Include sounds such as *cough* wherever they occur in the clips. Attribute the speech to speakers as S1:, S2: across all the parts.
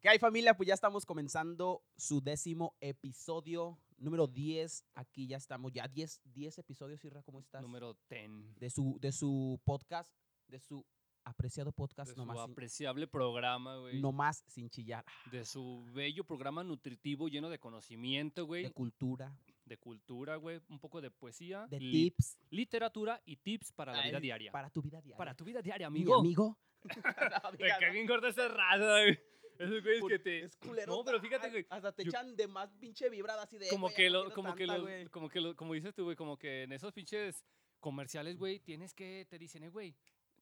S1: ¿Qué hay familia? Pues ya estamos comenzando su décimo episodio, número 10. Aquí ya estamos, ya 10, 10 episodios, Irra, ¿cómo estás?
S2: Número 10.
S1: de, su, de su podcast, de su apreciado podcast,
S2: De su
S1: nomás, sin,
S2: apreciable programa, güey.
S1: nomás sin chillar, ah,
S2: De su bello programa nutritivo lleno de conocimiento, güey.
S1: de
S2: De,
S1: cultura,
S2: cultura, güey. Un poco de poesía.
S1: de
S2: li-
S1: tips
S2: Literatura y tips para la
S1: Ay,
S2: vida diaria. Para,
S1: para tu vida diaria.
S2: tu vida diaria,
S1: Mi
S2: amigo. *laughs*
S1: amigo. *laughs*
S2: Me cagué en corto ese rato, güey. Esos güeyes
S1: Por-
S2: que te...
S1: Es culero.
S2: No, pero fíjate, güey.
S1: Hasta te
S2: yo-
S1: echan de más pinche vibrada así de.
S2: Como
S1: "Güey,
S2: que,
S1: ya no
S2: lo,
S1: quiero
S2: como, que
S1: tanta,
S2: lo,
S1: güey".
S2: como que lo- como dices tú, güey, como que en esos pinches comerciales, güey, tienes que, te dicen, eh, güey,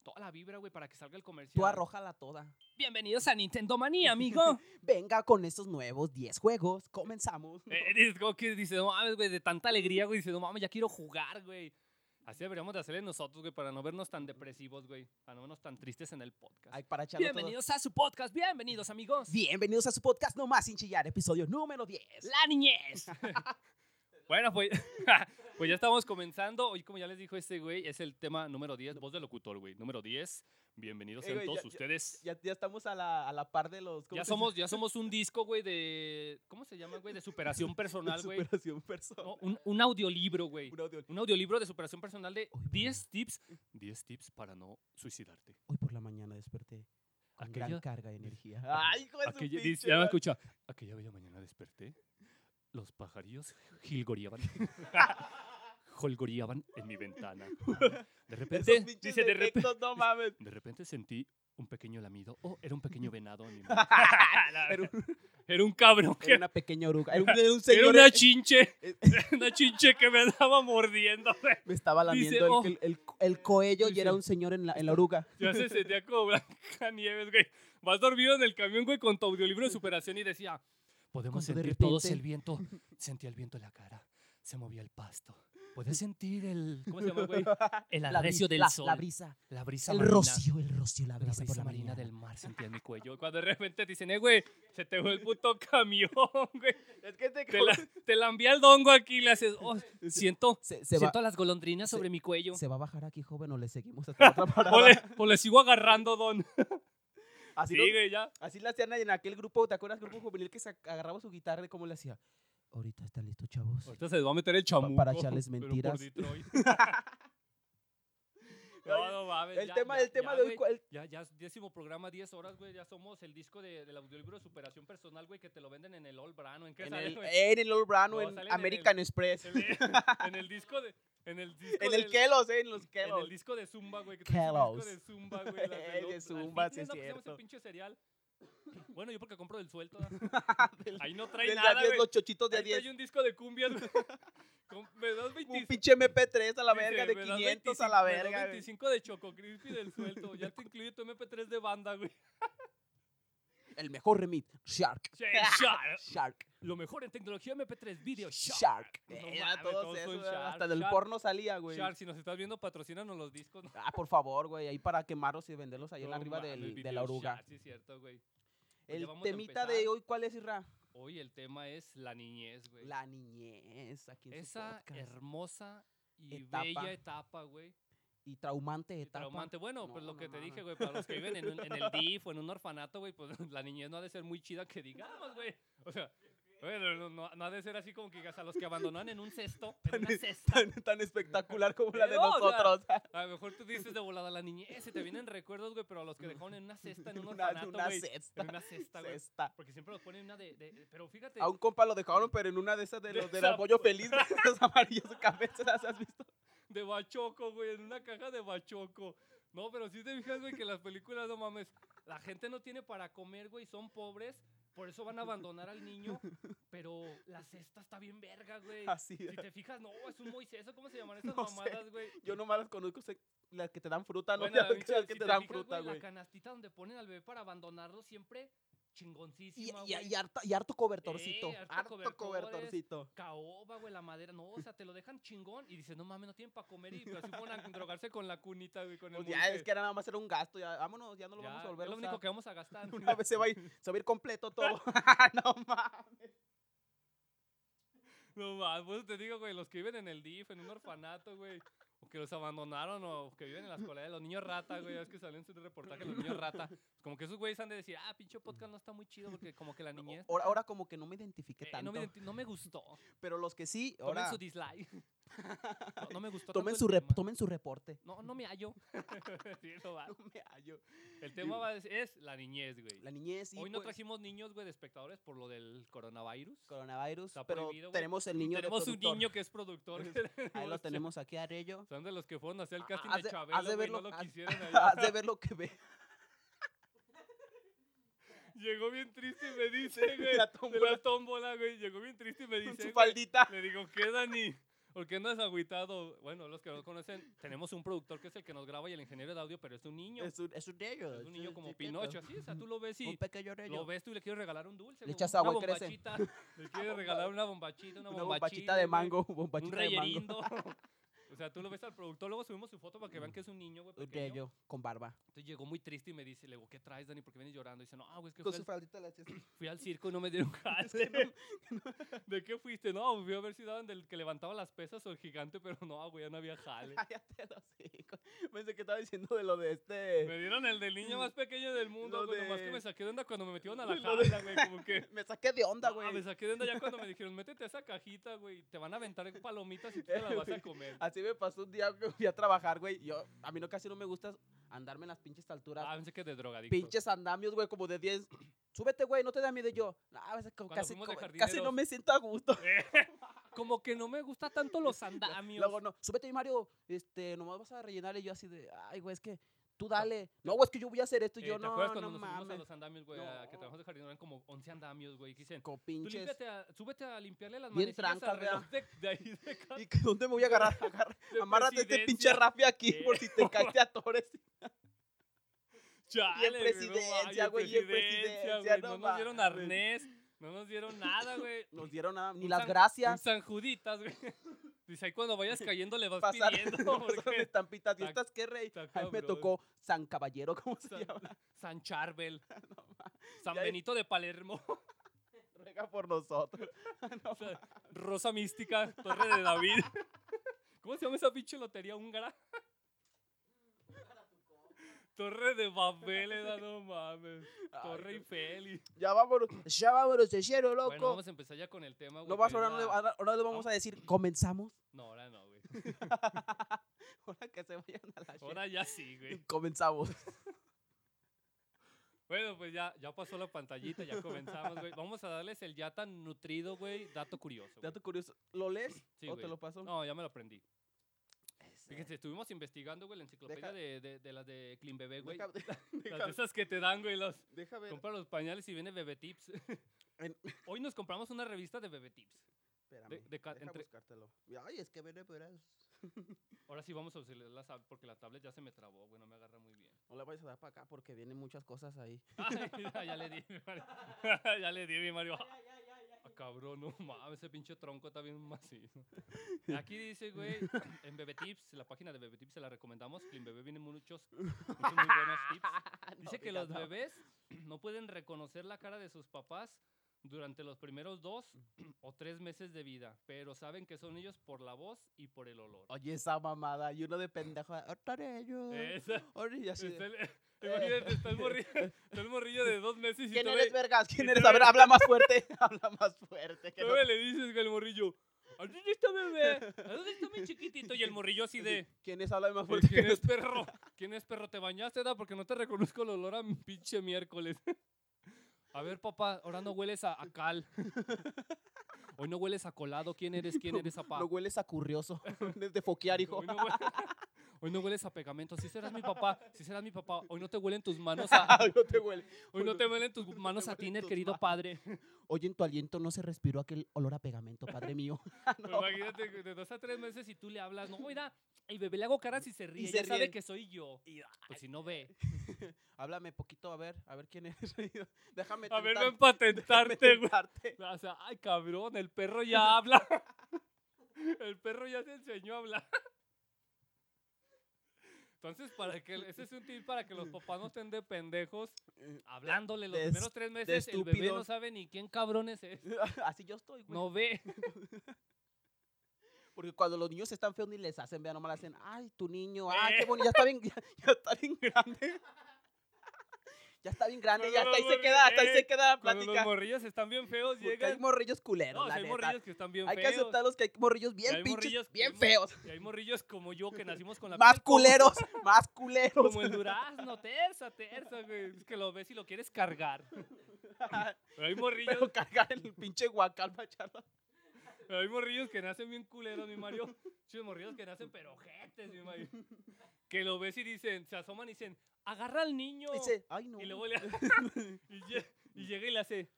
S2: toda la vibra, güey, para que salga el comercial.
S1: Tú arrójala toda.
S2: Bienvenidos a Nintendo
S1: *laughs*
S2: Manía, amigo.
S1: Venga con estos nuevos 10 juegos. Comenzamos.
S2: *laughs* Eh, Es como que dice, no mames, güey, de tanta alegría, güey, dice, no mames, ya quiero jugar, güey. Así deberíamos de hacerle nosotros, güey, para no vernos tan depresivos, güey, para no vernos tan tristes en el podcast.
S1: Ay, para echarlo todo.
S2: bienvenidos a su podcast, bienvenidos, amigos.
S1: Bienvenidos a su podcast No Más Sin Chillar, episodio número 10.
S2: La
S1: *laughs*
S2: niñez. bueno, pues, *laughs* pues ya estamos comenzando. Hoy, como ya les dijo este güey, es el tema número 10, voz del locutor, güey. Número 10, bienvenidos
S1: Eh,
S2: sean
S1: güey,
S2: todos
S1: ya- ya-
S2: ustedes. Ya,
S1: Ya, ya estamos a la, a la par de los. ¿cómo se *laughs*
S2: somos, ya somos un disco, güey, de, ¿cómo se llama, güey?
S1: *laughs*
S2: De superación
S1: dice?
S2: personal, güey.
S1: Superación personal.
S2: No, un, un audiolibro, güey.
S1: Un audio-
S2: Un audiolibro de superación personal de
S1: Uy, Mm. bueno.
S2: 10 tips. 10 tips para no suicidarte.
S1: Hoy por la mañana desperté con gran
S2: Aquella-
S1: carga de energía. *laughs* Ay, hijo de su
S2: Aquella, dice-
S1: pinche
S2: ya me
S1: madre.
S2: escucha. Aquella bella mañana desperté. Los pajarillos jilgoreaban. *laughs* jolgoreaban en mi ventana. De repente,
S1: Esos pinches
S2: dice, de, repe-
S1: efectos, no
S2: *laughs*
S1: mames.
S2: de repente sentí un pequeño lamido. Oh, era un pequeño venado *laughs* en mi mano. La
S1: Era
S2: verga. era un cabrón. que-
S1: Era
S2: Era,
S1: una pequeña oruga. Era un, era un señor.
S2: una
S1: eh,
S2: chinche.
S1: eh,
S2: *laughs* Una chinche que me andaba mordiendo, güey.
S1: me estaba lamiendo el-
S2: "Oh".
S1: el, el, el coello y
S2: Dice,
S1: era un señor en la, en la oruga.
S2: Ya se sentía como Blanca Nieves, güey. Vas dormido en el camión, güey, con tu audiolibro de superación y decía, podemos
S1: Cuando de
S2: sentir todos
S1: repente- *laughs*
S2: el viento. Sentía el viento en la cara, se movía el pasto. Podía sentir el, ¿cómo se llama,
S1: *laughs*
S2: güey? El
S1: La
S2: adrecio
S1: bris-
S2: del
S1: la-
S2: sol.
S1: La brisa.
S2: la brisa
S1: El
S2: marina.
S1: rocío, el rocío, la
S2: La
S1: brisa,
S2: brisa,
S1: por la
S2: marina del
S1: mañana.
S2: mar sentía en mi cuello. Cuando de repente te dicen, eh, güey, se te fue el puto *laughs* camión, güey.
S1: Es que este te,
S2: Te la, *laughs* te la envía el dongo aquí y le haces,
S1: *laughs*
S2: oh, siento,
S1: se, se va,
S2: siento las golondrinas
S1: se-
S2: sobre mi cuello.
S1: se va a bajar aquí, joven, o le seguimos
S2: *laughs*
S1: hasta la otra parada.
S2: O le, o le sigo agarrando, don.
S1: Así
S2: Sí,
S1: nos-
S2: güey, ya.
S1: Así la hacían en aquel grupo, ¿te acuerdas? Grupo juvenil que se agarraba su guitarra y cómo le hacía. Ahorita están listos, chavos.
S2: Ahorita se les va a meter el chamuco.
S1: para echarles
S2: pero por
S1: mentiras. *laughs*
S2: Detroit. *laughs* no, no mames.
S1: El
S2: ya,
S1: tema,
S2: ya,
S1: el tema
S2: ya,
S1: de hoy,
S2: güey,
S1: ¿cuál-
S2: Ya, ya, es décimo programa, 10 horas, güey. Ya somos el disco de- del audiolibro de superación personal, güey, que te lo venden en el All Brano. ¿En qué
S1: en
S2: sale,
S1: el, E.
S2: güey?
S1: en el Old Brano,
S2: No,
S1: en
S2: salen en
S1: American Express,
S2: En el- en el disco de. En el disco.
S1: en el
S2: del-
S1: Kellogg's, eh, en los
S2: En el
S1: Kellogg's.
S2: disco de Zumba, güey. que traes un
S1: Kellogg's.
S2: disco de Zumba, güey. las
S1: *laughs* El de
S2: los- al
S1: Zumba, sí
S2: fitness,
S1: es
S2: ¿no? Que se llama ese
S1: cierto. *laughs*
S2: pinche cereal. Bueno, yo porque compro del suelto. ¿no?
S1: Del-
S2: Ahí no trae
S1: del de a
S2: nada,
S1: 10,
S2: güey.
S1: los chochitos de a
S2: Ahí trae
S1: 10.
S2: un disco de cumbias,
S1: *laughs*
S2: güey. Con- Me das 25.
S1: Un pinche MP3 a la
S2: Dice,
S1: verga, de
S2: "Me das
S1: 500 a la
S2: 25 me das
S1: verga. güey.
S2: 25 de Choco Crispy del suelto. Ya te incluye tu MP3 de banda, güey. *laughs*
S1: El mejor remit, Shark.
S2: Che, Shark.
S1: Shark.
S2: Lo mejor en tecnología MP3 Video Shark.
S1: Shark.
S2: No
S1: Era
S2: mames,
S1: todos
S2: todos son
S1: esos,
S2: Shark,
S1: hasta del
S2: Shark,
S1: porno salía, güey.
S2: Shark, si nos estás viendo, patrocínanos los discos. ¿no?
S1: Ah, por favor, güey, ahí para quemarlos y venderlos ahí en
S2: No
S1: arriba
S2: mames,
S1: del- de
S2: Video
S1: la oruga.
S2: Shark, sí, es cierto, güey. Pues ya
S1: El
S2: vamos a
S1: temita de
S2: empezar.
S1: hoy, ¿cuál es, Irra?
S2: Hoy el tema es la niñez, güey.
S1: La niñez, aquí en su
S2: Esa
S1: podcast.
S2: hermosa y
S1: Etapa.
S2: bella etapa, güey.
S1: y traumante
S2: Y
S1: etapa. *laughs*
S2: Traumante. Bueno, pues
S1: No,
S2: lo que
S1: no,
S2: te
S1: no,
S2: dije,
S1: no.
S2: güey, para los que viven en, un- en el
S1: *laughs*
S2: DIF o en un orfanato, güey, pues la niñez no ha de ser muy chida que digamos, güey. O sea, bueno, no, no- no ha de ser así como que digas a los que abandonan en un cesto, en una cesta.
S1: *laughs* Tan, tan espectacular como
S2: *laughs*
S1: la de
S2: No, o sea,
S1: nosotros. *laughs*
S2: A lo mejor tú dices de volada la niñez, se te vienen recuerdos, güey, pero a los que dejaron en una cesta, en
S1: *laughs*
S2: un
S1: una,
S2: orfanato,
S1: una
S2: güey.
S1: cesta.
S2: En una cesta,
S1: *laughs*
S2: güey.
S1: cesta.
S2: Porque siempre los ponen en una de, de- Pero fíjate,
S1: A un compa lo dejaron, pero en una de esas de
S2: De
S1: los del
S2: esa-
S1: apoyo feliz, *laughs* güey, los amarillos de cabeza, ¿las has visto?
S2: de bachoco, güey, en una caja de bachoco. No, pero si te fijas, güey, que las películas, no mames, la gente no tiene para comer, güey, son pobres, por eso van a abandonar al niño, pero la cesta está bien verga, güey.
S1: Así.
S2: Si te fijas, no, es un Moisés, ¿o ¿cómo se
S1: *laughs*
S2: llaman esas
S1: No sé,
S2: mamadas, güey?
S1: Yo nomás las conozco, sé- las que te dan fruta, ¿no?
S2: Bueno,
S1: Ya
S2: la
S1: ves
S2: pinche-
S1: que *laughs* las que
S2: si
S1: te dan
S2: fijas,
S1: fruta, güey.
S2: La canastita donde ponen al bebé para abandonarlo siempre
S1: Y,
S2: chingoncísima,
S1: y-
S2: güey.
S1: y harta- y harto cobertorcito.
S2: Eh, harto
S1: harto,
S2: cobertores.
S1: cobertorcito.
S2: caoba, güey, la madera. No, o sea, te lo dejan chingón y dices, no mames, no tienen para comer y así fueron a drogarse con la cunita, güey, con el
S1: Pues ya es
S2: Moisés.
S1: que era nada más era un gasto, ya vámonos, ya no lo
S2: Ya,
S1: vamos a volver
S2: Es
S1: a
S2: lo
S1: usar.
S2: único que vamos a gastar.
S1: *laughs* Una vez se va, a ir, se va a ir completo todo.
S2: *laughs*
S1: *laughs* no mames.
S2: No más, pues te digo, güey, los que viven en el DIF, en un orfanato, güey. O que los abandonaron o que viven en la escuela de los niños rata, güey. Es que salió en su reportaje los niños rata. pues como que esos güeyes han de decir, ah, pinche podcast no está muy chido porque como que la niñez.
S1: Ahora, ahora como que no me identifiqué
S2: eh,
S1: tanto.
S2: no, me identi- no me gustó.
S1: pero los que sí,
S2: Tomen
S1: ahora
S2: su dislike.
S1: *laughs*
S2: No, no me gustó.
S1: tomen,
S2: tanto
S1: su
S2: el
S1: rep-
S2: tema. Ah.
S1: tomen su reporte.
S2: No, no me
S1: *laughs*
S2: hallo. Sí, no va.
S1: No me hallo.
S2: El tema va es, es la niñez, güey.
S1: La niñez y
S2: Hoy no
S1: pues,
S2: trajimos niños, güey, de espectadores por lo del coronavirus.
S1: coronavirus,
S2: Está
S1: pero
S2: prohibido, güey.
S1: tenemos el niño de
S2: tenemos un
S1: productor.
S2: niño que es productor.
S1: *laughs* Ahí
S2: *laughs*
S1: lo tenemos aquí a Rello.
S2: Son de los que fueron a hacer el
S1: Ah,
S2: casting
S1: has
S2: de
S1: de-
S2: Chabelo,
S1: has de
S2: güey,
S1: verlo-
S2: no lo
S1: has-
S2: quisieron allá.
S1: Ah, *laughs* Has de ver lo que ve.
S2: Llegó bien triste y me dice,
S1: *laughs*
S2: güey,
S1: la
S2: de
S1: tómbola.
S2: la tómbola, güey. Llegó bien triste y me
S1: Con
S2: dice,
S1: su
S2: güey,
S1: faldita.
S2: Le digo, ¿qué, Dani? ¿Por qué andas agüitado? Bueno, los que no conocen, tenemos un productor que es el que nos graba y el ingeniero de audio, pero es un niño. Es,
S1: Es un, es un Rello.
S2: un
S1: es
S2: niño como
S1: chiquito,
S2: Pinocho, así. O sea, tú lo ves y
S1: Un pequeño
S2: lo
S1: Rello.
S2: ves tú y le quieres regalar un dulce.
S1: Le
S2: güey,
S1: echas
S2: una
S1: agua y crece.
S2: bombachita.
S1: *laughs*
S2: Le quieres regalar una bombachita, una,
S1: Una bombachita
S2: güey,
S1: de mango. *laughs*
S2: un
S1: Bombachita de mango. Mm.
S2: reyerindo. *laughs* O sea, tú lo ves al productor, luego subimos su foto para que vean que es un niño, güey.
S1: Un
S2: pequeño.
S1: Rello con barba.
S2: Entonces llegó muy triste y me dice, le digo, ¿qué traes, Dani? ¿Por qué vienes llorando? Y dice, no, güey, es que
S1: Con
S2: fui
S1: su
S2: al,
S1: faldita le hacías. *laughs*
S2: fui al circo y no me dieron jale. *laughs* ¿De qué fuiste? No, fui a ver si daban del que levantaba las pesas o el gigante, pero no, güey, ya no
S1: *laughs*
S2: había jale.
S1: Cállate los hijos. *laughs* Pensé que estaba diciendo de lo de este.
S2: Me dieron el del niño más pequeño del mundo,
S1: Lo
S2: güey. Nomás que
S1: de-
S2: me saqué de onda cuando me metieron a la
S1: *laughs* Lo de-
S2: jala, güey. Como que.
S1: Me saqué de onda,
S2: Ah,
S1: güey.
S2: me saqué de onda ya cuando me dijeron, métete a esa cajita, güey. Te van a aventar palomitas y tú te las
S1: *laughs*
S2: vas a comer.
S1: Así me pasó un día que *laughs* fui a trabajar, güey. Yo, a mí no casi no me gusta andarme en las pinches alturas.
S2: Ah, pensé que de drogadicto.
S1: pinches andamios, güey, como de 10. *clears throat* Súbete, güey, no te da miedo Y yo. No, a veces como
S2: Cuando
S1: casi,
S2: fuimos de
S1: como- casi
S2: jardineros.
S1: no me siento a
S2: *laughs*
S1: gusto.
S2: Ah, Como que no me gusta tanto los andamios.
S1: *laughs* Luego, no, súbete, mi Mario, este, nomás vas a rellenar. Y yo así de, ay, güey, es que tú dale. No, güey, es que yo voy a hacer esto. Y
S2: Eh,
S1: yo,
S2: ¿Te
S1: no,
S2: acuerdas cuando
S1: no
S2: nos subimos a
S1: mames.
S2: los andamios, güey? a- Que
S1: No.
S2: trabajamos de jardín, eran como 11 andamios, güey. Que dicen,
S1: Con
S2: tú
S1: pinches.
S2: límpiate a- súbete a limpiarle las
S1: Bien
S2: manos
S1: tranca,
S2: al reloj de, de ahí de, ca-
S1: ¿Y que dónde me voy a agarrar? Agarra-
S2: *laughs*
S1: *laughs*
S2: de
S1: amárrate este pinche
S2: presidencia.
S1: rafia aquí
S2: *laughs*
S1: por si te caes, te *laughs* atores.
S2: Chale, güey, no
S1: presidencia,
S2: mames,
S1: güey, y en presidencia,
S2: güey, No
S1: no
S2: nos dieron
S1: mames.
S2: arnés, no nos dieron nada,
S1: *laughs*
S2: güey.
S1: Nos dieron nada, ni
S2: Un
S1: las
S2: san- Un
S1: gracias.
S2: San Juditas, güey. Dice, ahí cuando
S1: *laughs*
S2: vayas cayendo le vas
S1: Pasar, *laughs*
S2: pidiendo.
S1: pasaron
S2: porque-
S1: estampitas. ¿Y
S2: Está-
S1: estas qué, rey?
S2: está
S1: Ahí me
S2: cabrón.
S1: tocó San Caballero, *laughs* ¿cómo se
S2: San-
S1: llama?
S2: San Charbel.
S1: *laughs*
S2: San
S1: Ya es-
S2: Benito de Palermo.
S1: Ruega por
S2: *laughs*
S1: nosotros. *laughs* No,
S2: Sa- Rosa Mística, Torre de David. *laughs* ¿Cómo se llama esa pinche
S1: *laughs*
S2: lotería húngara? Torre de Babel, era, no mames.
S1: Ay,
S2: Torre
S1: no.
S2: Eiffel. y-
S1: Ya vámonos, ya vámonos, se hicieron, loco.
S2: Bueno, vamos a empezar ya con el tema, güey.
S1: no vas,
S2: que
S1: ahora,
S2: es
S1: no
S2: la-
S1: le, ahora- ahora le vamos a decir,
S2: *laughs*
S1: comenzamos.
S2: No, ahora no, güey.
S1: Ahora que se vayan a la shit.
S2: Ahora ya sí, güey. *laughs*
S1: Comenzamos.
S2: Bueno, pues ya, ya pasó la pantallita, ya comenzamos, güey. Vamos a darles el ya tan nutrido, güey, dato curioso. güey.
S1: Dato curioso, ¿lo lees
S2: Sí,
S1: o
S2: güey.
S1: te lo paso?
S2: No, ya me lo aprendí.
S1: Ese.
S2: Fíjense, estuvimos investigando, güey, la enciclopedia
S1: Deja-
S2: de, de, de las de Climbebé, güey.
S1: *laughs* Deja- deja-
S2: Las de esas que te dan, güey, los...
S1: deja ver.
S2: Compra los pañales y viene Bebé Tips.
S1: En-
S2: *laughs* Hoy nos compramos una revista de Bebé Tips.
S1: Espérame,
S2: de ca-
S1: deja
S2: entre-
S1: buscártelo. Ay, es que viene, pero es-
S2: Ahora sí vamos a auxiliar la sab- porque la tablet ya se me trabó, güey, no me agarra muy bien.
S1: No le vayas a dar para acá porque vienen muchas cosas ahí.
S2: Ay, Ah, ya, ya le di, mi Mario. *laughs* ya le di, mi Mario. Ah, cabrón, no mames, ese pinche tronco está bien
S1: *laughs*
S2: macizo. Aquí dice, güey, en Bebé Tips, la página de Bebé Tips se la recomendamos. En Bebé vienen muchos, muchos muy
S1: *laughs*
S2: buenos tips. Dice que los
S1: bebés
S2: bebés *clears throat* no pueden reconocer la cara de sus papás durante los primeros dos *clears throat* o tres meses de vida, pero saben que son ellos por la voz y por el olor.
S1: Oye, esa mamada. Y uno de pendejo. Otra de ellos.
S2: Esa-
S1: Oye, y así de,
S2: está el- *laughs* imagínate, está el,
S1: *laughs*
S2: morrillo, está el morrillo de dos meses y
S1: ¿Quién
S2: tú
S1: eres,
S2: ve-
S1: vergas? ¿Quién
S2: te
S1: eres?
S2: ve-
S1: A ver, habla más fuerte. *laughs* habla más fuerte. Que
S2: tú
S1: no-
S2: ve le dices güey, al morrillo, ¿a dónde está bebé? ¿A dónde está mi chiquitito? Y el morrillo así de,
S1: ¿Quién es? Habla más
S2: "Pues,
S1: fuerte. que
S2: ¿quién
S1: no-
S2: es perro? ¿Quién es perro? ¿Te bañaste, da? Porque no te reconozco el olor a mi pinche miércoles. *laughs* A ver, papá, ahora no hueles a, a cal. Hoy no hueles a colado. ¿Quién eres? ¿Quién eres, papá?
S1: No hueles a curioso.
S2: *laughs*
S1: es *laughs* de foquear, hijo. *laughs*
S2: Hoy no, hue- *laughs* hoy no hueles a pegamento. Si serás mi papá, si serás mi papá, hoy no te huelen tus manos a.
S1: *laughs* Ah, no te huele.
S2: Hoy no te huelen tus
S1: no te
S2: manos a
S1: huelen
S2: tiner,
S1: tus
S2: querido
S1: manos.
S2: padre.
S1: Oye, en tu aliento no se respiró aquel olor a pegamento, padre mío. *laughs* Ah, No.
S2: Imagínate que de dos a tres meses y tú le hablas, no, mira, el bebé le hago caras y se ríe.
S1: se
S2: ya sabe
S1: ríen.
S2: que soy yo. Pues si no ve.
S1: Háblame poquito, a ver, a ver quién eres. *laughs* Déjame
S2: A ver, ven
S1: tentar- *laughs* déjame
S2: patentarte, güey.
S1: tentarte. *laughs*
S2: O sea, ay, cabrón, el perro ya habla. *laughs* El perro ya se enseñó a hablar. Entonces, para que ese es un tip para que los papás no estén de pendejos hablándole los
S1: de
S2: primeros
S1: es-
S2: tres meses. El bebé no
S1: estúpidos. *laughs*
S2: sabe ni quién cabrón es. ese.
S1: Así yo estoy, güey.
S2: No ve.
S1: Porque cuando los niños están feos ni les hacen, vean, nomás le hacen, ay, tu niño, ay,
S2: Eh.
S1: qué bonito, ya está bien, ya, ya está bien grande. *laughs* ya está bien grande,
S2: Cuando
S1: ya hasta
S2: los
S1: ahí se
S2: morri-
S1: queda, hasta ahí
S2: eh,
S1: se queda la
S2: Cuando los
S1: plática.
S2: morrillos están bien feos,
S1: Porque hay
S2: llegan.
S1: morrillos culeros,
S2: No,
S1: la
S2: si hay
S1: neta.
S2: morrillos que están bien
S1: Hay que
S2: feos.
S1: aceptar los que hay morrillos
S2: y
S1: bien
S2: hay
S1: pinches,
S2: morrillos que
S1: bien
S2: no-
S1: feos.
S2: Y hay morrillos como yo que nacimos con la
S1: Más
S2: piel
S1: culeros, más
S2: como,
S1: culeros.
S2: como
S1: *laughs*
S2: el durazno, terza, terza, güey. Es que lo ves y lo quieres cargar. Pero hay morrillos,
S1: Pero cargar en el pinche guacal para echarlo.
S2: pero hay morrillos que nacen bien culeros, mi Mario. Chicos, morrillos que nacen pero ojetes, mi Mario. Que lo ves y dicen, se asoman y dicen, agarra al niño.
S1: Dice, ay, no.
S2: Y luego le y, lle- y llega y le hace.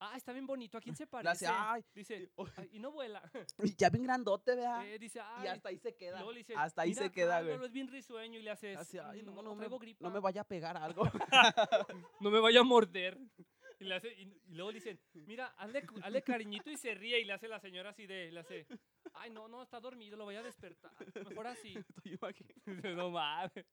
S2: Ah, ah, está bien bonito. ¿A quién se
S1: Le
S2: parece?
S1: hace, ay,
S2: dice,
S1: oh,
S2: "Ay, y no vuela.
S1: *laughs* y ya bien grandote, vea.
S2: Eh, dice, ay.
S1: Ah, Y hasta ahí se
S2: y
S1: queda.
S2: luego le dice,
S1: hasta ahí
S2: "Mira, ah,
S1: se queda, güey.
S2: Carlos, es bien risueño y le haces.
S1: Así, ay,
S2: "Mm,
S1: no,
S2: no,
S1: no
S2: traigo
S1: me,
S2: gripa.
S1: no me vaya a pegar algo.
S2: no me vaya a morder. Y, le hace, y, y luego le dicen, mira, hazle, cu- hazle cariñito y se ríe. Y le hace la señora así de, le hace, ay, no, no, está dormido, lo voy a despertar. Mejor así.
S1: *laughs* Estoy imagi-
S2: *laughs* Dice, no mames.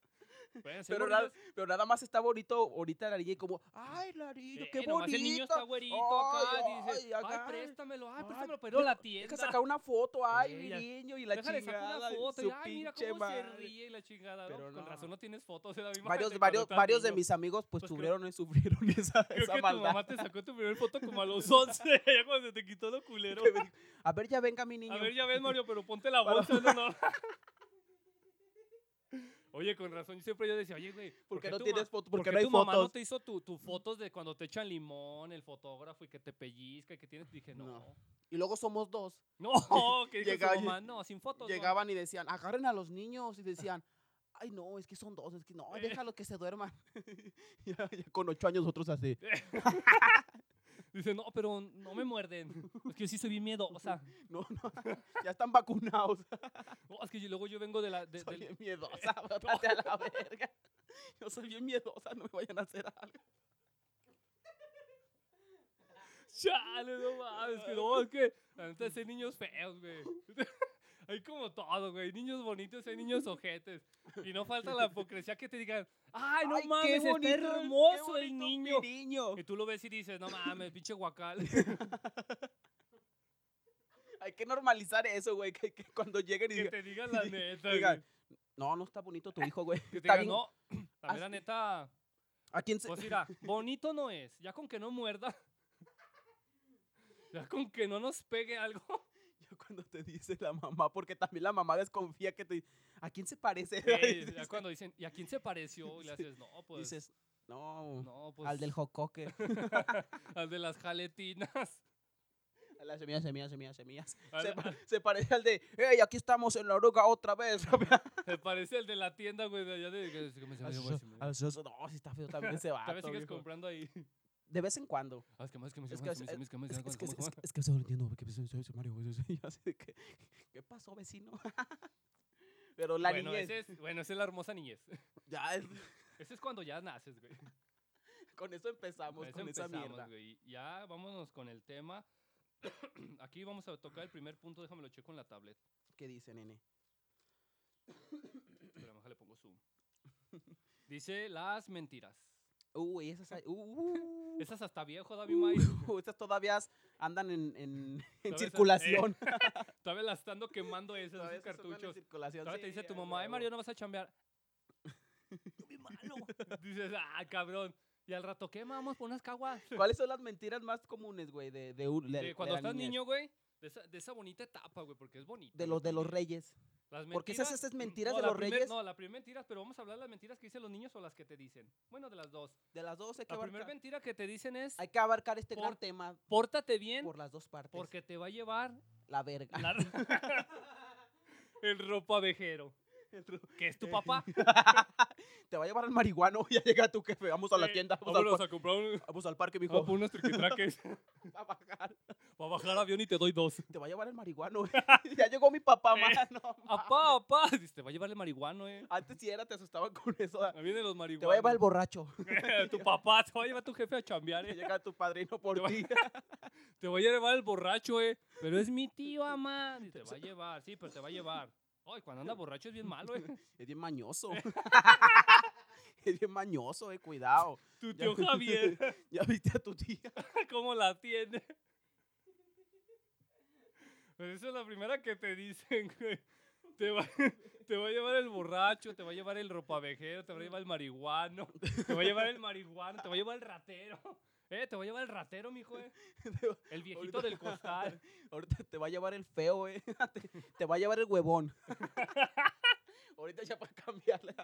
S2: Bueno, sí,
S1: pero,
S2: morrillos.
S1: nada, pero nada más está bonito ahorita la niña y como, ay, la niña,
S2: Eh,
S1: qué
S2: nomás
S1: bonito.
S2: el niño está güerito
S1: Ay,
S2: acá, dice,
S1: ay, acá.
S2: ay, préstamelo, ay,
S1: Ay,
S2: préstamelo, pero la
S1: Hay
S2: tienda.
S1: que sacar una foto, ay, mi
S2: Ella-
S1: niño, y la
S2: Déjale, saco
S1: chingada.
S2: una
S1: y
S2: foto, y,
S1: su
S2: ay, mira
S1: pinche
S2: cómo se
S1: madre".
S2: ríe *laughs* y la chingada, ¿no?
S1: Pero
S2: Con
S1: no.
S2: razón no tienes fotos, es la misma
S1: Varios,
S2: gente
S1: varios,
S2: cuando estás
S1: varios de
S2: niño.
S1: mis amigos pues,
S2: Pues creo-
S1: tuvieron, sufrieron *laughs* esa,
S2: Creo
S1: esa
S2: que tu
S1: maldad.
S2: mamá te sacó tu primer foto como a los 11, *laughs* ya cuando se te quitó
S1: *laughs*
S2: lo culero.
S1: Que me dijo, A ver, ya venga mi niño.
S2: A ver, ya ves, Mario, pero ponte
S1: *laughs*
S2: la
S1: Para-
S2: bolsa. No, no. *laughs* Oye, con razón, yo siempre yo decía, oye, güey,
S1: ¿Por qué no
S2: tu
S1: tienes
S2: ma-
S1: foto? ¿Por
S2: ¿Por
S1: qué
S2: qué
S1: no hay
S2: tu mamá no
S1: fotos?
S2: te hizo tus tu fotos de cuando te echan limón, el fotógrafo y que te pellizca y que tienes? Dije,
S1: No.
S2: no.
S1: Y luego somos dos.
S2: *laughs* No,
S1: *laughs*
S2: que dijo
S1: Llegaba-
S2: su mamá, no, sin fotos. no".
S1: Llegaban y decían, agarren a los niños. Y decían, ay, no, es que son dos. Es que no,
S2: Eh.
S1: déjalo que se duerman. *laughs* Ya- ya con ocho años otros así.
S2: Dice, no, pero no me muerden. Es que yo sí soy
S1: *laughs*
S2: bien miedosa.
S1: No, no, ya están vacunados.
S2: No, es que yo- luego yo vengo de la. de-
S1: soy bien
S2: del- *laughs*
S1: miedosa, bótate a la verga. Yo soy bien miedosa, no me vayan a hacer algo.
S2: Chale, no mames, que no, es que la neta sí hay niños feos, güey. *laughs* Hay como todo, güey. Niños bonitos, hay niños ojetes. Y no falta la hipocresía que te digan, ay, no
S1: Ay, qué
S2: mames,
S1: bonito,
S2: está
S1: qué
S2: hermoso el
S1: bonito
S2: niño.
S1: Mi niño.
S2: Y tú lo ves y dices, no mames,
S1: *laughs*
S2: pinche guacal.
S1: Hay que normalizar eso, güey, que, que cuando lleguen y
S2: que
S1: digan,
S2: te digan la neta,
S1: digan,
S2: güey.
S1: no, no está bonito
S2: *laughs*
S1: tu hijo, güey.
S2: Que te
S1: Está
S2: digan,
S1: bien. *clears throat*
S2: no, la mera
S1: Así-
S2: neta,
S1: ¿A quién se-
S2: pues mira, bonito no es. Ya con que no muerda, *laughs* ya con que no nos
S1: *laughs*
S2: pegue algo.
S1: *laughs* Ya cuando te dice la mamá, porque también la mamá desconfía que te... ¿A quién se parece? *laughs*
S2: Eh,
S1: Dices-
S2: ya cuando dicen, ¿y a quién se pareció? Y le
S1: Sí.
S2: haces, no, pues.
S1: Dices, no,
S2: no, pues.
S1: al del jocoque.
S2: al de las jaletinas. *laughs*
S1: A las semillas, semillas, semillas, semillas.
S2: A
S1: Se,
S2: la-
S1: pa- se parece al de, hey, aquí estamos en la oruga otra
S2: *laughs*
S1: vez. *laughs*
S2: Me parece el de la tienda, güey, de allá de. que- que me se me
S1: Al
S2: dio,
S1: soso-
S2: güey, se me dio.
S1: al soso, no, si está feo también
S2: *laughs*
S1: ese
S2: Todavía
S1: vato.
S2: sigues
S1: viejo.
S2: comprando ahí.
S1: De vez en cuando.
S2: *laughs* Ah, es que más, que me
S1: Es
S2: se
S1: que
S2: me-
S1: es-
S2: se me- se me- se me-
S1: Es,
S2: se me-
S1: es
S2: se
S1: que,
S2: me-
S1: es,
S2: se me-
S1: que- es que eso lo entiendo, porque pues, soy- soy Mario, güey, *laughs* soy- yo así de que, ¿qué pasó, vecino? *laughs* Pero la
S2: Bueno,
S1: niñez,
S2: ese es- Bueno, esa es la
S1: *laughs*
S2: hermosa niñez.
S1: ya, es-
S2: Ese es cuando ya naces, güey.
S1: con eso empezamos,
S2: Con eso
S1: con esa
S2: empezamos,
S1: mierda.
S2: güey. Ya vámonos con el tema. *clears throat* Aquí vamos a tocar el primer punto. Déjamelo checo en la tablet.
S1: ¿Qué dice, nene?
S2: Espérame, déjale,
S1: *laughs*
S2: pongo zoom. Dice las mentiras.
S1: Uy, esas, hay-
S2: *laughs*
S1: uh,
S2: Esas hasta viejo, David May.
S1: uh, estas todavía andan
S2: *laughs*
S1: en, en, en
S2: esas- eh,
S1: circulación.
S2: Todavía las estando
S1: *laughs*
S2: quemando esas,
S1: Todavía
S2: esos
S1: esas andan en
S2: cartuchos.
S1: circulación,
S2: Todavía te
S1: sí,
S2: dice tu
S1: a
S2: mamá, eh,
S1: huevo.
S2: *laughs* Mario, no vas a chambear. Bien malo. *laughs* Dices, ah, cabrón. Y al rato, ¿qué vamos por unas caguas?
S1: ¿Cuáles son las mentiras más comunes, güey, de, de, un- de-
S2: De
S1: de
S2: cuando
S1: la
S2: estás
S1: niñez?
S2: niño, güey, de esa, de esa bonita etapa, güey, porque es bonita.
S1: De
S2: güey,
S1: los, de los
S2: también.
S1: reyes.
S2: Las
S1: ¿Por qué se hace
S2: mentiras-
S1: esas mentiras
S2: no,
S1: de
S2: la
S1: los
S2: primer-
S1: reyes?
S2: No, la primera mentiras, pero vamos a hablar de las mentiras que dicen los niños o las que te dicen. Bueno, de las dos.
S1: De las dos hay que
S2: La primera
S1: abarcar.
S2: mentira que te dicen es,
S1: Hay que abarcar este
S2: por-
S1: gran tema
S2: pórtate bien
S1: por las dos partes.
S2: porque te va a llevar
S1: la verga. *laughs*
S2: la- *laughs* el ropa vejero. Que es tu
S1: Eh,
S2: papá.
S1: *laughs* Te va a llevar al marihuano, *laughs* ya llega tu jefe, vamos a la
S2: Eh,
S1: tienda, vamos, al,
S2: *laughs* Vámonos
S1: par-
S2: a comprar
S1: *laughs*
S2: un,
S1: vamos al parque,
S2: *laughs* a
S1: mijo.
S2: por unos triquitraques.
S1: Va a bajar.
S2: Va a bajar avión y te doy dos.
S1: Te va a llevar el marihuano,
S2: *laughs*
S1: *laughs* ya llegó mi papá,
S2: Eh,
S1: mano.
S2: *laughs* ¡Apá, apá! Dice, te va a llevar el marihuano, eh.
S1: Antes sí era, te asustaban con eso. da.
S2: Me vienen los
S1: Te va a
S2: marihuanos.
S1: llevar el borracho.
S2: *laughs* tu papá, te va a llevar tu jefe a
S1: *laughs*
S2: chambear,
S1: Ya *laughs*
S2: eh.
S1: llega tu padrino por
S2: Te va-
S1: ti.
S2: Te va a llevar el borracho, eh. Pero es mi tío, mamá. Dice, Te va a llevar, sí, pero te va a llevar. Ay, cuando anda borracho es bien malo, eh.
S1: *laughs* Es bien mañoso. *laughs* es bien mañoso, eh, cuidado.
S2: Tu
S1: Ya-
S2: tío Javier, *laughs*
S1: ya viste a tu tía.
S2: ¿cómo la tiene? Pues esa es la primera que te dicen, güey. Te va, *laughs* te va a llevar el borracho, te va a llevar el ropavejero, te va a llevar el marihuano, te va a llevar el marihuano, te va a llevar el ratero. Eh, te va a llevar el ratero, mijo, eh.
S1: Te va-
S2: El viejito
S1: Ahorita- *laughs*
S2: del costal.
S1: Ahorita te va a llevar el feo, eh. *laughs* Te, te va a llevar el huevón.
S2: *laughs*
S1: Ahorita ya para cambiarla.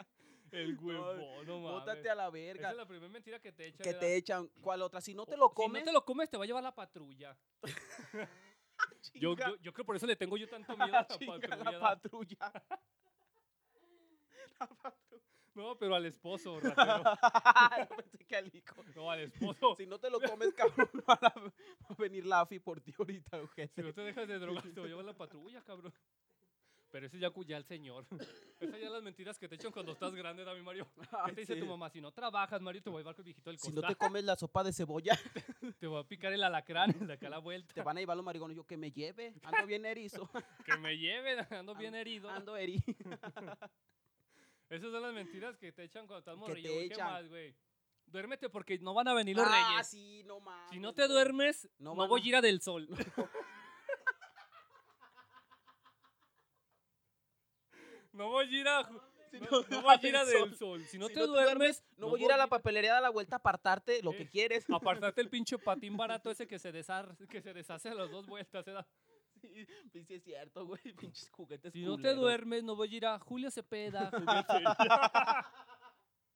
S2: El huevo, no mames.
S1: Bótate a la
S2: Esa
S1: verga.
S2: es la primera mentira que te echan.
S1: Que
S2: era,
S1: te echan. ¿Cuál otra? Si no te
S2: "O-
S1: lo
S2: Si
S1: comes.
S2: no te lo comes, te va a llevar la patrulla. Yo,
S1: chinga.
S2: yo, yo creo que por eso le tengo yo
S1: *laughs*
S2: tanto miedo a la
S1: Chinga,
S2: patrulla.
S1: La patrulla.
S2: *laughs*
S1: La patrulla. *laughs*
S2: No, pero al esposo, ratero.
S1: No, pensé que al hijo.
S2: No, al esposo.
S1: Si no te lo
S2: *laughs*
S1: comes, cabrón, *laughs* va a, la- va a venir la AFI por ti ahorita,
S2: Si
S1: ojete.
S2: no te dejas de drogar, te va a llevar la patrulla, cabrón. Pero ese ya cu- ya el señor. Esas ya las mentiras que te echan cuando estás grande, David Mario. ¿Qué
S1: *laughs* Ay,
S2: te dice
S1: Ah, sí.
S2: tu mamá? Si no trabajas, Mario, te va a llevar con el viejito del
S1: Si
S2: costal.
S1: no te comes la sopa de
S2: *laughs*
S1: cebolla,
S2: Te va a picar el alacrán de acá a la
S1: te
S2: vuelta.
S1: van a llevar los marigones. Yo, que me
S2: *laughs*
S1: lleve. Ando bien erizo.
S2: Que me lleven, *laughs* ando bien herido.
S1: Ando eri.
S2: Esas son las mentiras que te echan cuando estás
S1: te
S2: morrillo. güey, ¿Qué
S1: echan.
S2: más, güey? Duérmete porque no van a venir los
S1: Ah,
S2: reyes.
S1: sí, no mames.
S2: Si no te
S1: güey.
S2: duermes,
S1: No
S2: no,
S1: van a-
S2: voy a ir a
S1: *laughs*
S2: del sol. no voy a ir a...
S1: Si
S2: no,
S1: no-
S2: no voy a ir a
S1: del
S2: del
S1: sol.
S2: sol. Si no
S1: Si
S2: te
S1: no te
S2: duermes...
S1: No voy a ir a la
S2: ir-
S1: papelería de la vuelta a apartarte lo
S2: Eh. *laughs*
S1: que quieres. *laughs*
S2: Apartarte el pinche patín barato ese que se, desar- que se deshace a las dos vueltas. ¿eh?
S1: Sí, sí, sí es cierto, güey. Pinches juguetes.
S2: Si no te
S1: culeros.
S2: duermes, no voy a ir a Julio
S1: *laughs*
S2: Cepeda. *laughs*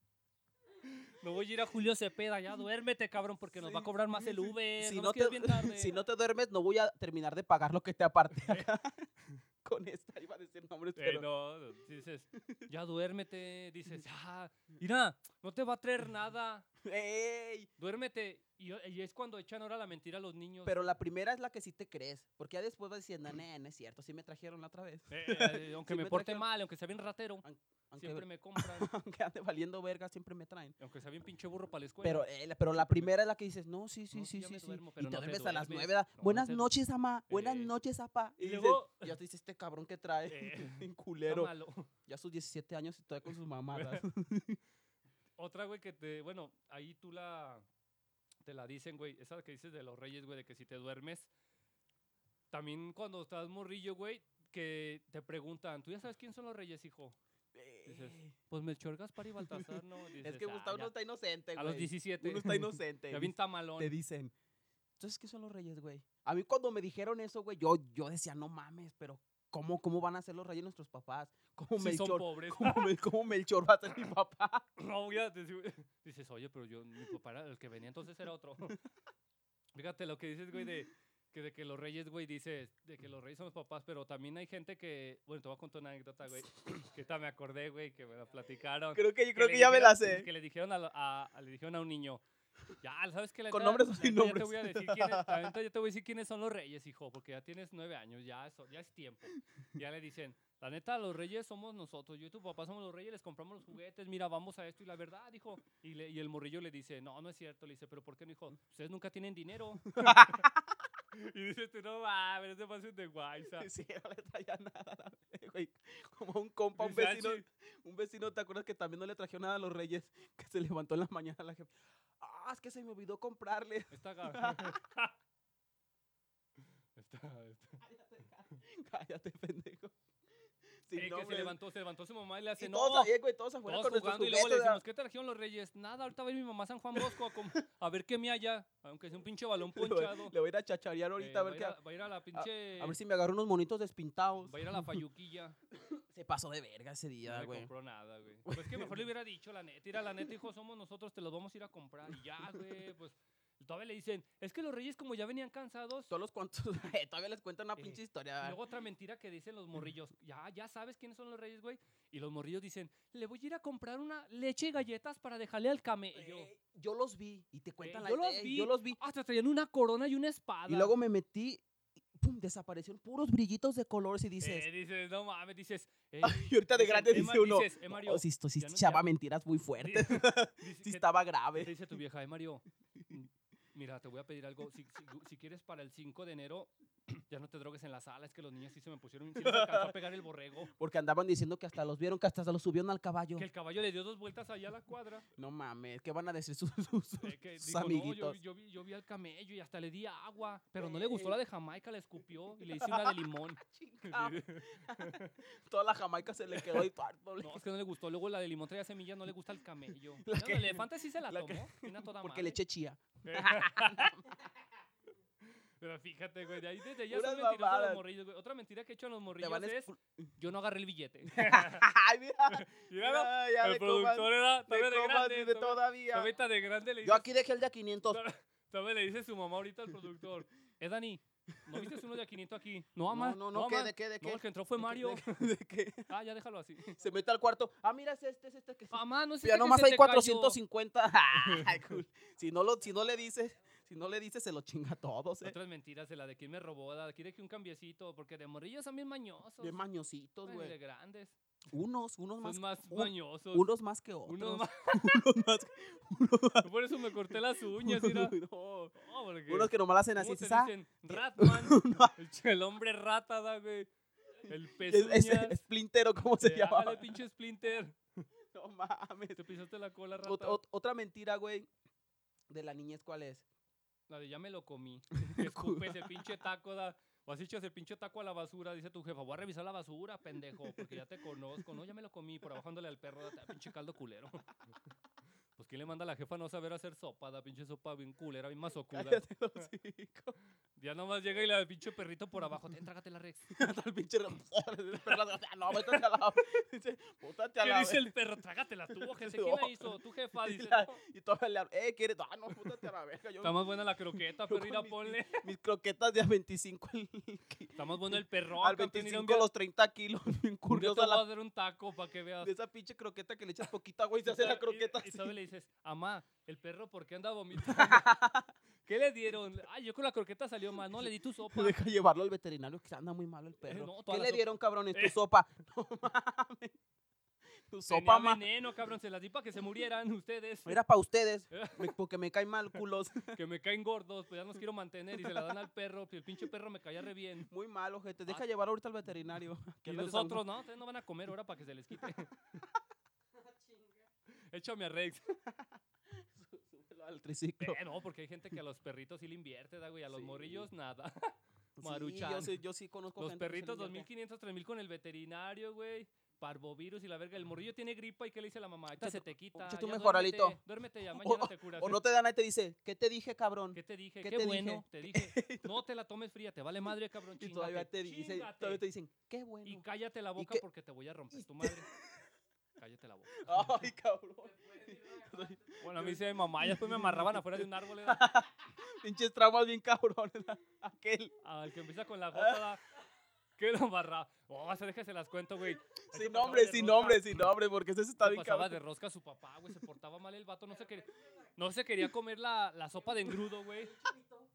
S2: no voy a ir a Julio Cepeda. Ya duérmete, cabrón, porque nos va a
S1: Sí,
S2: cobrar más
S1: sí,
S2: el
S1: sí.
S2: Uber.
S1: Si
S2: no,
S1: no,
S2: nos quedes bien tarde.
S1: te, *laughs* si no te duermes, no voy a terminar de pagar lo que te
S2: *laughs*
S1: aparte *laughs* Con esta iba a decir nombres,
S2: Eh,
S1: pero.
S2: no, no, dices, ya duérmete, dices, ah, mira, no te va a traer nada,
S1: ¡Ey!
S2: duérmete. Y, y es cuando echan ahora la mentira a los niños.
S1: Pero la primera es la que sí te crees. Porque ya después vas diciendo, "Nah, no es cierto, sí me trajeron la otra vez. *laughs*
S2: Eh, eh, aunque
S1: Sí
S2: me,
S1: me
S2: porte
S1: trajeron-
S2: mal, aunque sea bien ratero,
S1: Aunque, *laughs*
S2: siempre me compran,
S1: aunque ande valiendo verga, siempre me traen.
S2: aunque sea bien pinche burro para la escuela.
S1: Pero, eh, la- pero la primera es la que dices, no, sí, sí,
S2: No,
S1: sí,
S2: sí, ya
S1: sí,
S2: me
S1: sí.
S2: duermo,
S1: y
S2: pero
S1: te
S2: no te
S1: duermes a las
S2: duermes.
S1: nueve. da,
S2: No, no
S1: Buenas
S2: te-
S1: noches, mamá. Buenas
S2: Eh.
S1: noches, papá.
S2: y
S1: dices,
S2: luego,
S1: ya te dice este cabrón que trae.
S2: Eh.
S1: *laughs* bien
S2: está
S1: culero.
S2: malo. *laughs*
S1: Ya a sus 17 años y todavía con sus mamadas. *laughs*
S2: Otra, güey, que te. Bueno, ahí tú la. Te la dicen, güey. Esa que dices de los reyes, güey, de que si te duermes. También cuando estás morrillo, güey, que te preguntan, ¿tú ya sabes quién son los reyes, hijo? Dices,
S1: Eh,
S2: Pues Melchor,
S1: *laughs*
S2: Gaspar y Baltasar, ¿no?
S1: es
S2: Dices,
S1: que
S2: "Ah,
S1: Gustavo
S2: ya".
S1: no está inocente, güey.
S2: A los 17.
S1: Uno está inocente.
S2: *laughs* Ya bien tamalón.
S1: te dicen. Entonces, ¿qué son los reyes, güey? A mí cuando me dijeron eso, güey, yo, yo decía, no mames, pero ¿cómo, cómo van a ser los reyes nuestros papás? ¿Cómo
S2: Sí son
S1: Melchor?
S2: pobres.
S1: ¿Cómo, Mel- cómo Melchor va a ser mi
S2: *laughs*
S1: papá?
S2: No, voy a decir- *laughs* Dices, oye, pero yo, mi papá era el que venía, entonces era otro. *laughs* Fíjate lo que dices, güey, de que, de que los reyes, güey, dices, de que los reyes son los papás, pero también hay gente que, bueno, te voy a contar una anécdota, güey, que esta me acordé, güey, que me la platicaron.
S1: Creo que yo
S2: que
S1: creo
S2: le
S1: que, ya me
S2: dijeron-
S1: la sé.
S2: Que le dijeron a, lo- a- a- le dijeron a un niño. Ya, ¿sabes qué? La
S1: Con
S2: neta-
S1: nombres o
S2: la
S1: sin
S2: neta ya te
S1: nombres.
S2: voy a decir quiénes- la neta ya te voy a decir quiénes son los reyes, hijo, porque ya tienes nueve años, ya, es- ya es tiempo. Ya le dicen, la neta, los reyes somos nosotros, yo y tu papá somos los reyes, les compramos los juguetes, mira, vamos a esto, y la verdad, hijo. Y, le- y el morrillo le dice, no, no es cierto, le dice, pero ¿por qué no, hijo? Ustedes nunca
S1: *laughs*
S2: tienen dinero. y dice, tú no mames, no te pases de guaysa.
S1: Sí, *laughs* no le traía nada, la verga, güey. Como un compa, un
S2: Dice, "Ah,
S1: vecino,
S2: sí".
S1: un vecino, ¿te acuerdas que también no le trajeron nada a los reyes? *laughs* Que se levantó en la mañana la jefa. Ah, es que se me olvidó comprarle.
S2: Está acá. *laughs* Está, está.
S1: *laughs* Cállate, pendejo. Sin
S2: Eh, que se
S1: nombres.
S2: levantó, se levantó su mamá y le hace
S1: Y
S2: no.
S1: todos, ahí, güey, todos afuera
S2: Todos
S1: con nuestros
S2: jugando y luego le
S1: juguetes, ¿verdad?
S2: decimos, ¿qué trajeron los reyes? Nada, ahorita va a ir mi mamá a San Juan Bosco a, com- a ver qué me haya, aunque sea un pinche balón
S1: *laughs* Le voy,
S2: ponchado.
S1: le voy a ir a chacharear
S2: Eh,
S1: ahorita a, ver
S2: va,
S1: qué-
S2: ir a, va a ir a la pinche...
S1: a ver si me agarro unos monitos despintados.
S2: Va a ir a la
S1: *laughs*
S2: fayuquilla.
S1: Se pasó de verga ese
S2: No
S1: día,
S2: le
S1: güey.
S2: compró nada, güey. Pues es que mejor le hubiera dicho, la neta, ir a la neta, hijo, somos nosotros, te los vamos a ir a comprar. Y ya, güey, pues... Todavía le dicen, es que los reyes como ya venían cansados...
S1: Todos los cuantos. *laughs* eh, todavía les cuento una
S2: Eh,
S1: pinche
S2: Y
S1: historia.
S2: luego otra mentira que dicen los
S1: *laughs*
S2: morrillos. Ya, ya sabes quiénes son los reyes, güey. Y los morrillos dicen, le voy a ir a comprar una leche y galletas para dejarle al camello.
S1: Eh, yo los vi y te cuentan la
S2: yo los
S1: eh,
S2: vi.
S1: Yo los vi.
S2: Hasta "Ah, traían una corona y una espada.
S1: Y luego me metí y pum, desaparecieron puros brillitos de colores y dices.
S2: Eh, dices, no mames, dices. eh,
S1: *laughs* y *laughs* ahorita de
S2: dicen,
S1: grande
S2: "Eh,
S1: dice
S2: Mar-
S1: uno.
S2: dices, "Eh, Mario,
S1: oh, si esto sí
S2: ya no-
S1: echaba
S2: ya-
S1: mentiras muy fuertes.
S2: *laughs* dice-
S1: si
S2: que-
S1: estaba
S2: que
S1: grave.
S2: te dice tu
S1: *laughs*
S2: vieja, eh, Mario, mm, mira, te voy a pedir algo. Si, si- si quieres para el 5 de enero, *clears throat* ya ya no te drogues en la sala, es que los niños sí se me pusieron, sí les alcanzó a pegar
S1: *laughs*
S2: el borrego.
S1: Porque andaban diciendo que hasta los vieron, que hasta los subieron al caballo.
S2: Que el caballo le dio dos vueltas allá a la cuadra.
S1: No mames, ¿qué van a decir sus, *laughs* sus- sus-
S2: Eh, que
S1: sus
S2: dijo, "No, yo,
S1: amiguitos?
S2: vi- yo vi, yo vi al camello y hasta le di agua, pero no le gustó la de Jamaica, la escupió y le hice una de *laughs* limón.
S1: Chingao. *laughs* Toda la Jamaica se le
S2: *laughs*
S1: quedó y parto.
S2: No, es que no le gustó. Luego la de limón traía semillas, no le gusta el camello.
S1: *laughs* La
S2: La
S1: que-
S2: el elefante sí se la,
S1: la que-
S2: tomó. vino a toda
S1: porque le
S2: madre.
S1: eché
S2: *laughs*
S1: chía.
S2: Pero fíjate, güey, de ahí desde ya
S1: Puras
S2: son mentirosos
S1: mamadas.
S2: los morrillos, güey. Otra mentira que he hecho a los
S1: Te
S2: morrillos
S1: van a
S2: es,
S1: expul-
S2: yo no agarré
S1: *laughs*
S2: el billete. *laughs*
S1: Ay, mira, mira, ya
S2: el
S1: de comas,
S2: productor era
S1: de
S2: todavía de,
S1: comas,
S2: grande.
S1: dice,
S2: todavía-
S1: todavía.
S2: todavía está de grande le
S1: Yo
S2: dice,
S1: aquí dejé el de a 500.
S2: todavía le dice su mamá ahorita al productor, eh, Dani, ¿no viste uno de a 500 aquí? No,
S1: No,
S2: mamá,
S1: no, no, ¿qué,
S2: mamá.
S1: ¿de qué, de
S2: No,
S1: qué?
S2: el que entró fue
S1: ¿De qué-
S2: Mario.
S1: *laughs* de qué- de qué?
S2: Ah, ya déjalo así.
S1: Se mete al cuarto. Ah, mira, es este, es este que se
S2: Mamá, no sé
S1: Ya
S2: qué
S1: nomás
S2: se
S1: hay
S2: te cayó.
S1: 450. *laughs*
S2: *laughs*
S1: Ay, cool. si, no lo, si no le dices, si no le dices, se lo chinga a todos, eh.
S2: Otras mentiras de la de quién me robó, la de aquí de que un cambiecito, porque de morrillos son bien mañosos.
S1: Bien mañositos,
S2: Bueno, y de
S1: güey.
S2: grandes.
S1: Unos, unos más.
S2: Son más
S1: un-
S2: mañosos.
S1: Unos más que otros. *laughs*
S2: Unos más.
S1: Unos más que-
S2: *laughs* Por eso me corté
S1: *laughs*
S2: las uñas, mira.
S1: unos-
S2: No, porque-
S1: unos que nomás hacen
S2: ¿cómo
S1: así.
S2: te
S1: dices, ah, *laughs*
S2: dicen? Ratman. el, ch- el hombre rata, da, güey. El
S1: es-
S2: pezuñas.
S1: es- Splinter o cómo se
S2: Eh,
S1: llama.
S2: ájale, pinche Splinter.
S1: *laughs* No mames.
S2: Te pisaste la cola,
S1: Ot-
S2: rata.
S1: ot- otra mentira, güey, de la niñez, ¿cuál
S2: *laughs*
S1: es?
S2: La de ya me lo
S1: *laughs*
S2: comí. Que Escupes el pinche taco, da. O has dicho ese pinche taco a la basura, dice tu jefa, voy a revisar la basura, pendejo, porque ya te conozco. No, ya me lo comí, por abajándole al perro, da, pinche caldo culero. *laughs* Pues quién le manda a la jefa no saber hacer sopa, da pinche sopa bien culera, bien masocuda.
S1: Cállate *laughs* el hocico.
S2: Ya nomás llega y la del pinche perrito por abajo, ten, trágate
S1: *laughs*
S2: la Rex.
S1: Hasta el pinche. No, vete a la. *laughs* Dice, Pótate a
S2: ¿Qué
S1: la.
S2: dice el perro? Trágatela tú,
S1: *laughs*
S2: ojete, ¿quién la hizo? Tu jefa,
S1: Y,
S2: dice.
S1: la-
S2: "No,
S1: y todavía le hablo, eh, ¿quieres? Ah, no, púntate a la verga. Yo,
S2: *laughs* Está más buena la croqueta,
S1: yo
S2: pero
S1: con
S2: mira,
S1: mis- *laughs*
S2: ponle.
S1: Mis croquetas de a 25 al,
S2: Está más bueno el perro.
S1: al 25 a los 30 kilos. *laughs* Bien curiosa
S2: curioso. Yo te voy a
S1: la,
S2: dar un taco para que veas.
S1: de esa pinche croqueta que le echas poquita, güey, y se
S2: Y
S1: hace la
S2: sabe- y-
S1: croqueta
S2: Y,
S1: así.
S2: sabe, le dices, amá, el perro, ¿por qué anda vomitando? *laughs* ¿Qué le dieron? Ay, yo con la croqueta salió mal. No, le di
S1: *laughs*
S2: tu sopa.
S1: *laughs* Deja llevarlo al veterinario que anda muy malo el perro.
S2: Eh, no,
S1: ¿Qué
S2: toda la
S1: le
S2: sopa.
S1: dieron, cabrón, en tu
S2: Eh.
S1: sopa? *laughs* No mames. Tu sopa,
S2: Tenía
S1: ma.
S2: veneno, cabrón. Se las di para que se murieran ustedes.
S1: Era para
S2: *laughs*
S1: ustedes,
S2: Eh.
S1: me- porque me caen mal
S2: *laughs*
S1: culos.
S2: Que me caen gordos, pues ya los quiero mantener. Y se la dan al perro. Pues el pinche perro me caía re
S1: *laughs*
S2: bien.
S1: Muy malo, gente. Deja
S2: Ah.
S1: llevar ahorita al
S2: *laughs*
S1: veterinario. *laughs*
S2: Y
S1: que les desangu-
S2: nosotros, no, ustedes no van a comer ahora para que se les quite. *laughs* Échame a Rex.
S1: Súbelo al triciclo.
S2: Eh, no, porque hay gente que a los perritos sí le invierte, da, güey. A los
S1: Sí.
S2: morrillos, nada.
S1: Sí, yo,
S2: Maruchan.
S1: sí, yo sí conozco
S2: Los
S1: gente que se le
S2: perritos,
S1: invierte.
S2: 2500, 3000 con el veterinario, güey. Parvovirus y la verga. El morrillo tiene gripa y ¿qué le dice la mamá? Ahorita
S1: Échate-
S2: se te quita.
S1: échate
S2: ya
S1: un mejoralito.
S2: Duérmete, duérmete ya, mañana te curas.
S1: *laughs* O no te dan ahí y te dice, ¿qué te dije, cabrón?
S2: ¿Qué te dije?
S1: ¿Qué
S2: Qué,
S1: te
S2: bueno,
S1: *laughs*
S2: te dije. No te la tomes fría, te vale madre, cabrón.
S1: Y todavía
S2: chíngate,
S1: te, dice,
S2: chíngate.
S1: todavía te dicen, qué bueno.
S2: *laughs* Y cállate la boca
S1: qué-
S2: porque te voy a romper tu
S1: *laughs*
S2: madre. Cállate la boca. *laughs*
S1: Ay, cabrón. *laughs*
S2: "Ah, Bueno, a mí se mi mamá, ya después me amarraban afuera de un árbol. ¿eh? era- ah".
S1: Pinches traumas bien cabrones. *laughs* Aquel.
S2: Al que empieza con la gota.
S1: *laughs*
S2: da- ¿Qué lo amarraba? Oh, se deja, se las cuento, güey. Ese
S1: Sin
S2: pasaba
S1: nombre,
S2: de
S1: sin
S2: rosca.
S1: nombre, sin nombre, porque ese está
S2: Se
S1: bien
S2: pasaba
S1: cabrón.
S2: de rosca a su papá, güey. Se portaba mal el vato. No se quería, no se quería comer la, la sopa de engrudo, güey.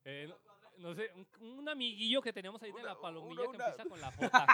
S2: Eh, no, no sé, un, un amiguillo que teníamos ahí de
S1: Una-
S2: la palomilla
S1: una-
S2: que
S1: una-
S2: empieza con
S1: *laughs*
S2: la jota.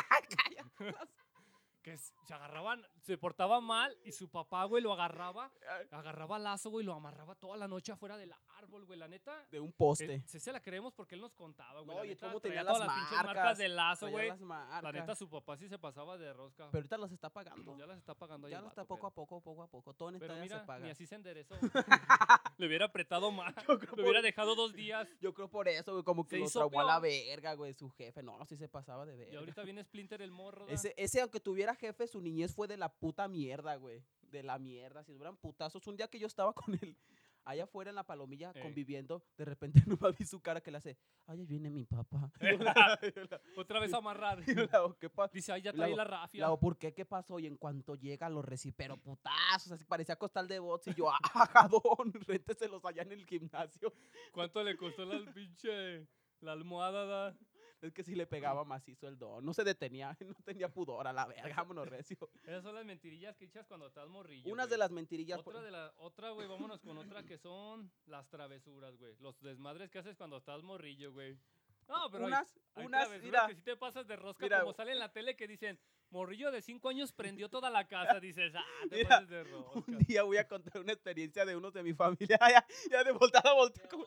S2: que s- se agarraban, se portaba mal y su papá, güey, lo agarraba.
S1: Ay,
S2: Agarraba lazo, güey, lo amarraba toda la noche afuera del árbol, güey. La neta.
S1: De un
S2: eh,
S1: poste.
S2: sí se la creemos porque él nos contaba, güey.
S1: No,
S2: la
S1: y
S2: neta,
S1: cómo
S2: traía
S1: tenía las
S2: todas las pinches
S1: marcas,
S2: marcas de lazo,
S1: Traía
S2: güey.
S1: las marcas.
S2: La neta, su papá sí se pasaba de rosca.
S1: Pero ahorita los está pagando.
S2: ya las está pagando ahí
S1: Ya
S2: el
S1: los está
S2: vato, pero-
S1: poco a poco, poco a poco. *laughs* Todo en esta
S2: Pero
S1: vida
S2: mira,
S1: se
S2: ni
S1: paga.
S2: así se enderezó.
S1: *laughs*
S2: Le hubiera apretado más. Lo hubiera dejado dos días.
S1: Yo creo por eso, güey, como que
S2: Se
S1: lo
S2: hizo
S1: traumó a la
S2: peor.
S1: verga, güey, su jefe. No, sí se pasaba de
S2: Y
S1: verga.
S2: ahorita viene Splinter el morro. da. *laughs*
S1: Ese, ese, aunque tuviera jefe, su niñez fue de la puta mierda, güey. De la mierda. Si duran putazos. Un día que yo estaba con él allá afuera en la palomilla
S2: Ey.
S1: conviviendo, de repente *laughs* nomás vi su cara que le hace, ay, ahí viene mi papá. *laughs* Y yo la- y yo la-
S2: Otra vez a amarrar.
S1: y yo la- ¿qué pa-?"
S2: *laughs* Dice, ay, ya
S1: Y luego-
S2: trae la
S1: Y
S2: rafia.
S1: la- ¿por qué? ¿Qué pasó? Y en cuanto llega, los reci, pero putazos. Así parecía costal de bots. Y yo, *laughs* ajadón, rénteselos allá en el gimnasio.
S2: ¿Cuánto le costó la el pinche la almohada? da?
S1: Es que si le pegaba macizo el don. No se detenía, *laughs* no tenía pudor a la verga, vámonos recio.
S2: *laughs* Esas son las mentirillas que echas cuando estás morrillo.
S1: Unas
S2: güey.
S1: de las mentirillas. pues, por-
S2: Otra, de la, otra, güey, vámonos con otra que son las travesuras, güey. Los desmadres que haces cuando estás morrillo, güey. No, pero hay-
S1: unas,
S2: Hay
S1: unas,
S2: travesuras
S1: mira.
S2: que si te pasas de rosca,
S1: mira,
S2: como
S1: güey.
S2: sale en la tele que dicen, morrillo de 5 años prendió toda la
S1: *laughs*
S2: casa. Dices, ah, te
S1: Mira,
S2: pasas de rosca.
S1: *laughs* Un día voy a contar una experiencia de *laughs* unos de mi familia. Ya, ya de voltar a voltear. como-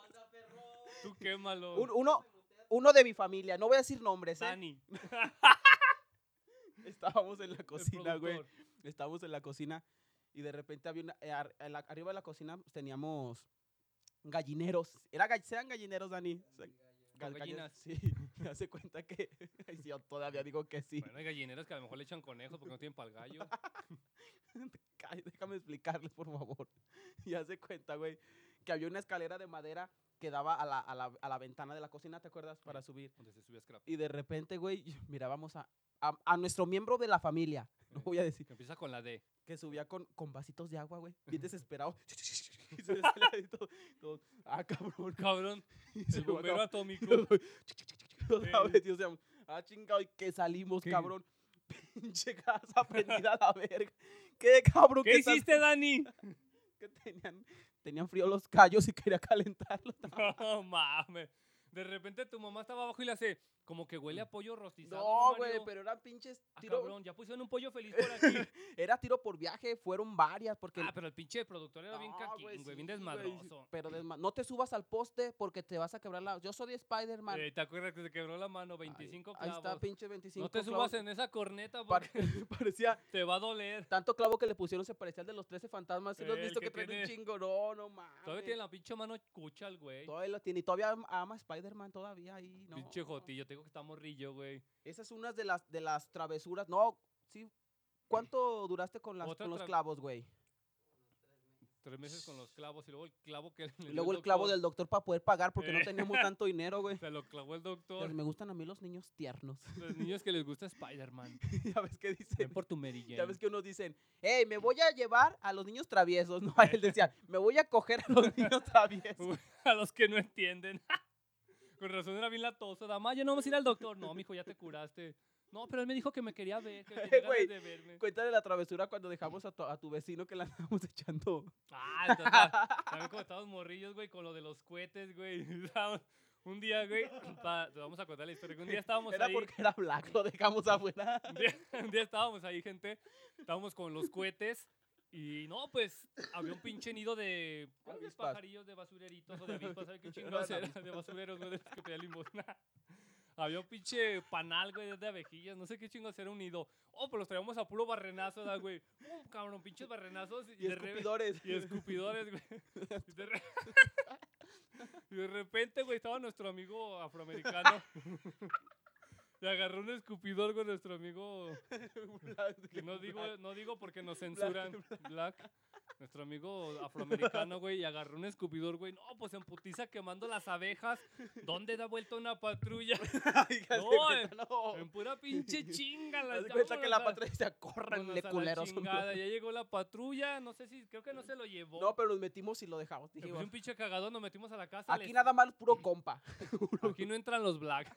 S2: Tú quémalo.
S1: Un- uno, uno de mi familia, no voy a decir nombres, ¿eh?
S2: Dani. el
S1: Estábamos en la cocina, güey.
S2: productor.
S1: Estábamos en la cocina y de repente había una, eh, ar- en la- arriba de la cocina pues, teníamos gallineros. Era, gall- sean gallineros, Dani. O sea, gal- galli-
S2: gallinas.
S1: Sí, *laughs* y hace cuenta que *laughs* yo todavía digo que sí.
S2: Bueno, hay gallineras que a lo mejor le echan conejos porque no tienen pal
S1: *laughs*
S2: gallo.
S1: Ay, déjame explicarles, por favor. *laughs* Y hace cuenta, güey, que había una escalera de madera que daba a la, a la- a la ventana de la cocina, ¿te acuerdas? Para subir.
S2: Donde se subía Scrap.
S1: Y de repente, güey, mirábamos a, a, a nuestro miembro de la familia, no voy a decir,
S2: Que empieza con la D.
S1: que subía con, con vasitos de agua, güey, bien
S2: *laughs*
S1: desesperado. *laughs* y se le salía de todo, todo, Ah, cabrón.
S2: Cabrón,
S1: *laughs* Y se
S2: el
S1: fue,
S2: bombero
S1: *laughs* cabrón.
S2: atómico.
S1: Otra
S2: Sí.
S1: vez, y, o sea, ah, chingado, y que salimos,
S2: ¿Qué?
S1: cabrón. *laughs* Pinche casa prendida a la verga. ¿Qué, cabrón?
S2: ¿Qué
S1: que tan- *laughs*
S2: hiciste, Dani?
S1: que tenían, tenían frío los callos y quería *laughs* calentarlos.
S2: No mames. De repente tu mamá estaba abajo y le hace como que huele a pollo rostizado.
S1: No, güey,
S2: Mario?
S1: pero eran pinches
S2: Ah,
S1: tiro.
S2: cabrón, ya pusieron un pollo feliz por aquí.
S1: *laughs* Era tiro por viaje, fueron varias porque.
S2: ah, pero el pinche productor era bien
S1: No,
S2: caquín, güey,
S1: sí,
S2: bien
S1: güey,
S2: desmadroso.
S1: Pero desma- no te subas al poste porque te vas a quebrar la. Yo soy de Spider-Man.
S2: Eh, ¿Te acuerdas que se quebró la mano?
S1: Ay,
S2: 25
S1: Ahí
S2: clavos.
S1: está, pinche 25.
S2: no te
S1: clavos.
S2: subas
S1: *laughs*
S2: en esa corneta
S1: Pare-
S2: porque
S1: *laughs* parecía
S2: te va a doler.
S1: *laughs* tanto clavo que le pusieron, se parecía al de los 13 fantasmas. Si lo has
S2: El
S1: visto
S2: que
S1: que, traen
S2: tiene-
S1: un chingo. No, no mames.
S2: Todavía tiene la pinche mano cucha el güey.
S1: Todavía lo tiene. Y todavía am- ama a Spider-Man todavía ahí. No.
S2: Pinche jotillo, tengo que estar morrillo, güey.
S1: Esa es una de las, de las travesuras. No, sí. ¿Cuánto duraste con, las,
S2: Otra
S1: con los
S2: tra-
S1: clavos, güey?
S2: Tres meses con los clavos y luego el clavo que le
S1: Y
S2: dio
S1: luego el clavo
S2: doctor.
S1: del doctor para poder pagar porque no
S2: Eh.
S1: teníamos tanto dinero, güey.
S2: Se lo clavó el *laughs* doctor.
S1: Pero me gustan a mí los niños tiernos.
S2: *laughs* Los niños que les gusta
S1: *laughs*
S2: Spider-Man.
S1: ya ves que
S2: Ven
S1: dicen.
S2: por tu Mary Jane.
S1: Ya ves que unos dicen, hey, me voy a llevar a los niños traviesos. No, él decía, me voy a coger a los
S2: *laughs*
S1: niños traviesos.
S2: A los que no entienden. *laughs* Con razón era bien latosa. Dama, yo no vamos a ir al doctor. No, mijo, ya te curaste. No, pero él me dijo que me quería
S1: *laughs*
S2: ver, que tenía
S1: Eh, güey.
S2: ganas de verme.
S1: Cuéntale la travesura cuando dejamos a tu, a tu vecino que la andamos *laughs* echando.
S2: Ah, entonces, ta- también como estábamos morrillos, güey, con lo de los cohetes, güey. *laughs* Estábamos- Un día, güey, pa- te vamos a contar la historia. que Un día estábamos
S1: Era
S2: ahí.
S1: porque era black, lo
S2: *laughs*
S1: dejamos afuera.
S2: Un día, un día estábamos ahí, gente. Estábamos con los cohetes. Y no, pues había un pinche nido de ¿cuántos
S1: Avispas.
S2: pajarillos de basureritos o de avispas,
S1: *laughs*
S2: ¿sabes qué chingados
S1: Eran
S2: eran? De basureros, güey, de los que pedía limosna. *laughs* Había un pinche panal, güey, de abejillas, no sé qué chingados era un nido. Oh, pues los traíamos a puro barrenazo, ¿verdad, güey. Pum, cabrón, pinches barrenazos.
S1: Y
S2: de re-
S1: escupidores.
S2: y
S1: *laughs*
S2: escupidores, güey. Y de, re- *laughs* y de repente, güey, estaba nuestro amigo afroamericano. Y agarró un escupidor con nuestro amigo. que no digo, no digo porque nos censuran. Black. Nuestro amigo afroamericano, güey, y agarró un escupidor, güey. No, pues en putiza quemando las abejas. ¿Dónde da vuelta una patrulla?
S1: Ay, ya se
S2: No,
S1: cuenta, no. eh.
S2: En pura pinche chinga.
S1: Haz
S2: las-
S1: de cuenta que la
S2: vámonos a-
S1: patrulla se corran
S2: vámonos
S1: de
S2: a la
S1: culeros.
S2: chingada. Ya llegó la patrulla. No sé si, creo que no se lo llevó.
S1: No, pero los metimos y lo dejamos.
S2: Le
S1: Dijimos,
S2: puse un pinche cagadón, nos metimos a la casa.
S1: aquí
S2: les-
S1: nada más puro compa.
S2: aquí no entran los black.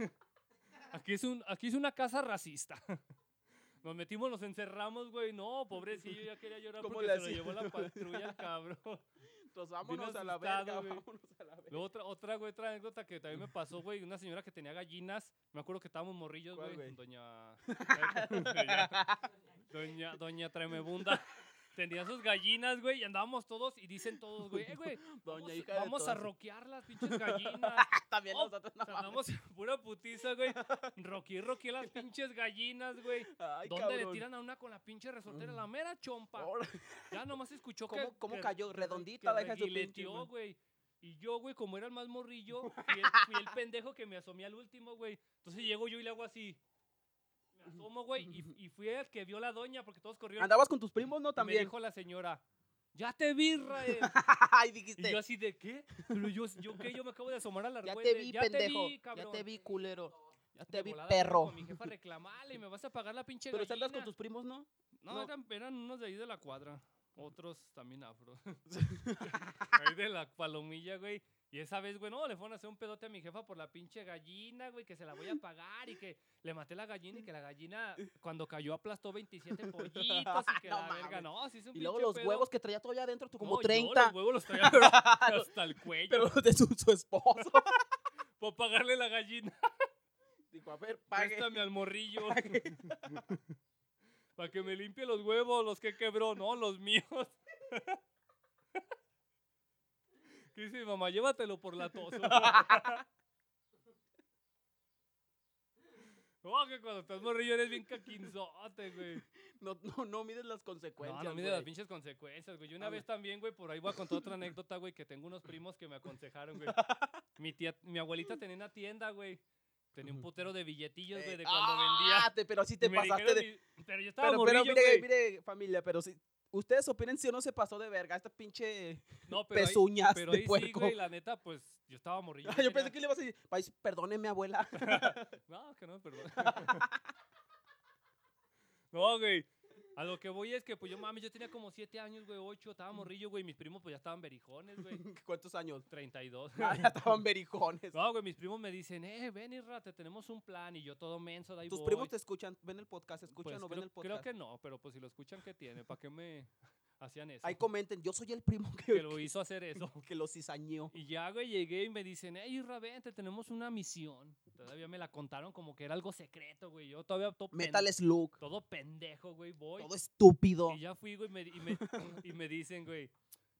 S2: Aquí es, un, aquí es una casa racista. Nos metimos, nos encerramos, güey. No, pobrecillo, ya quería llorar
S1: ¿Cómo
S2: porque
S1: le
S2: se lo
S1: hacía?
S2: llevó la patrulla al cabrón.
S1: Entonces vámonos a la
S2: asustado,
S1: verga,
S2: güey.
S1: vámonos a la verga.
S2: Luego otra, otra, güey, otra anécdota que también me pasó, güey. Una señora que tenía gallinas. Me acuerdo que estábamos morrillos,
S1: ¿Cuál,
S2: güey.
S1: güey?
S2: Doña... Doña... *laughs* Doña... Doña Tremebunda. Tenía sus gallinas, güey, y andábamos todos y dicen todos, güey, eh, güey, vamos,
S1: Doña hija de
S2: vamos a
S1: todas.
S2: roquear las pinches gallinas.
S1: También
S2: Oh,
S1: nosotros
S2: O sea, andamos en pura putiza, güey. Roquí, roquí las pinches gallinas, güey.
S1: Ay,
S2: ¿Dónde
S1: cabrón.
S2: le tiran a una con la pinche resortera? La mera chompa.
S1: Ahora,
S2: Ya nomás escuchó que-
S1: ¿Cómo, cómo
S2: que-
S1: cayó?
S2: que-
S1: Redondita
S2: que
S1: la hija de su pinche.
S2: reguileteó,
S1: madre.
S2: güey. Y yo, güey, como era el más
S1: *laughs*
S2: morrillo, fui el, fui el pendejo que me asomé al último, güey. Entonces llego yo y le hago así. Me asomo, güey, y, y fui el que vio la doña porque todos corrieron.
S1: Andabas con tus primos, ¿no?
S2: Y Me
S1: También.
S2: dijo la señora, ya te vi,
S1: *laughs*
S2: Rael.
S1: Ay,
S2: Y
S1: dijiste.
S2: yo así de, ¿qué? Pero yo, yo ¿qué? Yo me acabo de asomar a la
S1: Ya te
S2: argüende.
S1: vi, pendejo. ya
S2: cabrón".
S1: te vi, culero. Ya
S2: De
S1: te vi,
S2: volada fui
S1: perro.
S2: Con mi jefa a reclamarle, me vas a pagar la pinche
S1: Pero si andas con
S2: gallina".
S1: tus primos, ¿no?
S2: No,
S1: no.
S2: Eran, eran unos de ahí de la cuadra. Otros también
S1: *laughs*
S2: afro. ahí de la palomilla, güey. Y esa vez, güey, no, le fueron a hacer un pedote a mi jefa por la pinche gallina, güey, que se la voy a pagar y que le maté la gallina y que la gallina cuando cayó aplastó 27 pollitos
S1: *laughs*
S2: y que
S1: No
S2: la verga,
S1: mames.
S2: no, sí es un
S1: Y luego
S2: pinche
S1: los
S2: pedo.
S1: huevos que traía todavía adentro, tú como
S2: No, yo
S1: 30.
S2: Los huevos los traía *laughs* hasta el cuello
S1: Pero los de su, su esposo.
S2: por pagarle la gallina.
S1: Dijo, a ver, pague.
S2: Préstame al morrillo.
S1: pague.
S2: Para que me limpie los huevos, los que quebró, no, los míos. *laughs* *laughs* ¿Qué dice mi mamá? Llévatelo por la tos. No, Oh, que cuando estás morrillo eres bien caquinzote, güey.
S1: No, no, no mides las
S2: No,
S1: consecuencias.
S2: no mide las
S1: güey. Ah,
S2: pinches consecuencias, güey. Yo una
S1: Habla.
S2: vez también, güey, por ahí voy a contar otra anécdota, güey, que tengo unos primos que me
S1: *laughs*
S2: aconsejaron, güey. Mi tía, mi abuelita tenía una tienda, güey. Tenía un
S1: Ujú.
S2: putero de billetillos, güey,
S1: Eh,
S2: de cuando vendía.
S1: ah, te- pero sí te
S2: Me
S1: pasaste
S2: dijeron
S1: de.
S2: mi- Pero yo estaba
S1: Pero, pero
S2: morrillo,
S1: mire,
S2: güey.
S1: mire, familia, pero si. Ustedes opinen si o no se pasó de verga esta pinche
S2: No, pero ahí,
S1: *laughs* pezuñas
S2: pero
S1: de
S2: ahí sí,
S1: puerco.
S2: güey, la neta, pues, yo estaba morrillo.
S1: Ah, yo
S2: tenía-
S1: pensé que le ibas a decir, "País, perdóneme, abuela. *laughs*
S2: No, que no, perdón. no, güey. A lo que voy es que, pues yo mames, yo tenía como 7 años, güey,
S1: Mm.
S2: 8, estaba morrillo, güey. Mis primos, pues ya estaban berijones,
S1: *laughs*
S2: güey.
S1: ¿Cuántos años?
S2: 32.
S1: Ah, ya
S2: *laughs*
S1: estaban berijones.
S2: No, güey, mis primos me dicen, eh, ven, Irra, te tenemos un plan. Y yo todo menso, de ahí
S1: Tus
S2: voy.
S1: primos te escuchan, ven el podcast, escuchan
S2: Pues,
S1: o
S2: creo,
S1: ven el
S2: creo
S1: podcast.
S2: que no, pero pues si lo escuchan, ¿qué tiene? ¿Para qué me *laughs* hacían eso?
S1: Ahí comenten, yo soy el primo que,
S2: *laughs*
S1: *laughs*
S2: que lo hizo hacer eso.
S1: que lo cizañeó.
S2: Y ya, güey, llegué y me dicen, hey, Irra, ven, te tenemos una misión. Todavía me la contaron como que era algo secreto, güey. Yo todavía todo, pen-
S1: Metal Slug,
S2: todo pendejo, güey, voy.
S1: todo estúpido.
S2: Y ya fui, güey, me- y me, *laughs* y me dicen, güey,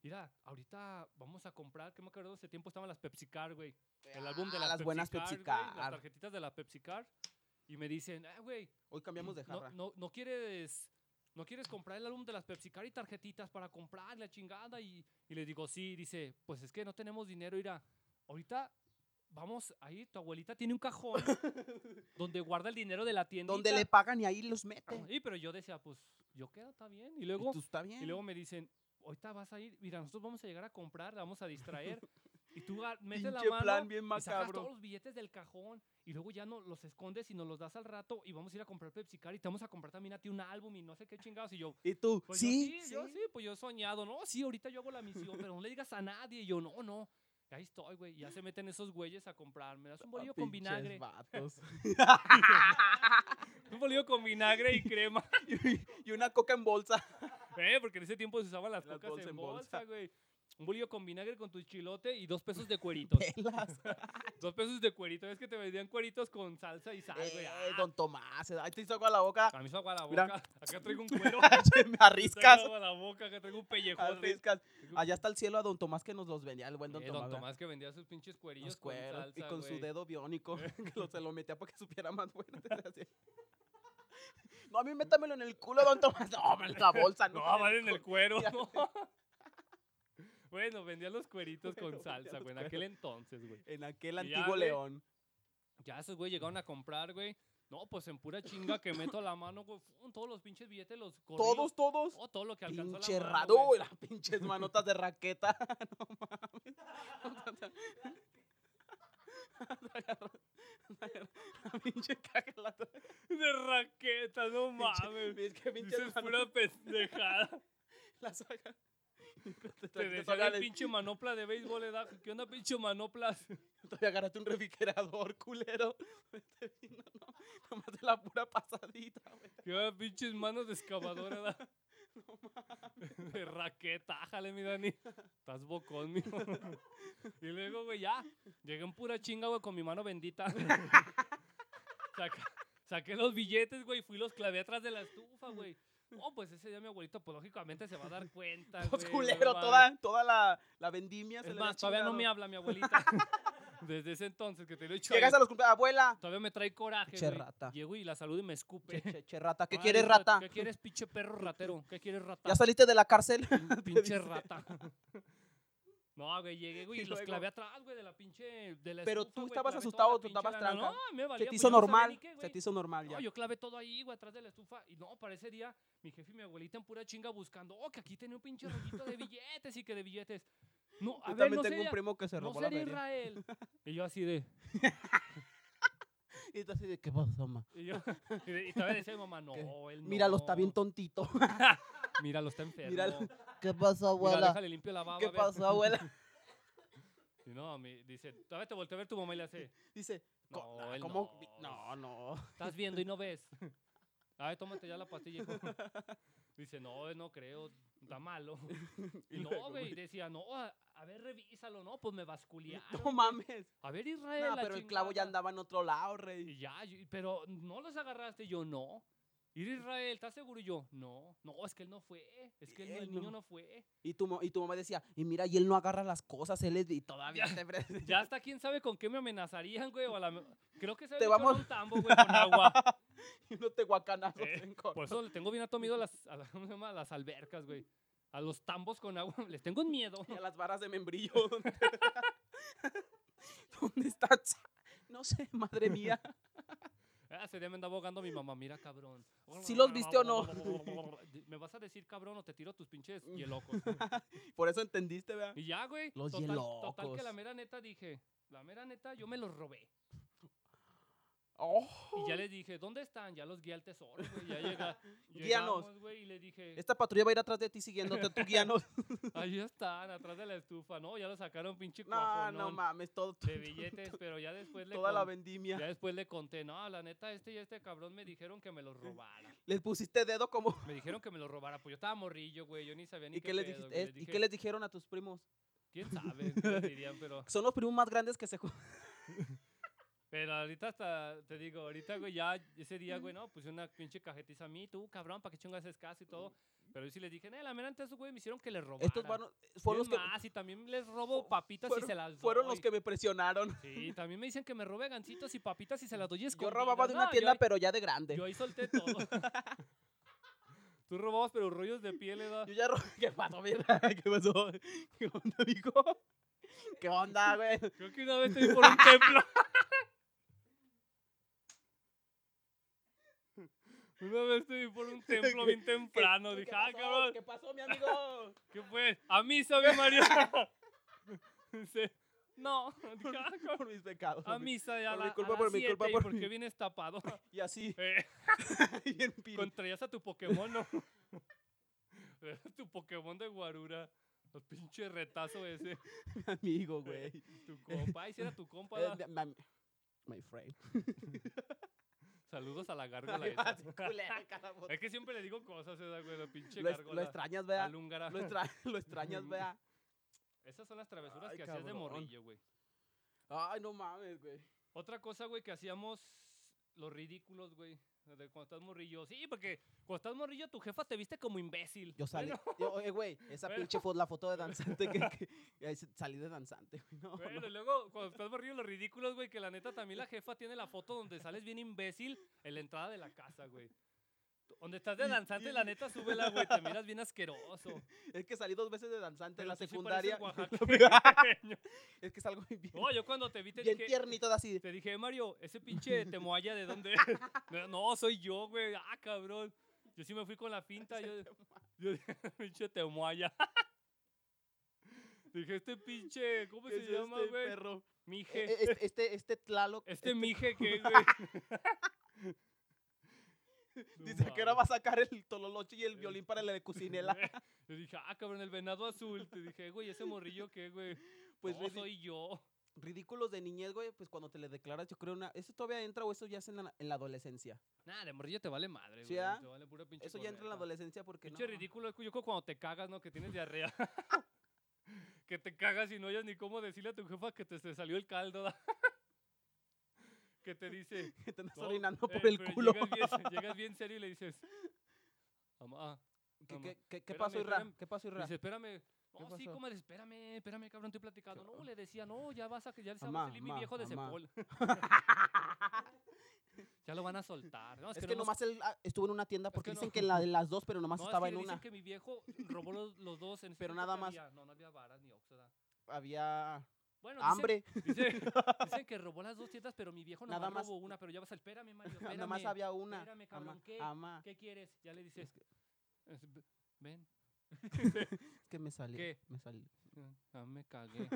S2: mira, ahorita vamos a comprar, que me acuerdo, ese tiempo estaban las PepsiCar, güey. El álbum de
S1: Ah,
S2: las,
S1: las buenas
S2: güey, Las
S1: PepsiCar.
S2: tarjetitas de las PepsiCar. Y me dicen, ah, güey,
S1: Hoy cambiamos de
S2: no,
S1: jarra.
S2: no, no quieres... ¿No quieres comprar el álbum de las PepsiCar y tarjetitas para comprar la chingada? Y, y le digo, sí, dice, pues es que no tenemos dinero, irá. Ahorita vamos ahí, tu abuelita tiene un
S1: *laughs*
S2: cajón donde guarda el dinero de la tienda.
S1: Donde le pagan y ahí los meten.
S2: Y pero yo decía, pues yo quedo, está bien. Y
S1: Y
S2: luego
S1: tú, está bien.
S2: y luego me dicen, ahorita vas a ir, mira, nosotros vamos a llegar a comprar, la vamos a
S1: *laughs*
S2: distraer. y tú ah, metes la
S1: Pinche
S2: mano
S1: plan bien
S2: y sacas
S1: macabro.
S2: todos los billetes del cajón y luego ya no los escondes y nos los das al rato y vamos a ir a comprar PepsiCar y te vamos a comprar también a ti un álbum y no sé qué chingados. Y yo,
S1: Y tú,
S2: pues
S1: sí,
S2: yo sí, yo sí, pues yo he soñado, no, sí, ahorita yo hago la misión, pero no le digas a nadie. Y yo, no, no. y Ahí estoy, güey. y Ya se meten esos güeyes a comprar. Me das un bolillo con
S1: Pinches
S2: vinagre. *laughs*
S1: vatos. *laughs*
S2: Un bolillo con vinagre y crema.
S1: y una coca en bolsa.
S2: *laughs* Eh, porque en ese tiempo se usaban las
S1: Las
S2: cocas
S1: bolsas
S2: en
S1: en bolsa.
S2: bolsa, güey. Un bolillo con vinagre con tu chilote y dos pesos
S1: *laughs*
S2: de cueritos. *laughs*
S1: Pelas.
S2: dos pesos de cuerito. Es que te vendían cueritos con salsa y sal, güey.
S1: Eh,
S2: Ah,
S1: don Tomás, ¿eh? ahí te hizo agua la boca.
S2: A mí se agua la
S1: Mira.
S2: boca. Acá
S1: *laughs*
S2: traigo un cuero. *laughs*
S1: Se me arriscas.
S2: Se Ah, agua la boca. Acá traigo un pellejote.
S1: arriscas.
S2: Traigo un-
S1: Allá está el cielo a don Tomás que nos los vendía, el buen
S2: Eh,
S1: don
S2: don
S1: Tomás. ¿verdad?
S2: Tomás que vendía sus pinches
S1: Los
S2: cuerillos
S1: cueros,
S2: con salsa,
S1: y con su
S2: güey.
S1: dedo
S2: *laughs*
S1: biónico, *laughs* que lo, se lo metía para que supiera más fuerte. *laughs* le hacía. No, a mí métamelo en el culo, don Tomás. *laughs* No, en la bolsa, no.
S2: *laughs* No, vale en el cuero.
S1: *laughs* Ya
S2: no. *laughs* bueno, vendía los cueritos
S1: Bueno,
S2: con
S1: vendía
S2: salsa,
S1: los
S2: güey. En aquel entonces, güey.
S1: En aquel
S2: Y ya,
S1: antiguo
S2: güey.
S1: león.
S2: Ya esos güey llegaron a comprar, güey. No, pues en pura chinga que meto la mano, güey. fum, Todos los pinches billetes los
S1: Todos,
S2: corridos.
S1: todos.
S2: Oh, todo lo que alcanzó
S1: Pinche
S2: la mano,
S1: rado,
S2: güey.
S1: y las pinches manotas de raqueta. *laughs* No mames. *laughs* La pinche caja la
S2: De raqueta, no mames.
S1: Es que
S2: Dices
S1: pinches
S2: pura
S1: manotas *laughs*
S2: pendejada.
S1: las saca.
S2: Te decía
S1: Todavía
S2: el
S1: le-
S2: pinche manopla de béisbol, edad. ¿Qué onda, pinche manoplas?
S1: Todavía agarraste un refrigerador, *laughs* culero. Este vino, no, nomás de la pura pasadita, güey.
S2: ¿Qué onda, pinches manos de excavadora,
S1: *laughs*
S2: edad? De raqueta, ájale, mi Dani. Estás bocón, mijo. Y luego, güey, ya. Llegué en pura chinga, güey, con mi mano bendita.
S1: *laughs*
S2: Saca- saqué los billetes, güey, fui y los clavé atrás de la estufa, güey. Oh, pues ese día mi abuelito, pues lógicamente se va a dar cuenta,
S1: Pues
S2: Ah, güey, no
S1: culero,
S2: mames.
S1: toda, toda la, la vendimia se
S2: Es
S1: le había
S2: más, todavía no
S1: chingado.
S2: me habla mi
S1: *laughs*
S2: abuelita. Desde ese entonces que te lo he dicho.
S1: Llegas
S2: eh,
S1: a los cumpleaños,
S2: *laughs*
S1: abuela.
S2: Todavía me trae coraje.
S1: Che,
S2: güey.
S1: rata.
S2: Llego y la saludo y me escupe.
S1: Che, che, che, rata, ¿qué
S2: Ah,
S1: quieres,
S2: hijo de-
S1: rata?
S2: ¿Qué quieres,
S1: *laughs*
S2: pinche perro ratero? ¿Qué quieres, rata?
S1: ¿Ya saliste de la cárcel? *laughs*
S2: pinche
S1: dice.
S2: rata. *laughs* No, güey, llegué, güey, y,
S1: Y
S2: los
S1: luego-
S2: clavé atrás, güey, de la pinche. De la
S1: Pero
S2: estufa,
S1: tú
S2: güey,
S1: estabas
S2: clavé toda
S1: asustado,
S2: la
S1: tú
S2: pinche
S1: estabas
S2: lana.
S1: tranca.
S2: No, me
S1: Se
S2: valía,
S1: te
S2: pues,
S1: hizo
S2: yo no sabía
S1: normal.
S2: ni qué,
S1: Se
S2: güey.
S1: te hizo normal ya.
S2: No, yo clavé todo ahí, güey, atrás de la estufa. Y no, para ese día, mi jefe y mi abuelita en pura chinga buscando. Oh, que aquí tenía un pinche rollito de billetes y que de billetes. No, a
S1: Yo
S2: ver,
S1: también tengo
S2: no sería-
S1: un primo que se
S2: no
S1: robó la
S2: sería
S1: feria. *laughs*
S2: Israel. Y yo así de.
S1: Y tú así de, ¿qué pasó, ma?
S2: Y, yo, y de- y todavía decía mi mamá,
S1: *laughs*
S2: no,
S1: ¿Qué?
S2: él no.
S1: Míralo, está bien
S2: *laughs*
S1: tontito.
S2: Míralo, está enfermo.
S1: Míralo,
S2: Míralo,
S1: ¿Qué pasó,
S2: déjale limpio la baba.
S1: ¿Qué
S2: ve".
S1: pasó, abuela?
S2: *laughs* Y no, me dice, todavía te volteé a ver tu mamá y le hace,
S1: Dice,
S2: No,
S1: "Co- ah,
S2: él
S1: ¿cómo?
S2: no.
S1: No, no.
S2: estás viendo y no ves. A ver, tómate ya la
S1: *laughs*
S2: pastilla, hijo. Dice, no, eh, no creo,
S1: *laughs*
S2: está malo. Y,
S1: luego,
S2: no, güey,
S1: güey.
S2: decía, no, a, a ver, revísalo, no, pues me
S1: *laughs* No
S2: basculearon.
S1: mames.
S2: A ver, Israel,
S1: Nah,
S2: la
S1: pero el clavo ya
S2: chingada".
S1: andaba en otro lado, rey.
S2: Y ya, yo- pero no los agarraste, Y yo no. Ir a Israel, ¿estás seguro? Y yo, no, no, es que él no fue, es que el, el
S1: Él
S2: niño
S1: no.
S2: no fue.
S1: Y tu, ma- y tu mamá decía, y mira, y él no agarra las cosas, él es... Y todavía
S2: Ya-
S1: te... pre-
S2: *laughs* Ya hasta quién sabe con qué me amenazarían, güey, o a la me- Creo que se
S1: Te
S2: había hecho
S1: vamos-
S2: un tambo, güey, con agua.
S1: *laughs* y unos tehuacanazos
S2: Eh,
S1: en corto.
S2: Por eso le tengo bien atomido a las, a la- *laughs* ¿cómo se llama? a las albercas, güey. A los tambos con agua, *laughs* les tengo un miedo.
S1: Y a
S2: *laughs*
S1: las varas de membrillo. *laughs* ¿Dónde, ¿Dónde está? *laughs* No sé, madre
S2: *laughs*
S1: mía.
S2: Ah, Ese día me andaba ahogando mi mamá, mira, cabrón.
S1: ¿Sí los viste o no?
S2: *laughs* ¿Me vas a decir, cabrón, o te tiro tus pinches hielocos?
S1: Por eso entendiste, ¿verdad?
S2: Y ya, güey.
S1: Los
S2: total, Total que la
S1: hielocos.
S2: mera neta dije, la mera neta, yo me los robé.
S1: Oh.
S2: Y ya les dije, ¿dónde están? Ya los guié al tesoro, güey. Ya
S1: *laughs*
S2: llega,
S1: Guíanos.
S2: llegamos, güey, y le dije,
S1: *laughs* Esta patrulla va a ir atrás de ti siguiéndote, tú
S2: *laughs*
S1: guíanos.
S2: ahí están, atrás de la estufa, ¿no? Ya lo sacaron pinche
S1: *laughs* no, no
S2: cuajonón
S1: mames, todo, *laughs*
S2: de billetes, pero ya después le
S1: toda la
S2: con-
S1: vendimia.
S2: Ya después le conté, no, la neta, este y este cabrón me dijeron que me los robara.
S1: Les pusiste dedo como...
S2: Me dijeron que me los robara, pues yo estaba morrillo, güey, yo ni sabía ni
S1: ¿Y qué les
S2: pedo,
S1: dijiste?
S2: güey,
S1: Eh, ¿Y qué
S2: dije,
S1: les dijeron a tus primos?
S2: ¿Quién sabe? ¿Qué les dirían? Pero,
S1: Son los primos más grandes que se juntan.
S2: pero ahorita hasta, te digo, ahorita, güey, ya ese día, güey, no, puse una pinche cajetiza a mí, tú, cabrón, ¿para qué chingas es caso y todo? Pero yo sí les dije, eh, la mera neta, esos güey me hicieron que les robara.
S1: Estos vanos- fueron los
S2: Es
S1: que...
S2: más, y también les robo papitas y
S1: fueron-
S2: se las
S1: Fueron
S2: doy.
S1: los que me presionaron.
S2: Sí, también me dicen que me robe gancitos y papitas y se las doy
S1: Yo
S2: escondidas.
S1: robaba de
S2: No,
S1: una
S2: yo
S1: tienda,
S2: ahí-
S1: pero ya de grande.
S2: Yo
S1: Yo,
S2: ahí solté todo. *laughs* Tú robabas, pero rollos de piel, ¿verdad?
S1: ya robaba... *laughs* ¿Qué pasó, mierda? *laughs* ¿Qué pasó? ¿Qué onda, dijo? *laughs* ¿Qué onda, güey?
S2: Creo que una vez te vi por un templo. *laughs* Una vez te vi por *laughs* un templo bien temprano. Dije, ah, cabrón,
S1: ¿Qué pasó, mi
S2: *laughs*
S1: amigo? *laughs*
S2: ¿qué fue? A mí sabe *laughs* Mario. Dice, no. Dije, ah, *laughs* cabrón.
S1: por mis pecados.
S2: A misa ya
S1: Por
S2: la,
S1: mi culpa,
S2: a
S1: por mi culpa, por
S2: porque
S1: mi-
S2: vienes *laughs* tapado.
S1: Y así,
S2: Eh,
S1: *laughs* bien pin.
S2: contraías a tu Pokémon, *laughs* ¿no? tu Pokémon de guarura. Los pinche retazo ese.
S1: mi amigo, güey.
S2: Tu compa. Ay, si era tu compa.
S1: Eh,
S2: ¿verdad?
S1: de- mam- My friend.
S2: Saludos a la gárgola
S1: Ay,
S2: esa.
S1: vas, culera, carajo.
S2: *laughs* Es que siempre le digo cosas, esa, güey, la pinche
S1: Lo, es- lo
S2: gárgola.
S1: extrañas,
S2: la
S1: vea.
S2: lúngara.
S1: Lo, extra- *laughs* lo extrañas, vea.
S2: *laughs* Esas son las travesuras
S1: Ay,
S2: que hacías de
S1: cabrón.
S2: morrillo, güey.
S1: Ay, no mames, güey.
S2: Otra cosa, güey, que hacíamos los ridículos, güey. De cuando estás morrillo. Sí, porque cuando estás morrillo, tu jefa te viste como imbécil.
S1: Yo salí.
S2: Bueno,
S1: yo- oye, güey, esa
S2: Bueno.
S1: pinche foto, la foto de danzante que, que- ahí se- salí de danzante, güey. No,
S2: bueno,
S1: no.
S2: y luego cuando estás morrillo, los ridículos, güey, que la neta también la jefa tiene la foto donde sales bien imbécil en la entrada de la casa, güey. Donde estás de
S1: Y-
S2: danzante,
S1: y-
S2: la neta, súbela, güey, te miras bien asqueroso.
S1: Es que salí dos veces de danzante en
S2: Pero
S1: la
S2: tú sí pareces
S1: secundaria. *laughs*
S2: *laughs* oaxaqueño.
S1: es que salgo *laughs* bien,
S2: No, yo cuando te vi te
S1: bien
S2: dije,
S1: tiernito de así.
S2: Te dije, "Eh, Mario, ese
S1: *laughs*
S2: pinche temoaya de dónde es. No, no, soy yo, güey. Ah, cabrón. Yo sí me fui con la finta. Yo, *laughs* yo dije, "Ah, pinche temoaya. *laughs* dije, este pinche, ¿cómo
S1: ¿Qué
S2: se
S1: es
S2: llama,
S1: este
S2: güey?
S1: perro?
S2: Mije.
S1: E- e- Este, este, este Tlaloc.
S2: este mije
S1: *laughs*
S2: que, güey. No
S1: Dice que ahora va
S2: mames.
S1: a sacar el tololoche y el
S2: El-
S1: violín para la de
S2: *laughs*
S1: Cucinela.
S2: Yo dije, ah, cabrón, el venado azul. Te dije, güey, ese morrillo que, güey.
S1: Pues
S2: Pues
S1: ridi-
S2: no, soy yo.
S1: ridículos de niñez, güey, pues cuando te le declaras, yo creo una... ¿Eso todavía entra o eso ya es en la, en la adolescencia?
S2: Nada, de morrillo te vale madre,
S1: ¿Sí,
S2: güey.
S1: ah?
S2: Te vale pura pinche
S1: Eso ya entra en la
S2: corneta.
S1: adolescencia porque no...
S2: Pinche ridículo, yo creo cuando te cagas, ¿no? Que tienes
S1: *laughs*
S2: diarrea. que te cagas y no hayas ni cómo decirle a tu jefa que te, se salió el caldo. ¿da? *laughs* que te dice.
S1: Que te andas
S2: No,
S1: orinando
S2: eh,
S1: por el
S2: pero
S1: culo. *laughs*
S2: Llegas bien, llegas bien serio y le dices. Mamá.
S1: ¿Qué,
S2: mamá".
S1: qué, qué, qué
S2: Espérame,
S1: pasó, Irra?
S2: espérame.
S1: ¿Qué pasó, Irra?
S2: Dice, espérame.
S1: ¿Qué
S2: No, sí,
S1: pasó?
S2: comadre, espérame, espérame, cabrón, estoy platicando. No,
S1: pasó?
S2: le decía, no, ya vas a, ya les va
S1: Mamá,
S2: a salir mi
S1: mamá,
S2: viejo de
S1: mamá. *laughs*
S2: Cepol. *laughs* ya lo van a soltar. No,
S1: Es
S2: es,
S1: que,
S2: no nos
S1: nomás él ah, estuvo en una tienda porque
S2: que no.
S1: dicen que en la de las dos, pero nomás
S2: No, es
S1: estaba
S2: que
S1: en
S2: dicen
S1: una.
S2: que mi viejo robó los, los
S1: *laughs*
S2: dos en ese
S1: Pero
S2: tiempo
S1: nada
S2: que
S1: más.
S2: había- no, no había varas ni Oxxo, ¿verdad?
S1: Había
S2: Bueno, dicen-
S1: hambre,
S2: *laughs* Dicen,
S1: *laughs*
S2: dicen que robó las dos tiendas, pero mi viejo
S1: Nada
S2: nada más
S1: más-
S2: robó una, pero ya vas a espérame, Mario,
S1: *laughs*
S2: espérame.
S1: nada más había una.
S2: espérame,
S1: Ama-
S2: cabrón, ¿qué?
S1: ama,
S2: ¿Qué quieres? Ya le dices. "Es- v- Ven.
S1: es que me salió.
S2: ¿Qué?
S1: Me salió.
S2: Ah,
S1: *laughs*
S2: me cagué.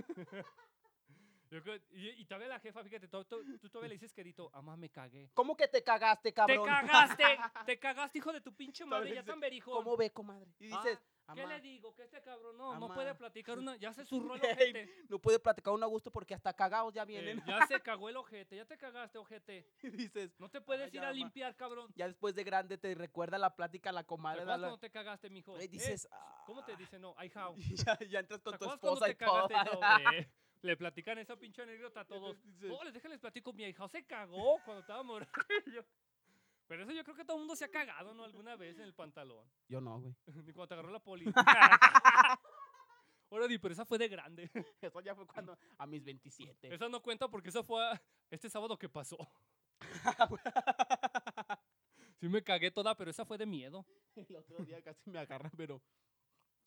S2: Yo creo- y, y todavía la jefa, fíjate, to- to- tú todavía le dices quedito, amá, me cagué.
S1: ¿Cómo que te cagaste, cabrón?
S2: ¡Te
S1: *laughs*
S2: cagaste! ¡Te cagaste, hijo de tu pinche madre!
S1: Todavía
S2: ¡Ya
S1: dice,
S2: tan verijo!
S1: ¿Cómo ve, comadre? Y dices,
S2: ¿Qué
S1: "Amá,
S2: le digo? Que este cabrón no, no
S1: Amá.
S2: puede platicar una... Ya
S1: *laughs*
S2: se zurró el
S1: Ey,
S2: ojete.
S1: no puede platicar un a gusto porque hasta cagados ya
S2: Eh,
S1: vienen.
S2: ya se cagó el ojete, ya te cagaste, ojete.
S1: *laughs* Y dices,
S2: No te puedes
S1: ya,
S2: ir a
S1: mamá.
S2: limpiar, cabrón.
S1: ya después de grande te recuerda la plática, la
S2: ¿Te
S1: comadre.
S2: acuerdas
S1: la-
S2: cuando te cagaste, mijo?
S1: Güey,
S2: Eh,
S1: dices,
S2: ¿Cómo te
S1: "Ah".
S2: dice? No, ay, how.
S1: *laughs* Y ya, ya entras
S2: ¿Te
S1: con tu
S2: acuerdas cuando
S1: esposa y
S2: te cagaste?
S1: todo. *laughs*
S2: No, güey. Le platican esa pinche anécdota a todos.
S1: Dices,
S2: *laughs* No, les déjenles platico, mi hija se cagó cuando estaba morrillo. Pero eso yo creo que todo el mundo se ha cagado, ¿no? Alguna vez en el pantalón. *laughs*
S1: Yo no, güey.
S2: Ni cuando te agarró la poli. *laughs* Ahora di, pero esa fue de grande.
S1: Eso ya fue cuando, a mis 27.
S2: Esa no cuenta porque esa fue a- *laughs* este sábado
S1: *laughs*
S2: que pasó. Sí me cagué toda, pero esa fue de miedo.
S1: *laughs* El otro día casi me agarran, pero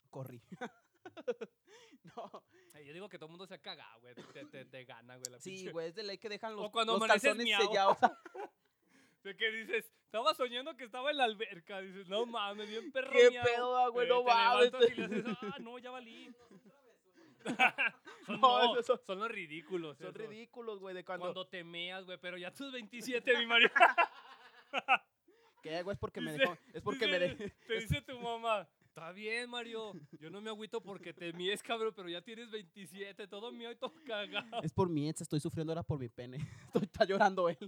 S1: corrí. *laughs* no,
S2: Eh, Yo digo que todo el mundo se ha cagado, güey. Te, te- te gana, güey. La
S1: sí,
S2: pinche-
S1: güey, es de ley que dejan los,
S2: O cuando
S1: los
S2: amaneces
S1: calzones
S2: miau. *laughs*
S1: sellados.
S2: De que dices, estaba soñando que estaba en la alberca. Dices, no
S1: *laughs*
S2: mames, bien perro.
S1: ¿Qué
S2: miau".
S1: pedo, ah, güey?
S2: Eh,
S1: No
S2: te
S1: mames.
S2: levantas y le haces, ah, no, ya valí. *laughs* son,
S1: No,
S2: no,
S1: esos
S2: son,
S1: son-
S2: los ridículos.
S1: Son
S2: esos.
S1: ridículos, güey, de cuando...
S2: Cuando, te meas, güey, pero ya tus 27, mi marido.
S1: ¿Qué, güey? Es porque me
S2: Dice-
S1: dejó... Es porque me
S2: dice-
S1: dejó... *laughs*
S2: Te dice tu mamá, está bien, Mario. Yo no me agüito porque te mies, cabrón, pero ya tienes 27, todo mío y todo cagado. *laughs*
S1: Es por mi ex, estoy sufriendo ahora por mi pene. *laughs* Estoy, está llorando
S2: *laughs*
S1: él.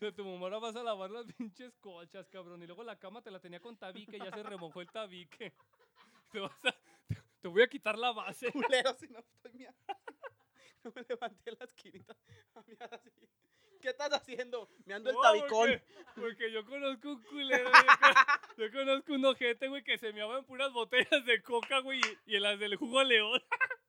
S2: De tu mamá ahora vas a lavar las pinches colchas, cabrón. Y luego la cama te la tenía con tabique, ya se remojó el tabique. *laughs* Te, vas a- te- te voy a quitar la base.
S1: Culero, si no estoy mía. *laughs* No me levanté las quinitas *laughs* a miar así. ¿Qué estás haciendo? Me ando el
S2: No,
S1: tabicón.
S2: Porque, porque yo conozco un culero, yo, yo conozco un ojete, güey, que se me en puras botellas de coca, güey, y, y en las del jugo león. *laughs*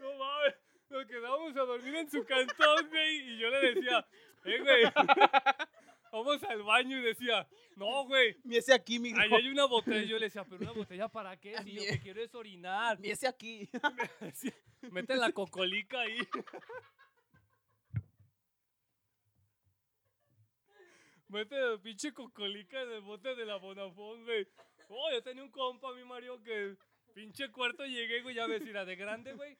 S2: No mames, nos quedábamos a dormir en su cantón, güey, y yo le decía, eh, güey, *laughs* vamos al baño, y decía, no, güey,
S1: Miese aquí, mi
S2: ahí hay una botella. Yo le decía, pero una botella para qué, si yo
S1: Mie-
S2: que quiero es orinar.
S1: Miese aquí. *laughs*
S2: Sí, Mete la cocolica ahí. Mete la pinche cocolica en el bote de la Bonafón, güey. Oh, yo tenía un compa, mi Mario, que pinche cuarto llegué, güey, ya ves, mira, de grande, güey.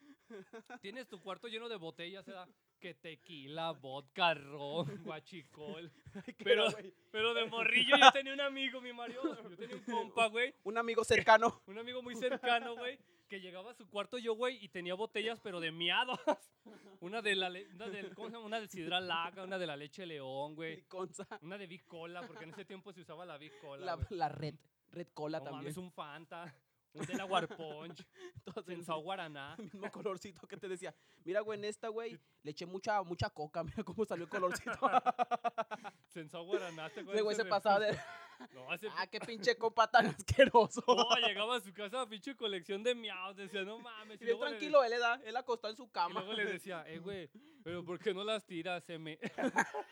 S2: Tienes tu cuarto lleno de botellas, ¿verdad? Que tequila, vodka, ron, guachicol. Pero,
S1: güey,
S2: pero de morrillo yo tenía un amigo, mi Mario. Yo tenía un compa, güey.
S1: un amigo cercano.
S2: Un amigo muy cercano, güey, que llegaba a su cuarto yo, güey, y tenía botellas, pero de miados. *laughs* Una de la le- una del, ¿cómo se llama? Una del sidra laga, una de la leche león, *laughs* güey.
S1: mi consa,
S2: Una de bicola, porque en ese tiempo se usaba la bicola.
S1: la, la red. Red cola también.
S2: es un Fanta, un Delaware Punch,
S1: *laughs* Entonces,
S2: un Sao Guaraná.
S1: *laughs* el mismo colorcito que te decía. Mira, güey, en esta, güey, le eché mucha, mucha coca. *laughs* Mira cómo salió el colorcito.
S2: Sensao Guaraná,
S1: Ese
S2: ¿te acuerdas
S1: güey
S2: de
S1: se
S2: ese
S1: pasaba *laughs* de...
S2: refresco? No, ese
S1: Ah, qué pinche copa tan asqueroso.
S2: no,
S1: *laughs*
S2: llegaba a su casa, pinche colección de miados. Decía, no mames.
S1: Y *laughs*
S2: y
S1: bien
S2: luego le-
S1: tranquilo, él, era- él acostado en su
S2: Y
S1: cama.
S2: luego le decía, eh, güey, pero ¿por qué no las tiras, M? *laughs*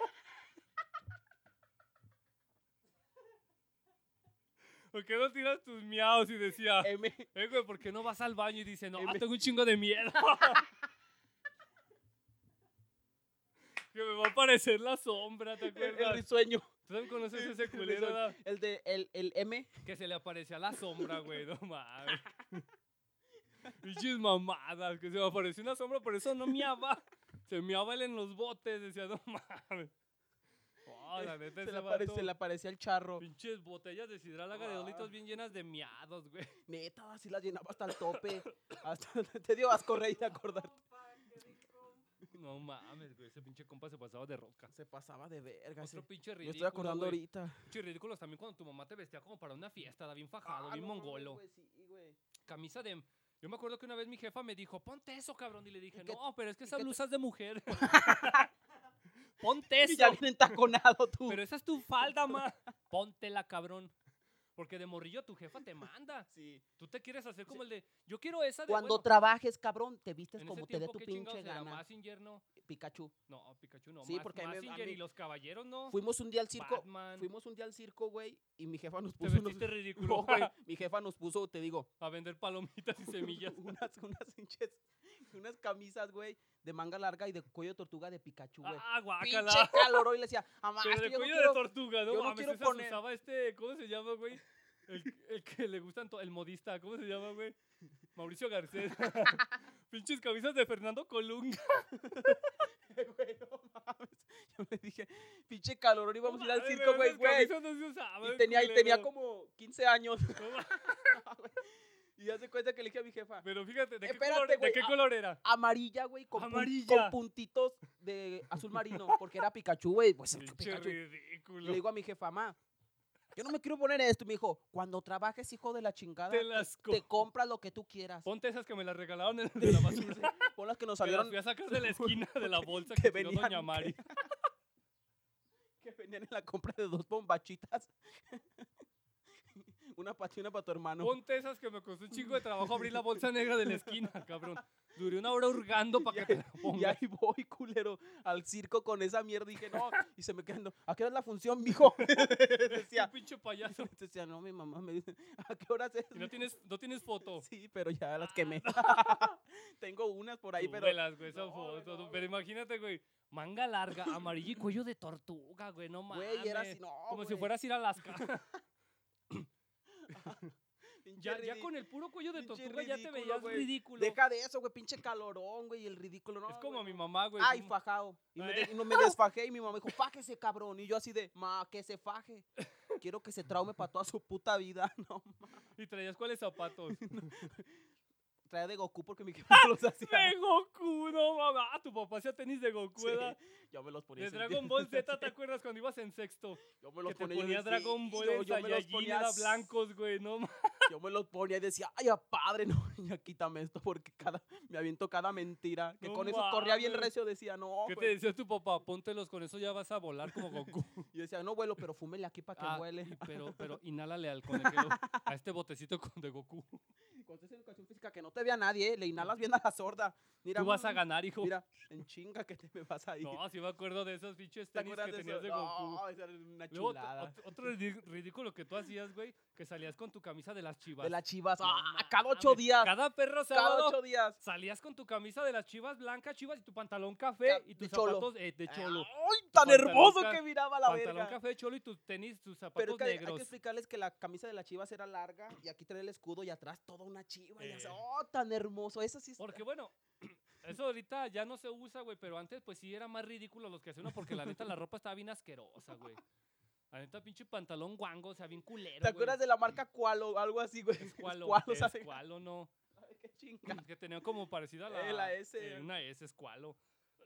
S2: ¿Por qué no tiras tus miaos? Y decía,
S1: *laughs* M,
S2: *laughs* eh, güey, ¿por qué no vas al baño? Y dice, no, ah,
S1: M.
S2: tengo un chingo de miedo. *laughs* que me va a aparecer la sombra, ¿te
S1: el, el
S2: acuerdas?
S1: risueño.
S2: ¿Tú también conoces a ese
S1: *laughs* El
S2: culero?
S1: risueño.
S2: da?
S1: El de el, el M.
S2: Que se le aparecía la sombra, güey, no mames. Pinches mamadas, que se me apareció una sombra, por eso no miaba. Se miaba él en los botes, decía, no mames. Oh,
S1: *laughs*
S2: la
S1: Se
S2: neta, ese
S1: le,
S2: vato,
S1: aparece, se le aparecía el charro.
S2: Pinches botellas de sidrálaga de dos litros bien llenas de miados, güey.
S1: Neta, así la llenaba hasta el tope. *laughs* Hasta- te dio asco rey de acordarte.
S2: No mames, güey, ese pinche compa se pasaba de roca.
S1: Se pasaba de verga. ese.
S2: Otro pinche
S1: Me
S2: ridículo,
S1: estoy acordando
S2: güey.
S1: ahorita.
S2: Pinches ridículos también cuando tu mamá te vestía como para una fiesta, da bien fajado,
S1: Ah,
S2: bien
S1: no mames,
S2: mongolo.
S1: güey, sí, güey.
S2: Camisa de... Yo me acuerdo que una vez mi jefa me dijo, ponte eso, cabrón. Y le dije,
S1: ¿Y qué-
S2: no, pero es que
S1: y
S2: esa
S1: qué te-
S2: blusa es
S1: *laughs*
S2: de mujer. *laughs* ponte
S1: Y
S2: eso.
S1: ya viene taconado tú.
S2: Pero esa es tu falda, ma. *laughs* Póntela, cabrón. Porque de morrillo tu jefa te manda.
S1: Sí.
S2: Tú te quieres hacer como el de, yo quiero esa de...
S1: Cuando
S2: bueno,
S1: trabajes, cabrón, te vistes
S2: en
S1: como
S2: ese
S1: te dé
S2: tiempo,
S1: tu
S2: ¿qué
S1: pinche
S2: chingados era?
S1: gana.
S2: Mazinger, no.
S1: Pikachu.
S2: No, Pikachu no.
S1: Sí,
S2: Ma-
S1: porque a mí me- a
S2: Mazinger
S1: mí-
S2: y los caballeros no.
S1: Fuimos un día al circo.
S2: Batman.
S1: Fuimos un día al circo, güey, y mi jefa nos
S2: Te
S1: puso unos-
S2: vestiste ridículo
S1: No, *laughs* güey, mi jefa nos puso, te digo,
S2: a
S1: *laughs*
S2: vender palomitas y semillas.
S1: unas, unas pinches, unas camisas, güey, de manga larga y de cuello de tortuga de Pikachu, güey.
S2: ah, guácala.
S1: Pinche calor, hoy le decía, mamá, es
S2: Pero
S1: que
S2: el
S1: yo no
S2: cuello
S1: quiero...
S2: de tortuga, ¿no?
S1: yo no
S2: Mames,
S1: quiero
S2: esa se
S1: poner-
S2: usaba este, ¿cómo se llama, güey? El, el que le gustan, to- el modista, ¿cómo se llama, güey? Mauricio Garcés. *laughs* Pinches camisas de Fernando Colunga.
S1: *laughs* güey, no mames. Yo le dije, pinche calor, hoy vamos a ir al circo, güey,
S2: Esas
S1: güey.
S2: camisas no se usaban,
S1: Y tenía, y tenía
S2: culero.
S1: como 15 años.
S2: No mames,
S1: y hace cuenta que le dije a mi jefa,
S2: Pero fíjate, ¿de qué,
S1: Espérate,
S2: color, de
S1: güey,
S2: qué
S1: ah.
S2: color era?
S1: amarilla, güey, con, pun-
S2: Amarilla.
S1: con puntitos de azul marino, porque era Pikachu, güey. Pues es que
S2: Pinche
S1: Pikachu. Y
S2: ridículo.
S1: le digo a mi jefa, mamá, Yo no me quiero poner esto. Y me dijo, cuando trabajes, hijo de la chingada,
S2: Te las co-
S1: "Ah, te compras lo que tú quieras. *laughs*
S2: Ponte esas que me las regalaron en- de la *laughs* basura.
S1: Pon las que nos
S2: Me las
S1: salieron,
S2: fui a sacar
S1: *laughs*
S2: de la esquina de la bolsa
S1: que
S2: que, tiró
S1: venían,
S2: Doña
S1: que- *laughs*
S2: Mari.
S1: que venían en la compra de dos bombachitas. *laughs* una para ti, una para tu hermano.
S2: Ponte esas que me costó un chingo de trabajo abrir la bolsa negra de la esquina, *laughs* cabrón. Duré una hora hurgando para que te la
S1: *laughs* Y
S2: pongas.
S1: ahí voy, culero, al circo con esa mierda. Y dije, no. Y se me quedando, ¿a qué hora es la función, mijo? *laughs*
S2: Un
S1: decía,
S2: pinche payaso.
S1: decía, no, mi mamá me dice, ¿a qué hora es?
S2: Y no tienes, no tienes
S1: *laughs*
S2: foto.
S1: Sí, pero ya las quemé.
S2: Ah.
S1: *laughs* Tengo unas por ahí, pero.
S2: Súbelas, güey, esa
S1: No,
S2: foto,
S1: no,
S2: tú-
S1: güey.
S2: pero imagínate, güey. Manga larga, amarillo y cuello de tortuga, güey. No mames.
S1: Güey, era así, no.
S2: Como si
S1: güey,
S2: fueras a ir a Alaska.
S1: *laughs* pinche
S2: ya, ya
S1: ridi-
S2: con el puro cuello de
S1: pinche
S2: tortuga ya te
S1: ridículo,
S2: veías
S1: güey.
S2: ridículo.
S1: Deja de eso, güey, pinche calorón, güey, y el ridículo, ¿no?
S2: es como
S1: güey,
S2: mi
S1: no.
S2: mamá, güey.
S1: Ay,
S2: ¿cómo?
S1: fajado. Y me, de-
S2: *laughs* Eh.
S1: y no me desfajé y mi mamá me dijo, fájese, cabrón. Y yo así de, ma, que se faje. Quiero que se traume para toda su puta vida. *laughs* No, ma.
S2: ¿Y traías cuáles zapatos?
S1: *laughs* Traía de Goku porque mi *laughs* jefe los
S2: *laughs*
S1: hacía.
S2: de Goku, no mamá. Ah, tu papá hacía tenis de Goku,
S1: Sí,
S2: ¿verdad?
S1: yo me los ponía.
S2: De
S1: sin-
S2: Dragon
S1: *laughs*
S2: Ball Z, ¿te acuerdas cuando ibas en sexto?
S1: Yo me los
S2: que te
S1: ponía. y
S2: ponía
S1: decía,
S2: Dragon
S1: "Sí",
S2: Ball
S1: yo-
S2: en
S1: yo me los
S2: Saiyajin,
S1: ponía
S2: era
S1: s-
S2: blancos, güey, no mames.
S1: Yo me los ponía y decía, ay, a padre, no, *laughs* ya quítame esto porque cada, me aviento cada mentira. Que
S2: No
S1: con eso corría bien
S2: mames.
S1: recio, decía, no, pues".
S2: ¿Qué te
S1: güey".
S2: decía tu papá? Póntelos, con eso ya vas a volar
S1: *laughs*
S2: como Goku.
S1: Y yo decía, no, vuelo, pero fúmele aquí para que
S2: Ah,
S1: *laughs* huele.
S2: y- Pero, pero inhálale al con el que lo- a este botecito con de Goku.
S1: Cuando es educación física, que no te vea nadie, ¿eh? le inhalas bien a la sorda. Mira,
S2: Tú vas a
S1: mm,
S2: ganar, hijo.
S1: Mira, en chinga que te me vas
S2: *laughs*
S1: a ir.
S2: no, sí me acuerdo de esos pinches
S1: ¿Te
S2: tenis
S1: acuerdas
S2: que
S1: de
S2: tenías
S1: eso?
S2: de Goku.
S1: No, esa era una
S2: Luego, ot-
S1: chulada.
S2: ot- otro ridi- ridículo que tú hacías, güey, que salías con tu camisa de las chivas.
S1: De las chivas.
S2: No
S1: ¡Ah! Cada ocho
S2: mames,
S1: días.
S2: Cada
S1: Cada
S2: perro sábado
S1: ocho días.
S2: salías con tu camisa de las chivas blancas, chivas, y tu pantalón café
S1: Ca-
S2: y
S1: de
S2: tus
S1: cholo.
S2: zapatos eh, de cholo.
S1: ¡Ay! Tan
S2: Pantalón
S1: hermoso
S2: ca-
S1: que miraba la
S2: Pantalón
S1: verga.
S2: café de cholo y tus tenis, tus
S1: Pero
S2: zapatos
S1: es que hay- hay
S2: negros.
S1: que explicarles que la camisa de las chivas era larga y aquí trae el escudo y atrás toda una chiva. Y así,
S2: Eh.
S1: ¡Oh, tan hermoso! Eso sí es-
S2: Porque bueno, *clears throat* eso ahorita ya no se usa, güey, pero antes pues sí era más ridículo los que hacían uno porque la neta la ropa estaba bien asquerosa, güey. La neta pinche pantalón guango, o sea, bien culero,
S1: ¿Te acuerdas de la marca Cualo o algo así, güey?
S2: Escualo,
S1: Cualo, ¿sabes?
S2: escualo, no.
S1: *laughs* Ay, qué chinga.
S2: Que tenía como parecida a la,
S1: Eh, la S.
S2: eh, una S, escualo. *clears throat*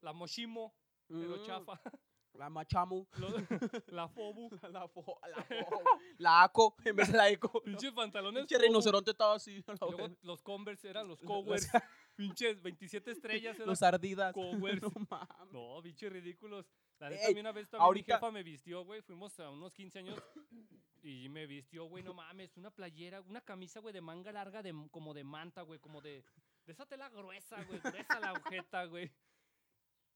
S2: La Moshimo, pero
S1: Mm,
S2: chafa. *laughs*
S1: La Machamu. *laughs*
S2: Lo- la Fobu.
S1: La fo, la fo, la aco, en vez de la eco. ¿no?
S2: Pinches pantalones.
S1: Pinche
S2: Fobu.
S1: rinoceronte estaba así. a la
S2: Y Luego
S1: verga.
S2: los Converse eran los
S1: Los- *laughs*
S2: Cowers. Pinches 27 estrellas eran
S1: Los ardidas.
S2: Cowers.
S1: *laughs* No mames.
S2: No, bichos ridículos. La neta,
S1: Ey,
S2: a mí una vez también
S1: ahorita-
S2: mi jefa me vistió, güey. Fuimos a unos 15 años y me vistió, güey, no mames, una playera, una camisa, güey, de manga larga, de, m- como de manta, güey, como de, de esa tela gruesa, güey, gruesa la agujeta, güey.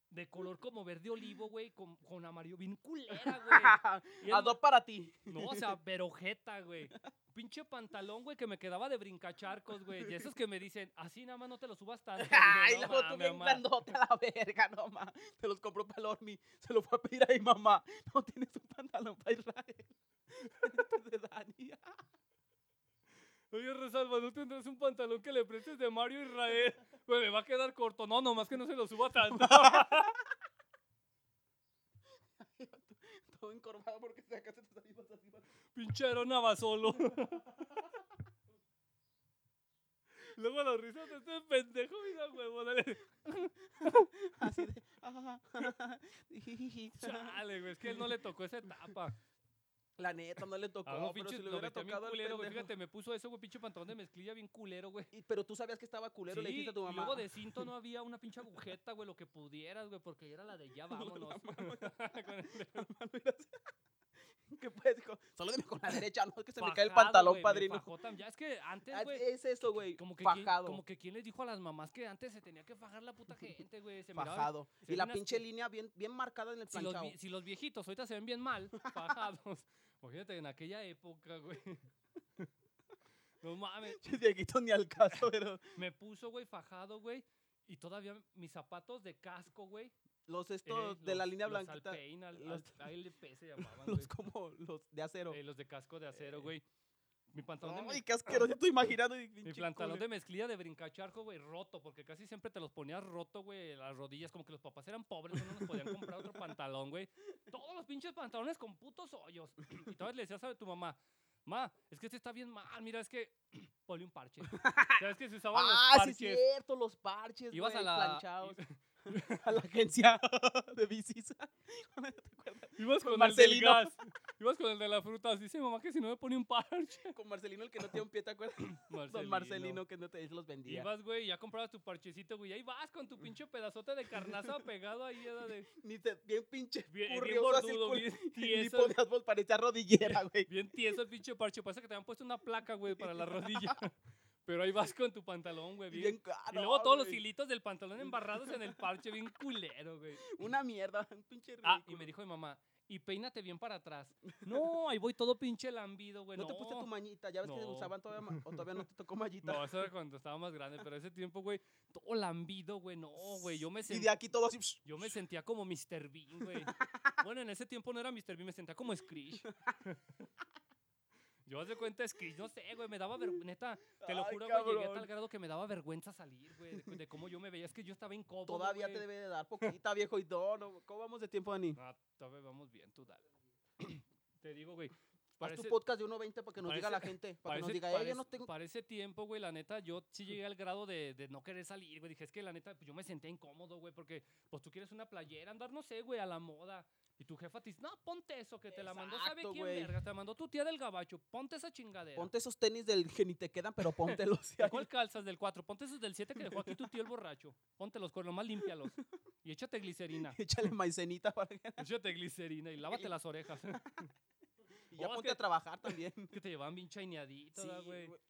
S2: De color como verde olivo, güey, con, con amarillo, bien culera,
S1: *laughs*
S2: güey. Y
S1: A
S2: es-
S1: dos para ti.
S2: No, o sea, verojeta, güey. Pinche pantalón, güey, que me quedaba de brincacharcos, güey. Y esos que me dicen, así nada más no te lo subas tanto. *laughs* Y yo,
S1: *laughs* Ay,
S2: "No
S1: la foto
S2: mames,
S1: bien
S2: mamá".
S1: grandota la verga, no mames. Se los compró para el Ormi. Se lo fue a pedir a mi mamá. No tienes un pantalón para Israel. *laughs* de Dani.
S2: Oye, Rosalba, ¿no tendrás un pantalón que le prestes de Mario Israel? Güey, me va a quedar corto. No, nomás que no se lo suba tanto. *laughs*
S1: Todo encorvado porque se acá se te salió así.
S2: Pinche Aarón va solo. Luego las risas de este pendejo, mira, huevo, dale.
S1: Así de. ah, jijiji.
S2: Chale, güey, es que él no le tocó esa etapa.
S1: *laughs* La neta, no le tocó.
S2: Ah, no,
S1: pero
S2: pinche,
S1: si le
S2: lo
S1: hubiera
S2: vestía bien
S1: tocado al
S2: culero, güey.
S1: pendejo.
S2: Fíjate, me puso eso, güey, pinche pantalón de mezclilla bien culero, güey.
S1: Y- pero tú sabías que estaba culero, le
S2: Sí,
S1: dijiste a tu
S2: Y
S1: mamá. *laughs*
S2: luego de cinto no había una pinche agujeta, güey, lo que pudieras, güey, porque era la de
S1: *laughs*
S2: ya vámonos. Con *laughs* el-
S1: ¿Qué pues? Dijo, solo dime con la derecha, no es que se me cae el
S2: Fajado,
S1: pantalón,
S2: güey, me
S1: padrino.
S2: fajó tam- Ya es que antes,
S1: Ah,
S2: güey,
S1: Es eso, güey.
S2: Como que, quién-
S1: Fajado.
S2: como que quién les dijo a las mamás que antes se tenía que fajar
S1: *laughs*
S2: la puta gente, güey. Se miraba-
S1: Fajado.
S2: se
S1: Y la
S2: ven así.
S1: pinche línea bien, bien marcada en el
S2: Si los,
S1: planchado. *laughs*
S2: vie- si los viejitos ahorita se ven bien mal, fajados. Imagínate, en aquella época, güey. *laughs* No mames.
S1: Dieguito ni al
S2: *laughs*
S1: caso, pero.
S2: Me puso, güey, fajado, güey. Y todavía mis zapatos de casco, güey.
S1: Los
S2: eh,
S1: estos de la
S2: los-
S1: línea
S2: los
S1: blanquita. *laughs*
S2: Alpein, al-
S1: los-
S2: al- ALP
S1: *laughs*
S2: se llamaban,
S1: Los
S2: güey.
S1: como los de acero.
S2: Eh, los de casco de acero, güey. Mi pantalón de
S1: Ay,
S2: mez-
S1: qué
S2: *laughs*
S1: asqueroso, estoy imaginando. y
S2: Mi
S1: pinche
S2: pantalón
S1: culo.
S2: de mezclilla de brincacharco, güey, roto, porque casi siempre te los ponías roto, güey, las rodillas, como que los papás eran pobres, no nos podían comprar otro pantalón, güey. Todos los pinches pantalones con putos hoyos. Y todavía le decías a tu mamá, ma, es que este está bien mal, mira, es que *clears throat* ponle un parche. ¿Sabes que se usaban
S1: *laughs*
S2: los
S1: Ah, sí,
S2: parches?
S1: es cierto, los parches.
S2: Ibas
S1: güey,
S2: a la...
S1: planchados.
S2: i-
S1: *laughs* a la agencia *laughs* de bicis.
S2: *laughs*
S1: *laughs*
S2: Ibas con,
S1: Marcelino.
S2: el del gas. Ibas con el de la fruta. Así dice mamá que si no me pone un parche.
S1: Con Marcelino, el que no tiene un pie, ¿te
S2: *laughs*
S1: acuerdas? *laughs* Don Marcelino, que no te los vendía.
S2: Ibas, güey, y ya comprabas tu parchecito, güey. Ahí vas con tu pinche pedazote de carnaza pegado ahí, era de.
S1: Ni te, bien pinche
S2: *laughs* Bien, bien
S1: curioso así.
S2: bordudo,
S1: cul-
S2: bien
S1: *laughs* Ni
S2: tieso.
S1: podías vol- parecía
S2: *laughs*
S1: rodillera, güey.
S2: Bien tieso el pinche parche. Pasa que te habían puesto una placa, güey, para la rodilla.
S1: *laughs*
S2: Pero ahí vas con tu pantalón, güey.
S1: Y
S2: Bien.
S1: bien
S2: y luego todos los
S1: güey.
S2: hilitos del pantalón embarrados en el parche, bien culero, güey.
S1: Una mierda, *laughs* un pinche ridículo.
S2: Ah, y me dijo mi mamá, y peínate bien para atrás. No, ahí voy todo pinche lambido, güey.
S1: No, te pusiste tu mañita, ya ves que
S2: No.
S1: usaban todavía ma- o todavía no te tocó mallita.
S2: *laughs* No, eso era cuando estaba más grande, pero ese tiempo, güey, todo lambido, güey. No, güey, yo me
S1: y de
S2: sentía...
S1: aquí todo así. psh,
S2: Yo me sentía como Mr. Bean,
S1: *laughs*
S2: güey. Bueno, en ese tiempo no era Mr. Bean, me sentía como Screech. Yo hace cuenta Screech, no sé, güey, me daba vergüenza, neta, te lo
S1: Ay,
S2: juro, güey, llegué a
S1: cabrón.
S2: tal grado que me daba vergüenza salir, güey, de, de cómo yo me veía, es que yo estaba incómodo,
S1: Todavía te
S2: güey.
S1: debe de dar poquita, viejo y dono. ¿Cómo vamos de tiempo, Dani?
S2: No, todavía vamos bien, tú dale. *clears throat* te digo, güey,
S1: Haz
S2: parece,
S1: tu podcast de 1.20 para que nos diga la
S2: parece-
S1: gente. Para que
S2: parece,
S1: nos diga, "Ey,
S2: parece-
S1: yo no tengo.
S2: para ese tiempo, güey, la neta, yo sí llegué al grado de, de no querer salir, güey. Dije, es que la neta, pues yo me senté incómodo, güey, porque pues tú quieres una playera, andar, no sé, güey, a la moda. Y tu jefa te dice, no, ponte eso, que te la mandó, ¿sabe
S1: Exacto,
S2: quién,
S1: güey.
S2: verga? Te la mandó tu tía del gabacho, ponte esa chingadera.
S1: Ponte esos tenis del que ni te quedan, pero
S2: *laughs*
S1: póntelos.
S2: ¿De
S1: *laughs*
S2: ¿Cuál calzas del 4? Ponte esos del 7 que dejó aquí tu tío el borracho. Póntelos, con lo más límpialos. Y échate
S1: *laughs*
S2: glicerina.
S1: Échale maicenita para que.
S2: *laughs* Échate glicerina y lávate las orejas. *laughs*
S1: Y ya
S2: Oh, es
S1: ponte
S2: que-
S1: a trabajar
S2: *laughs*
S1: también.
S2: que te llevaban bien chaineadito,
S1: Sí,
S2: ¿verdad,
S1: güey.
S2: güey.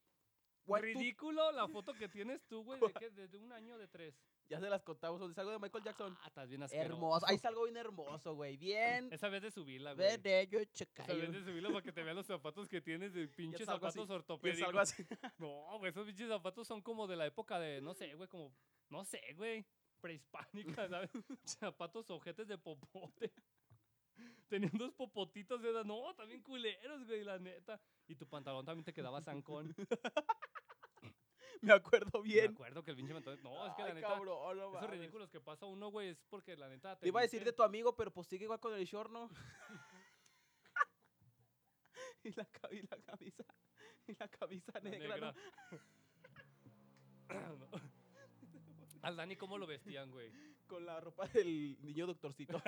S1: Guay, tú-
S2: Ridículo la foto que tienes tú, güey, de, qué? de, de un año de tres.
S1: Ya se las contamos. Donde salgo de Michael Jackson.
S2: Ah, estás bien asqueroso.
S1: Hermoso. Ahí salgo bien hermoso, güey. Bien.
S2: Esa vez de subirla, güey.
S1: Verde, yo
S2: Esa vez de
S1: checayo.
S2: subirla para que te vean los zapatos que tienes de pinches
S1: salgo así,
S2: zapatos
S1: Yo salgo
S2: ortopédicos.
S1: así. *laughs*
S2: No, güey, esos pinches zapatos son como de la época de, no sé, güey, como, no sé, güey,
S1: *laughs*
S2: prehispánica, ¿sabes? zapatos ojetes de popote. *laughs* Tenían dos popotitos de edad. No, también culeros, güey, la neta. Y tu pantalón también te quedaba
S1: *laughs*
S2: zancón.
S1: Me acuerdo
S2: Me
S1: bien.
S2: acuerdo que el pinche pantalón. No, es que la
S1: Ay,
S2: neta.
S1: cabrón, no
S2: Esos
S1: mames.
S2: ridículos que pasa uno, güey, es porque la neta.
S1: Te iba a decir de
S2: dicen-
S1: tu amigo, pero pues sigue igual con el short, ¿no? *laughs* y, la, ca- y la camisa. Y la camisa *laughs*
S2: la
S1: negra, ¿no?
S2: *laughs* negra. Al Dani, ¿cómo lo vestían, güey?
S1: Con la ropa del niño
S2: *laughs*
S1: doctorcito.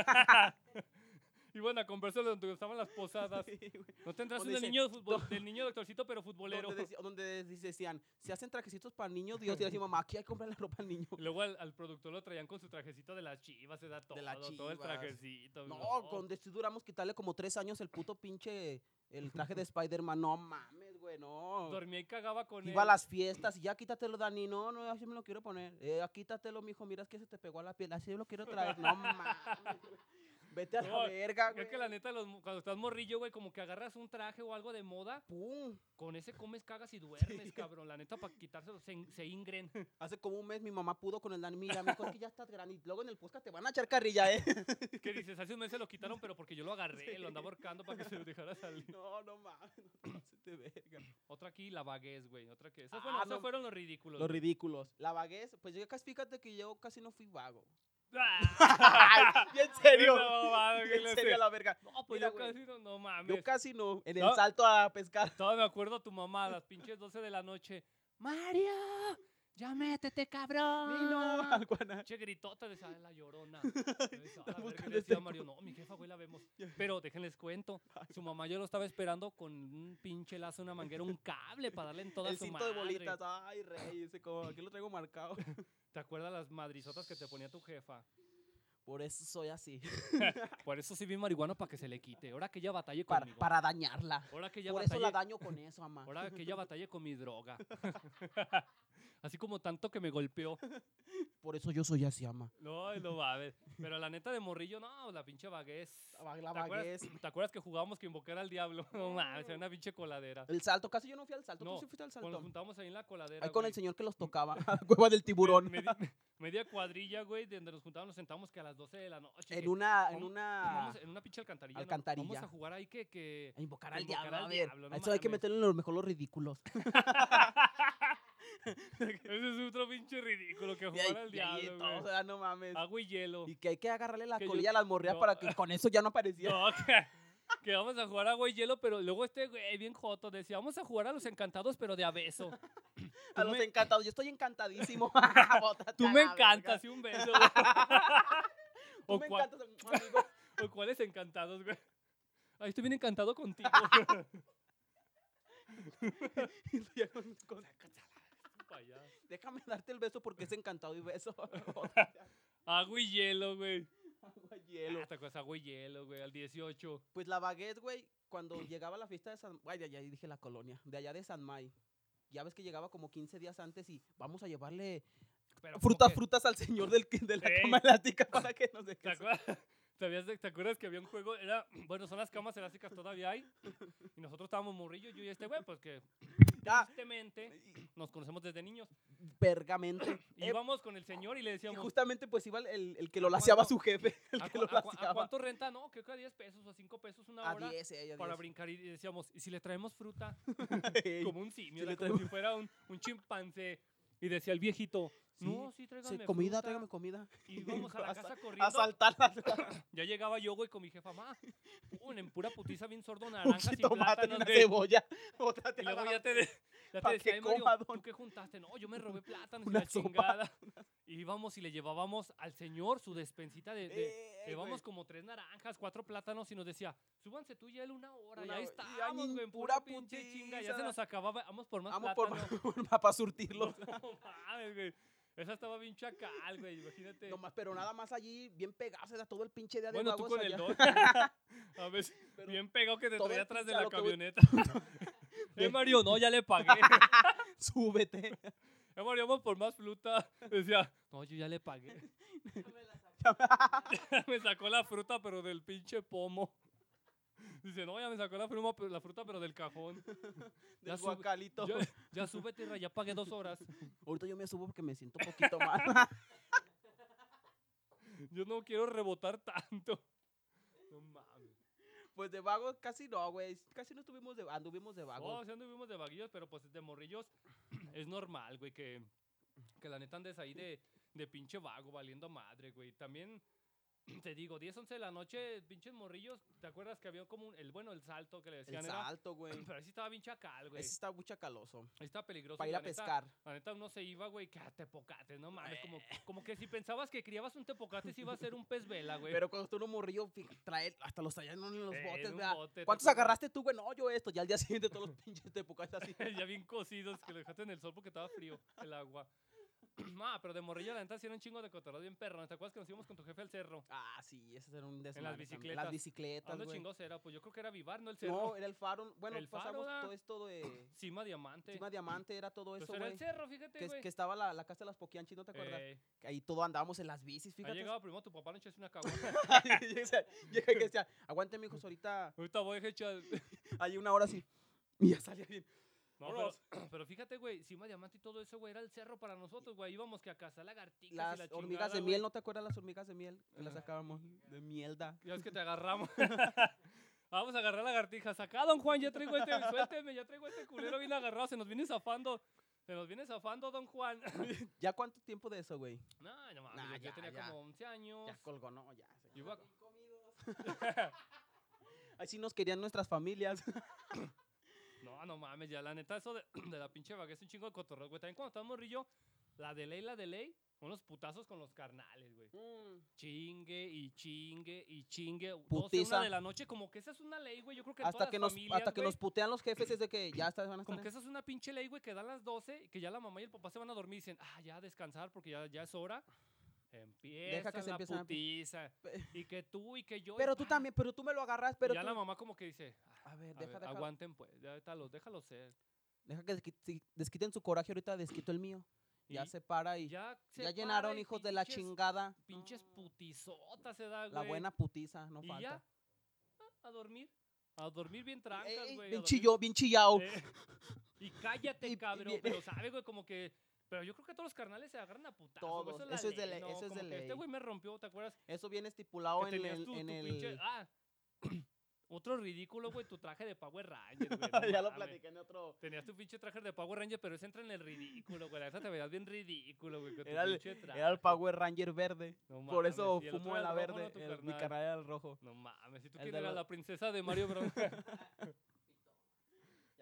S2: Y bueno, a conversar donde estaban las posadas.
S1: *laughs* Sí, güey.
S2: No tendrás
S1: Donde
S2: del
S1: dice,
S2: niño, de futbol- del niño doctorcito, pero futbolero.
S1: donde, deci- donde dec- decían, se hacen trajecitos para niños, Dios, y decía mamá, aquí hay que comprar la ropa al
S2: *laughs*
S1: niño.
S2: Y luego al, al productor lo traían con su trajecito de las chivas, se da todo,
S1: De las
S2: todo el
S1: Chivas.
S2: trajecito.
S1: No, con si duramos quitarle como tres años el puto pinche, el traje de Spider-Man, no mames, güey, no.
S2: Dormía y cagaba con él.
S1: Iba a las fiestas y ya quítatelo, Dani. No, no, así me lo quiero poner. Eh, quítatelo, mijo. Mira, es que se te pegó a la piel. Así me lo quiero traer.
S2: *laughs*
S1: No mames. güey. Vete a
S2: No,
S1: la verga, güey.
S2: Es que la neta, los mo- cuando estás morrillo, güey, como que agarras un traje o algo de moda,
S1: Pum.
S2: con ese comes, cagas y duermes, cabrón. La neta, para quitárselo, se, in-
S1: *laughs*
S2: se ingren.
S1: Hace como un mes mi mamá pudo con el Dani. Mira, mijo, es que ya estás grande. Y luego en el podcast te van a echar carrilla, ¿eh? *laughs*
S2: Que dices, hace un mes se lo quitaron, pero porque yo lo agarré, lo andaba
S1: Sí.
S2: ahorcando para que se lo dejara salir.
S1: No, no mames. No te pases de verga.
S2: Otra aquí, la vaguez, güey. Otra que. Esos,
S1: Ah,
S2: bueno, esos
S1: no.
S2: fueron los ridículos.
S1: Los ridículos. La vaguez. Pues yo casi, fíjate que yo casi no fui vago.
S2: *laughs*
S1: *laughs*
S2: ¡Ah!
S1: Y *laughs* en
S2: *laughs*
S1: serio.
S2: No, mames,
S1: y
S2: ¿qué le
S1: en serio,
S2: hace?
S1: la verga.
S2: No, pues
S1: Mira,
S2: yo
S1: güey.
S2: casi no, no mames.
S1: Yo casi no. En el
S2: No.
S1: salto a pescar.
S2: Todavía me acuerdo a tu mamá a las pinches 12 de la noche. ¡Mario! ¡Ya métete, cabrón!
S1: Vino *laughs* al guana.
S2: Che gritota de esa la
S1: *laughs*
S2: llorona. Yo decía, "A la
S1: buscando
S2: verga", le
S1: el
S2: decía a
S1: teco.
S2: Mario, no, mi jefa, güey, la
S1: *laughs*
S2: vemos. Pero déjenles cuento. Su mamá yo lo estaba esperando con un pinche lazo, una manguera, un cable para darle en toda
S1: El
S2: su
S1: cinto
S2: madre.
S1: de bolitas. Ay, rey. Ese como, aquí lo traigo marcado.
S2: ¿Te acuerdas las madrizotas que te ponía tu jefa?
S1: *laughs* Por eso soy
S2: *laughs*
S1: así.
S2: Por eso sí vi marihuana para que se le quite. Ahora que ella batalle
S1: Para,
S2: conmigo.
S1: para dañarla.
S2: Ahora que ella
S1: Por eso
S2: batalle,
S1: la daño con eso, mamá.
S2: ahora que ella batalle con mi droga.
S1: *laughs*
S2: Así como tanto que me golpeó.
S1: Por eso yo soy así, ama.
S2: No, no va a ver. Pero la neta de morrillo, no, la pinche vaguez.
S1: La va- la
S2: ¿Te acuerdas-
S1: vaguez.
S2: ¿Te acuerdas que jugábamos que invocar al diablo? No mames, era una pinche coladera.
S1: *clears throat* El salto, casi yo no fui al salto.
S2: No,
S1: Tú sí fuiste al
S2: Cuando nos
S1: salto.
S2: juntábamos ahí en la coladera.
S1: Ahí con
S2: güey,
S1: el señor que los tocaba. *laughs* a la Cueva del tiburón.
S2: me- me- *laughs* media cuadrilla, güey, de donde nos juntábamos, nos sentábamos que a las 12 de la noche.
S1: *laughs* En
S2: que
S1: una, en
S2: vamos-
S1: una.
S2: vamos en una pinche alcantarilla. ¿no? Vamos
S1: alcantarilla.
S2: a jugar ahí que.
S1: *laughs*
S2: que... *laughs*
S1: A invocar al
S2: invocar
S1: diablo.
S2: al
S1: A ver.
S2: diablo, no
S1: a eso hay que
S2: mames.
S1: meterle en lo mejor los ridículos.
S2: Ese es otro pinche ridículo
S1: *laughs*
S2: que
S1: Y ahí-
S2: jugar al
S1: y ahí
S2: diablo.
S1: todos,
S2: güey.
S1: ah, no mames.
S2: Agua y hielo.
S1: Y que hay que agarrarle la
S2: Que yo-
S1: colilla a las morreas
S2: no.
S1: para que con eso ya no aparecía.
S2: *laughs* No, que, que
S1: *laughs*
S2: vamos a jugar agua y hielo, pero luego este güey bien joto decía, vamos a jugar a los encantados, pero de abeso.
S1: A
S2: Tú
S1: los
S2: me-
S1: encantados. Yo estoy
S2: *laughs*
S1: encantadísimo. *laughs* Bótate
S2: Tú
S1: a
S2: me
S1: la verga.
S2: encantas y un beso, güey.
S1: *laughs* Tú
S2: o,
S1: me
S2: cua-
S1: encantas, amigo. *laughs*
S2: o cuáles encantados, güey. Ay, estoy bien encantado contigo. *laughs*
S1: Y tú ya con- con-
S2: Pa' allá.
S1: Déjame darte el beso porque es encantado y
S2: *laughs*
S1: beso. *laughs*
S2: Agua y hielo, güey.
S1: Agua,
S2: Hielo.
S1: hielo.
S2: Esta cosa, agua y hielo, güey, al 18.
S1: Pues la baguette, güey, cuando llegaba a la fiesta de San... Ay, de allá dije la colonia. De allá de San May. Ya ves que llegaba como 15 días antes y vamos a llevarle
S2: Pero
S1: frutas,
S2: como que-
S1: frutas al señor del, que- de la
S2: Ey.
S1: cama elástica para que nos
S2: ¿Te
S1: deje. su-
S2: acuerdas? *laughs* ¿Te, habías de- te acuerdas que había un juego? Era, bueno, son las camas elásticas todavía hay. Y nosotros estábamos morrillos, yo y este güey, pues que
S1: Ah,
S2: tristemente
S1: y-
S2: nos conocemos desde niños.
S1: vergamente.
S2: *clears throat*
S1: Eh,
S2: Íbamos con el señor y le
S1: y
S2: decíamos,
S1: justamente pues iba el- el, el que lo
S2: ¿A
S1: laseaba
S2: cuánto?
S1: su jefe. *laughs* El
S2: ¿A,
S1: que
S2: cu-
S1: lo
S2: a cu- a
S1: laseaba.
S2: cuánto renta? No, creo que a 10 pesos o a 5 pesos una
S1: A
S2: hora
S1: 10, eh, a
S2: para
S1: 10.
S2: brincar. Y decíamos, ¿y si le traemos
S1: *laughs*
S2: fruta?
S1: Ey,
S2: Como un simio,
S1: si
S2: era
S1: le
S2: como
S1: traemos-
S2: si fuera un, un chimpancé. Y decía el viejito,
S1: Sí,
S2: no, sí,
S1: sí,
S2: tráigame
S1: comida,
S2: fruta".
S1: tráigame comida. *laughs*
S2: Y íbamos a la
S1: Asa-
S2: casa corriendo.
S1: Asaltar la-
S2: Ya llegaba yo, güey, con mi jefa, ma, un en pura putiza bien
S1: *laughs*
S2: sordo,
S1: un
S2: naranjas y
S1: jitomate y
S2: plátanos,
S1: una
S2: güey.
S1: cebolla. *laughs* Bótate
S2: *laughs* Y
S1: a
S2: luego
S1: la- *laughs*
S2: ya te, de- ya
S1: Pa'
S2: te decía,
S1: que
S2: "Ay, Mario,
S1: coma,
S2: ¿tú
S1: don".
S2: qué juntaste? No, yo me robé plátanos y
S1: Una
S2: la
S1: sopa.
S2: chingada. *laughs* Y íbamos y le llevábamos al señor su despensita de... de-
S1: Ey,
S2: llevábamos
S1: Eh, güey.
S2: como tres naranjas, cuatro plátanos y nos decía, súbanse tú ya él una hora.
S1: Una
S2: y ahí
S1: hora. Y ahí
S2: estábamos,
S1: en
S2: güey, en
S1: pura
S2: pura pinche chinga. Ya se
S1: putiza.
S2: nos acababa, vamos por más
S1: Vamos por
S2: plátano.
S1: *laughs* para surtirlo.
S2: *laughs* No mames, güey. Esa estaba bien chacal, güey, imagínate.
S1: Nomás, pero nada más allí, bien pegados, era todo el pinche día de
S2: bueno, tú
S1: magos
S2: con el
S1: allá.
S2: don. *laughs* A ver,
S1: Pero
S2: bien pegado que te
S1: todo
S2: traía
S1: el
S2: atrás de
S1: pinche a
S2: la
S1: lo que voy- *laughs*
S2: camioneta. *laughs* eh, Mario, no, ya le pagué.
S1: *laughs*
S2: *laughs*
S1: Súbete.
S2: Ya moríamos por más fruta. *laughs* Decía, no, yo ya le pagué. *laughs* me sacó la fruta, pero del pinche pomo. Dice, no, ya me sacó la, fruma- la fruta, pero del cajón. Ya
S1: Del
S2: sube-
S1: guacalito.
S2: Ya, ya súbete, Ra, ya pagué dos horas.
S1: *laughs* Ahorita yo me subo porque me siento un poquito mal. *laughs*
S2: Yo no quiero rebotar tanto. No mames.
S1: pues de vagos casi no, güey. Casi no estuvimos de anduvimos de
S2: No,
S1: vagos.
S2: o sea, anduvimos de vaguillos, pero pues de morrillos *clears throat* es normal, güey, que, que la neta andes ahí de, de pinche vago, valiendo madre, güey. También, *clears throat* te digo, 10, 11 de la noche, pinches morrillos, ¿te acuerdas que había como un, el, bueno, el salto que le decían?
S1: el
S2: era-
S1: salto, güey.
S2: *clears throat* Pero ahí sí estaba bien chacal, *laughs* güey.
S1: Ese está muy chacaloso.
S2: Ahí estaba peligroso.
S1: Para
S2: y
S1: ir
S2: la
S1: a
S2: neta-
S1: pescar.
S2: La neta uno se iba, güey, que a tepocates, no mames. Como,
S1: Eh.
S2: como que si pensabas que criabas un tepocate, sí iba a ser un pez vela, güey.
S1: Pero cuando tú no morrillo, fi- trae hasta los tallaron en los
S2: Eh, en
S1: botes,
S2: un
S1: ¿verdad?
S2: bote, ¿te
S1: ¿Cuántos
S2: acuerdas?
S1: agarraste tú, güey? No, yo esto. Ya al día *laughs* siguiente todos los pinches de época así.
S2: *laughs* ya bien cocidos, que lo dejaste en el sol porque estaba frío el agua. *clears throat* ah, pero de morrillo la neta sí era un chingo de cotorreo bien perro. ¿Te acuerdas que nos íbamos con tu jefe al cerro?
S1: Ah, sí, ese era un desmadre. también.
S2: bicicletas.
S1: Las bicicletas,
S2: ¿Dónde
S1: güey.
S2: chingados era? Pues yo creo que era Vivar, ¿no? El cerro.
S1: No, era el faro. Bueno,
S2: El faro,
S1: pasamos
S2: da.
S1: todo esto de
S2: Cima Diamante.
S1: Cima Diamante, era todo
S2: Pues
S1: eso,
S2: era
S1: güey.
S2: el cerro, fíjate,
S1: Que,
S2: güey.
S1: que estaba la, la casa de las Poquianchis, ¿no te acuerdas?
S2: Eh,
S1: Que ahí todo andábamos en las bicis,
S2: ha
S1: fíjate.
S2: llegado primero tu papá, le echaste una caguama. *laughs*
S1: Y, o sea, *laughs* llega y que decía, aguante, mijos, ahorita
S2: Ahorita voy a echar...
S1: *laughs* hay una hora así. Y ya salía bien.
S2: No, pero, *clears throat* pero fíjate, güey, Cima Diamante y todo eso, güey, era el cerro para nosotros, güey. Íbamos que a cazar lagartijas y la
S1: Las hormigas
S2: chingada,
S1: de
S2: güey.
S1: miel, ¿no te acuerdas las hormigas de miel? Que las
S2: Ah,
S1: sacábamos de mielda.
S2: Ya es que te agarramos. *laughs* Vamos a agarrar lagartijas. Acá, don Juan, ya traigo este, suélteme, ya traigo este culero bien agarrado. Se nos viene zafando. Se nos viene zafando, don Juan. *laughs*
S1: ¿Ya cuánto tiempo de eso, güey?
S2: no, no mames.
S1: Nah,
S2: yo
S1: ya,
S2: tenía
S1: ya.
S2: como 11 años.
S1: Ya colgó, no, ya.
S2: Yo iba-
S1: *laughs* Así nos querían nuestras familias.
S2: no, no mames, ya la neta, eso de, *clears throat* de la pinche vaga es un chingo de cotorreo, güey. También cuando estaba morrillo, la de ley, la de ley, unos putazos con los carnales, güey. Chingue y chingue y chingue. 12, una
S1: Putiza.
S2: de la noche, como que esa es una ley, güey. Yo creo que en
S1: hasta
S2: todas
S1: que
S2: las
S1: nos,
S2: familias,
S1: hasta que
S2: güey,
S1: nos putean los jefes es de que ya estás, van a estar
S2: Como
S1: en-
S2: que esa es una pinche ley, güey, que dan las 12 y que ya la mamá y el papá se van a dormir y dicen, ah, ya a descansar porque ya, ya es hora. Empieza
S1: se
S2: la
S1: empiece la pi-
S2: putiza.
S1: Pe-
S2: Y que tú y que yo. y
S1: Pero tú
S2: pa.
S1: también, pero tú me lo agarras, pero
S2: Y ah, ya
S1: tú-
S2: la mamá como que dice, "Ah,
S1: A
S2: a
S1: ver,
S2: ver,
S1: deja, deja-
S2: aguanten pues, ya déjalos, déjalos ser.
S1: deja que desqui- si- desquiten su coraje, ahorita desquito el mío. Ya
S2: Y
S1: se para y ya,
S2: ya, se para
S1: llenaron
S2: y
S1: hijos de la
S2: pinches-
S1: chingada.
S2: Pinches
S1: No,
S2: putizotas se da, güey.
S1: La buena putiza, no
S2: Y ya,
S1: falta.
S2: ah, a dormir. A dormir bien trancas,
S1: Ey,
S2: güey.
S1: bien
S2: a dormir
S1: chillado, bien chillado.
S2: Eh, y cállate,
S1: Oh. Y- y
S2: cabrón.
S1: bien-
S2: pero sabe, güey, como que. Pero yo creo que todos los carnales se agarran a putazos. güey,
S1: Todos,
S2: la
S1: eso es de ley,
S2: no,
S1: eso es
S2: como
S1: de
S2: que Este
S1: ley.
S2: güey me rompió, ¿te acuerdas?
S1: Eso viene estipulado
S2: que
S1: en
S2: tenías
S1: el...
S2: tú,
S1: en
S2: tu
S1: el- *laughs*
S2: pinche. Ah, *clears throat* otro ridículo, güey, tu traje de Power Ranger,
S1: *laughs*
S2: güey. Ah, no
S1: ya lo
S2: mames.
S1: platiqué en otro...
S2: Tenías tu pinche traje de Power Ranger, pero ese entra en el ridículo, güey. Esa te veías bien ridículo, güey. con tu
S1: Era el-
S2: pinche traje.
S1: Era el Power Ranger verde.
S2: No
S1: Por
S2: mames,
S1: eso
S2: y el otro
S1: fumo
S2: era
S1: en la
S2: el rojo, ¿no,
S1: verde.
S2: tu
S1: el- mi
S2: carnal?
S1: canal era el rojo.
S2: No mames, si tú
S1: El
S2: quién
S1: de *laughs*
S2: *laughs* eras
S1: la-
S2: la princesa de Mario Bros.
S1: Ya,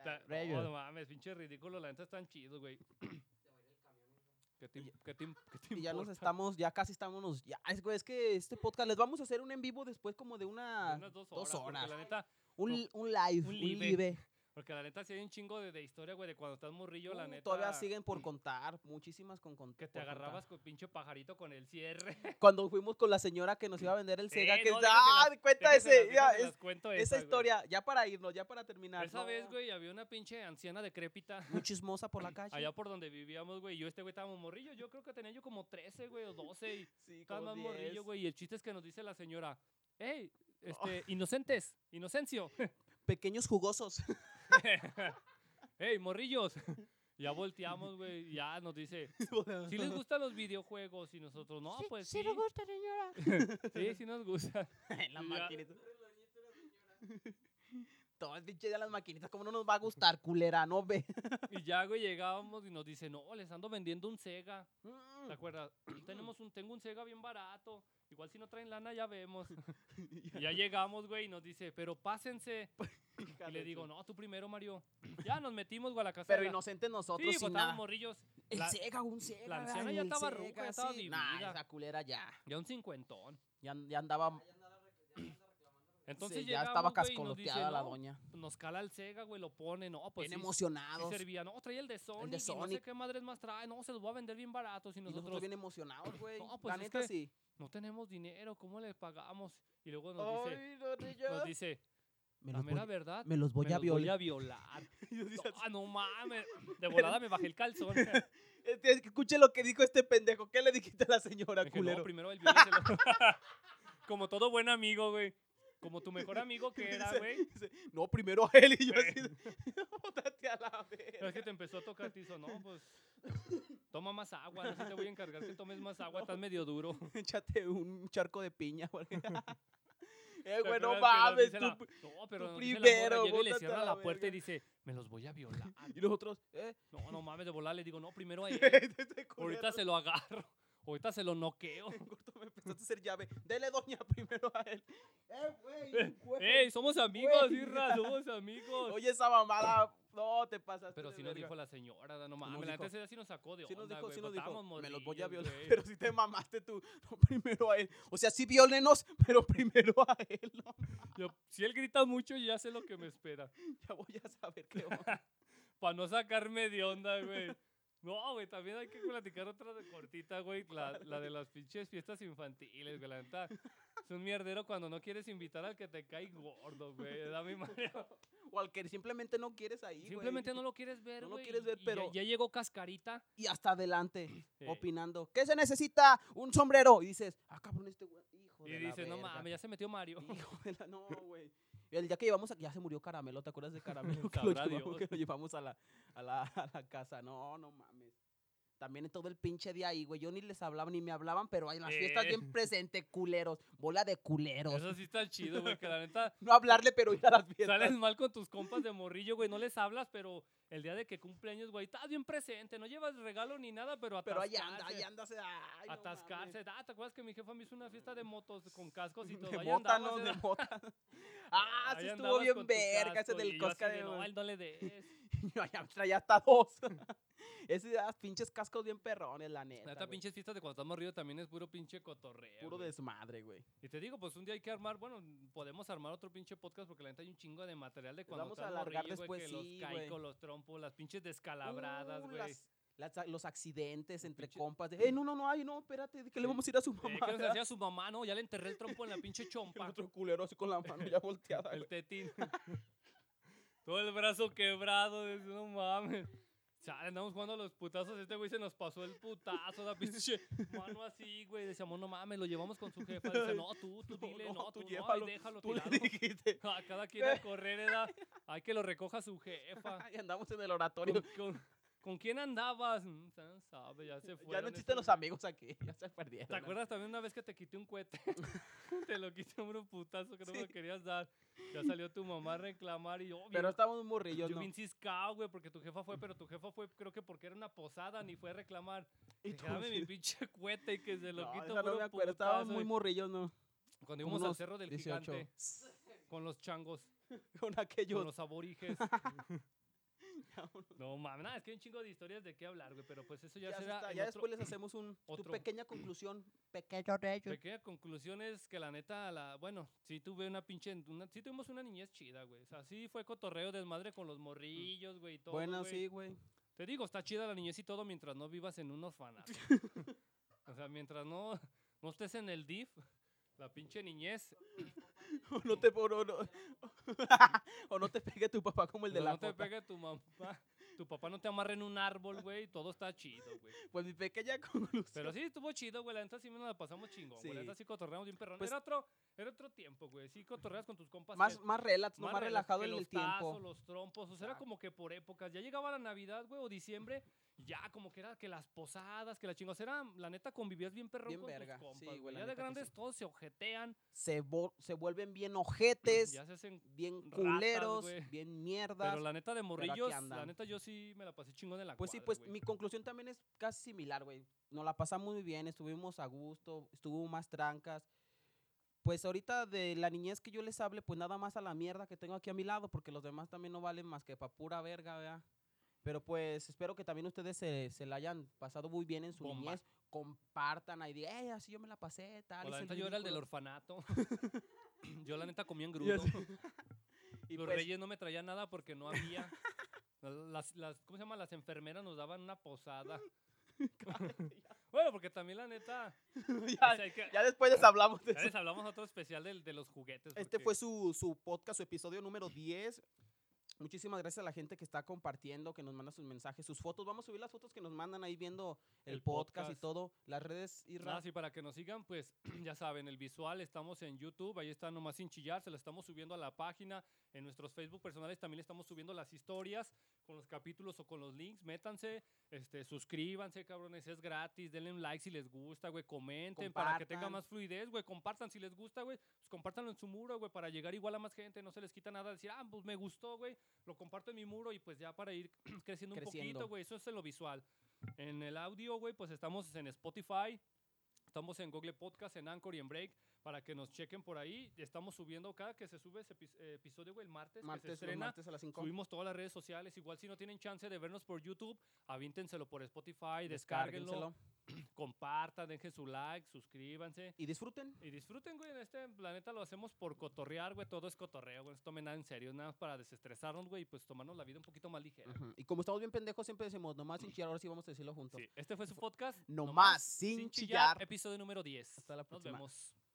S2: Ta-
S1: Rayos.
S2: No, no mames, pinche ridículo. La neta están chidos, güey. ¿Qué te,
S1: Y-
S2: im- qué te im- qué te *laughs*
S1: Y ya nos
S2: importa?
S1: estamos, ya casi estamos, ya, es, güey, es que este podcast les vamos a hacer un en vivo después como de una,
S2: Unas dos horas.
S1: dos
S2: Porque
S1: horas,
S2: la neta,
S1: un,
S2: no,
S1: li- un live,
S2: un
S1: un
S2: live.
S1: live.
S2: porque la neta sí hay un chingo de, de historia, güey, de cuando estás morrillo, la
S1: Uh,
S2: neta. mm.
S1: Todavía siguen por contar, muchísimas con contar.
S2: Que te agarrabas con pinche pajarito con el cierre.
S1: Cuando fuimos con la señora que nos iba a vender el
S2: Sí,
S1: Sega, que
S2: no,
S1: ¡Ah!
S2: déjaselas-
S1: cuenta
S2: *laughs* Déjenselas-
S1: ese, ya,
S2: déjenselas
S1: es-
S2: cuento
S1: esa
S2: güey.
S1: historia, ya para irnos, ya para terminar.
S2: Esa vez,
S1: no, Ah,
S2: güey, había una pinche anciana decrépita.
S1: Muy chismosa por
S2: *clears throat*
S1: la calle.
S2: Allá por donde vivíamos, güey, yo este güey estábamos morrillo, yo creo que tenía yo como 13, güey, o 12,
S1: *laughs*
S2: y
S1: sí,
S2: estaba
S1: como
S2: más morrillo,
S1: 10.
S2: güey, y el chiste es que nos dice la señora,
S1: *laughs*
S2: hey, este, inocentes, inocencio,
S1: Pequeños jugosos. *laughs*
S2: *laughs* hey, morrillos, ya volteamos, güey, y ya nos dice, si *laughs* les gustan los videojuegos y nosotros, no, pues sí,
S1: gusta, señora.
S2: sí, sí nos gusta.
S1: En la
S2: Ya.
S1: maquinita. *laughs* Todo el pinche de las maquinitas, ¿cómo no nos va a gustar, culera? No ve.
S2: Y ya, güey, llegábamos y nos dice, no, les ando vendiendo un Sega.
S1: Mm.
S2: ¿Te
S1: *laughs*
S2: acuerdas? Tenemos un, tengo un Sega bien barato. Igual si no traen lana ya vemos. Y ya llegamos, güey, y nos dice, pero pásense. Y le digo, no, tú primero, Mario. Ya nos metimos, güey, a la casa.
S1: Pero
S2: de la-
S1: inocentes
S2: Sí,
S1: nosotros
S2: pues
S1: sin
S2: estábamos
S1: nada.
S2: morrillos.
S1: El
S2: la-
S1: Sega, un Sega.
S2: anciana
S1: ay,
S2: ya
S1: el
S2: estaba ruca, ya estaba
S1: sí. Nah,
S2: vivida.
S1: esa culera ya.
S2: Ya un cincuentón.
S1: Ya, ya andaba.
S2: Ah, Entonces
S1: sí, ya estaba cascoloteada la
S2: doña.
S1: doña.
S2: Nos cala el Sega, güey, lo pone. No, pues
S1: bien
S2: sí, sí
S1: emocionados. Y
S2: servía. No, traía el de Sonic. y no sé
S1: Sonic.
S2: qué madres más trae. No, se los voy a vender bien baratos. Y
S1: nosotros,
S2: nosotros,
S1: bien emocionados, güey.
S2: No, pues
S1: la
S2: es
S1: neta
S2: que
S1: sí.
S2: no tenemos dinero. ¿Cómo les pagamos? Y luego nos dice,
S1: Ay, no, niña.
S2: nos dice
S1: me,
S2: la
S1: los
S2: mera
S1: voy,
S2: verdad,
S1: me los voy
S2: me
S1: a
S2: los voy
S1: violar.
S2: a violar.
S1: *laughs* Y yo decía,
S2: Ah, no mames. De volada me bajé el
S1: *laughs*
S2: calzón. Dije,
S1: "Este, es que Escuche lo que dijo este pendejo. ¿Qué le dijiste a la señora,
S2: no,
S1: culero?
S2: primero el violín se lo- *laughs* Como todo buen amigo, güey. Como tu mejor amigo que era,
S1: Dice-
S2: güey.
S1: dice, no, primero a él *laughs* y yo
S2: Eh.
S1: así.
S2: *laughs*
S1: de, Bótate a la verga.
S2: Es que te empezó a tocar, te hizo, no, pues. Toma más agua, no sé, te voy a encargar que tomes más agua, estás medio duro.
S1: *laughs* Échate un charco de piña, *laughs* güey. eh,
S2: *laughs* ¿Te
S1: güey, no
S2: acuerdas
S1: mames.
S2: que nos dice
S1: tú pri-
S2: la- no, pero
S1: tú
S2: nos dice la
S1: primero,
S2: morra, llega y le
S1: bótate a
S2: cierra
S1: la
S2: la puerta y
S1: verga.
S2: dice, me los voy a
S1: *laughs*
S2: violar.
S1: Y los otros, eh.
S2: No, no mames, de volada le digo, no,
S1: *laughs*
S2: primero a él.
S1: este
S2: *laughs* Ahorita
S1: culero,
S2: se lo agarro. *laughs* Ahorita se
S1: *laughs*
S2: lo noqueo.
S1: en *laughs* corto me empezaste a hacer llave. Dele doña *laughs* primero a él. Eh, güey,
S2: *laughs*
S1: güey.
S2: ¡Ey,
S1: *laughs*
S2: somos amigos,
S1: Güey.
S2: Irra! ¡Somos amigos!
S1: Oye, esa mamada, no te pasas.
S2: Pero si nos dijo la señora, da, no mames.
S1: nos
S2: La
S1: dijo.
S2: neta sí nos sacó de onda.
S1: Sí nos dijo,
S2: güey,
S1: sí
S2: pues
S1: nos dijo.
S2: estábamos
S1: Me los voy a
S2: morrillos,
S1: violar. *laughs*
S2: güey.
S1: Pero si te mamaste tú, *laughs* no, primero a él. O sea, sí violenos, *laughs* pero primero a él. *laughs* No,
S2: Yo- si él grita mucho, ya sé lo que me espera.
S1: ya voy a saber qué
S2: *laughs*
S1: onda.
S2: Para no sacarme de onda, güey. No, güey, también hay que platicar otra de cortita, güey. La, la de las pinches fiestas infantiles, güey. La neta. Es un mierdero cuando no quieres invitar al que te cae gordo, güey. Da mi madre.
S1: O al que simplemente no quieres ahí, güey.
S2: Simplemente no lo quieres ver,
S1: No
S2: güey.
S1: lo quieres ver,
S2: y- y
S1: pero-
S2: Ya, ya llegó Cascarita.
S1: Y hasta adelante,
S2: eh,
S1: opinando. ¿Qué se necesita? Un sombrero. Y dices, ah, cabrón, este güey, hijo
S2: y
S1: de la
S2: dices, no
S1: verga".
S2: mames, ya se metió Mario. *laughs*
S1: Hijo de la, no, güey. El día que llevamos a, ya se murió Caramelo, ¿te acuerdas de
S2: *laughs*
S1: Caramelo? que, lo
S2: Sabrá
S1: llevamos,
S2: Dios.
S1: que lo llevamos a la, a, la, a la casa. No, no mames. También todo el pinche día ahí, güey. Yo ni les hablaba ni me hablaban, pero en las fiestas
S2: Eh.
S1: bien presente, culeros. Bola de culeros.
S2: Eso sí está chido, güey. Que la neta.
S1: No hablarle, pero ir a las *laughs* fiestas.
S2: Sales mal con tus compas de morrillo, güey. No les hablas, pero el día de que cumpleaños, güey, estás bien presente. No llevas regalo ni nada, pero atascarse.
S1: Pero ahí anda, ahí anda. se- ay, no
S2: atascarse. Ah, ¿te acuerdas que mi jefa me hizo una fiesta de motos con cascos y
S1: mames.
S2: todo?
S1: De
S2: Ahí
S1: mota,
S2: andabas,
S1: ¿no?
S2: era-
S1: De mota. Ah,
S2: ahí
S1: sí estuvo
S2: andabas
S1: bien
S2: con tu
S1: verga ese
S2: casco,
S1: del
S2: y yo así
S1: Cosca
S2: de,
S1: de...
S2: No, él no
S1: *laughs*
S2: le des.
S1: Yo ya traía hasta dos. *laughs* Ese, ah, pinches cascos bien perrones, la neta.
S2: La neta,
S1: güey.
S2: pinches fiestas de cuando estás morrillo también es puro pinche cotorreo.
S1: Puro
S2: güey.
S1: desmadre, güey.
S2: Y te digo, pues un día hay que armar, bueno, podemos armar otro pinche podcast porque la neta hay un chingo de material de cuando
S1: vamos
S2: estás
S1: a alargar
S2: morrillo,
S1: después,
S2: güey, que
S1: sí,
S2: los
S1: güey.
S2: caicos, los trompos, las pinches descalabradas,
S1: Uh,
S2: güey. Eh,
S1: las- las a- los accidentes entre
S2: pinche-
S1: compas.
S2: *clears throat*
S1: De, eh, no, no, no, ay, no, espérate, que le vamos a ir a su mamá.
S2: Eh, ¿Qué nos
S1: *laughs*
S2: hacía su mamá? No, ya le enterré el trompo en la pinche chompa.
S1: otro culero así con la mano
S2: *laughs*
S1: ya volteada.
S2: El
S1: güey. *laughs*
S2: tetín. *laughs* Todo el brazo quebrado. dice, No mames. Chale, andamos jugando a los putazos. Este güey se nos pasó el putazo, la
S1: *laughs*
S2: pinche mano así, güey. Decíamos, no mames, lo llevamos con su jefa. Dice, no, tú, tú
S1: No,
S2: dile,
S1: no, tú
S2: no, tú, no, ahí
S1: llévalo,
S2: déjalo
S1: Tú le
S2: tirado.
S1: *laughs*
S2: *laughs*
S1: dijiste.
S2: A cada quien a correr, era. Hay que lo recoja su
S1: *laughs*
S2: jefa.
S1: Y andamos en el
S2: ¿Con,
S1: oratorio.
S2: con, con quién andabas? Mm, ya sabe, ya se
S1: *laughs*
S2: fueron.
S1: Ya no
S2: esos
S1: existen los
S2: güeyes.
S1: amigos aquí, *laughs* ya se perdieron.
S2: ¿Te acuerdas también una vez que te quité
S1: *laughs*
S2: un cohete? te lo quité hombre, un putazo que no me lo
S1: Sí.
S2: querías dar. Ya salió tu mamá a reclamar y yo, bien- *laughs*
S1: Pero estábamos morrillos, ¿no?
S2: yo
S1: *laughs*
S2: bien ciscao, güey, porque tu jefa fue, pero tu jefa fue, creo que porque era una posada, ni fue a reclamar.
S1: Y
S2: Dije, dame mi
S1: sí-
S2: pinche cohete y que se lo
S1: no,
S2: quito
S1: esa no
S2: puro
S1: me acuerdo, estábamos
S2: putazo,
S1: muy
S2: y-
S1: morrillos, ¿no?
S2: Cuando
S1: como
S2: íbamos al
S1: unos
S2: cerro del
S1: 18.
S2: gigante con los changos,
S1: *laughs* Con
S2: con
S1: aquellos. *laughs*
S2: los aboriges.
S1: cabrón.
S2: No mames, nada, es que hay un chingo de historias de qué hablar, güey, pero pues eso ya,
S1: Ya, se
S2: será.
S1: está-
S2: en
S1: ya
S2: otro- *clears throat*
S1: después les hacemos un, tu
S2: otro-
S1: pequeña conclusión. Pequeño de ellos.
S2: Pequeña conclusión es que la neta, la, bueno, sí tuve una pinche, una, sí tuvimos una niñez chida, güey. O sea, sí fue cotorreo, desmadre con los morrillos, güey, y todo,
S1: Bueno,
S2: güey.
S1: sí, güey.
S2: Te digo, está chida la niñez y todo mientras no vivas en un
S1: *laughs*
S2: orfanato. o sea, mientras no, no estés en el DIF, la pinche niñez.
S1: O *laughs* no te, o no, no- *laughs* o no te pegue tu papá como el de
S2: no
S1: la
S2: te
S1: jota.
S2: pegue tu mamá, tu papá no te amarre en un árbol, güey, todo está chido,
S1: *laughs*
S2: güey.
S1: Pues mi pequeña conclusión.
S2: Pero sí, estuvo chido, güey. La neta sí nos la pasamos chingón, güey. La
S1: Sí.
S2: neta sí cotorreamos bien perrón.
S1: Pues-
S2: era, otro, era otro tiempo, güey. Sí cotorreas con tus compas.
S1: más,
S2: que-
S1: más relax, no más
S2: rela-
S1: relajado
S2: que
S1: en
S2: los
S1: el tiempo.
S2: tazos, los trompos. O sea, era
S1: Exacto.
S2: como que por épocas. Ya llegaba la Navidad, güey, o diciembre. y Ya, como que era que las posadas, que la chingos. Era, la neta, convivías bien perrón
S1: Bien
S2: con
S1: verga, sí,
S2: tus compas.
S1: güey,
S2: güey.
S1: la
S2: ya de
S1: neta que
S2: grandes
S1: sí.
S2: todos se ojetean.
S1: Se, vo- se vuelven bien ojetes,
S2: Ya se hacen...
S1: bien
S2: ratas,
S1: culeros,
S2: güey.
S1: bien mierdas.
S2: Pero la neta de morrillos, la
S1: andan.
S2: neta yo sí me la pasé chingón en la
S1: Pues sí,
S2: cuadra,
S1: pues
S2: güey.
S1: mi conclusión también es casi similar, güey. Nos la pasamos muy bien, estuvimos a gusto, estuvo más trancas. Pues ahorita de la niñez que yo les hable, pues nada más a la mierda que tengo aquí a mi lado, porque los demás también no valen más que pa' pura verga, ¿verdad? Pero pues espero que también ustedes se, se la hayan pasado muy bien en su
S2: Bomba.
S1: niñez. Compartan ahí, de, "Ey, así yo me la pasé, tal.
S2: O la
S1: hice el
S2: neta yo era el del
S1: ridículo". *laughs*
S2: orfanato. yo la neta comía en
S1: Ya
S2: grudo.
S1: sé. *laughs* Y
S2: *laughs* los
S1: pues,
S2: reyes no me traían nada porque no había. Las, las, ¿Cómo se llama? Las enfermeras nos daban
S1: *laughs*
S2: una posada. *laughs* bueno, porque también la neta. o sea,
S1: *laughs* ya,
S2: hay que-
S1: ya después les hablamos de
S2: ya
S1: eso.
S2: les hablamos otro especial del- de, los juguetes.
S1: Este
S2: porque-
S1: fue su, su podcast, su episodio número 10. Muchísimas gracias a la gente que está compartiendo, que nos manda sus mensajes, sus fotos. Vamos a subir las fotos que nos mandan ahí viendo el,
S2: El
S1: podcast, y
S2: podcast.
S1: todo. Las redes y
S2: Ah, sí, para que nos sigan, pues *clears throat* ya saben, el visual estamos en YouTube, ahí está nomás sin chillar, se lo estamos subiendo a la página, en nuestros Facebook personales también le estamos subiendo las historias con los capítulos o con los links, métanse, este, suscríbanse, cabrones, es gratis, denle un like si les gusta, güey, comenten para que tenga
S1: Compartan.
S2: más fluidez, güey, compartan si les gusta, güey, pues compártanlo en su muro, güey, para llegar igual a más gente, no se les quita nada decir, ah, pues me gustó, güey, lo comparto en mi muro y pues ya para ir *clears throat* creciendo, un
S1: Creciendo.
S2: poquito, güey, eso es en lo visual. En el audio, güey, pues estamos en Spotify, estamos en Google Podcast, en Anchor y en Break, para que nos chequen por ahí. Estamos subiendo cada que se sube ese epi- eh, episodio, güey, el martes, que se
S1: martes, los
S2: estrena.
S1: martes a las 5.
S2: Subimos todas las redes sociales. Igual si no tienen chance de vernos por YouTube, aviéntenselo por Spotify, descárguenlo, compartan, dejen su like, suscríbanse.
S1: Y disfruten.
S2: Y disfruten, güey, en este planeta lo hacemos por cotorrear, güey, todo es cotorreo, güey, no se tomen nada en serio, nada más para desestresarnos, güey, y pues tomarnos la vida un poquito más ligera.
S1: Ujú. Y como estamos bien pendejos, siempre decimos, nomás sin chillar, ahora sí vamos a decirlo juntos.
S2: Sí, este fue su podcast.
S1: Nomás sin chillar.
S2: Episodio número 10.
S1: Hasta la próxima.
S2: Nos vemos.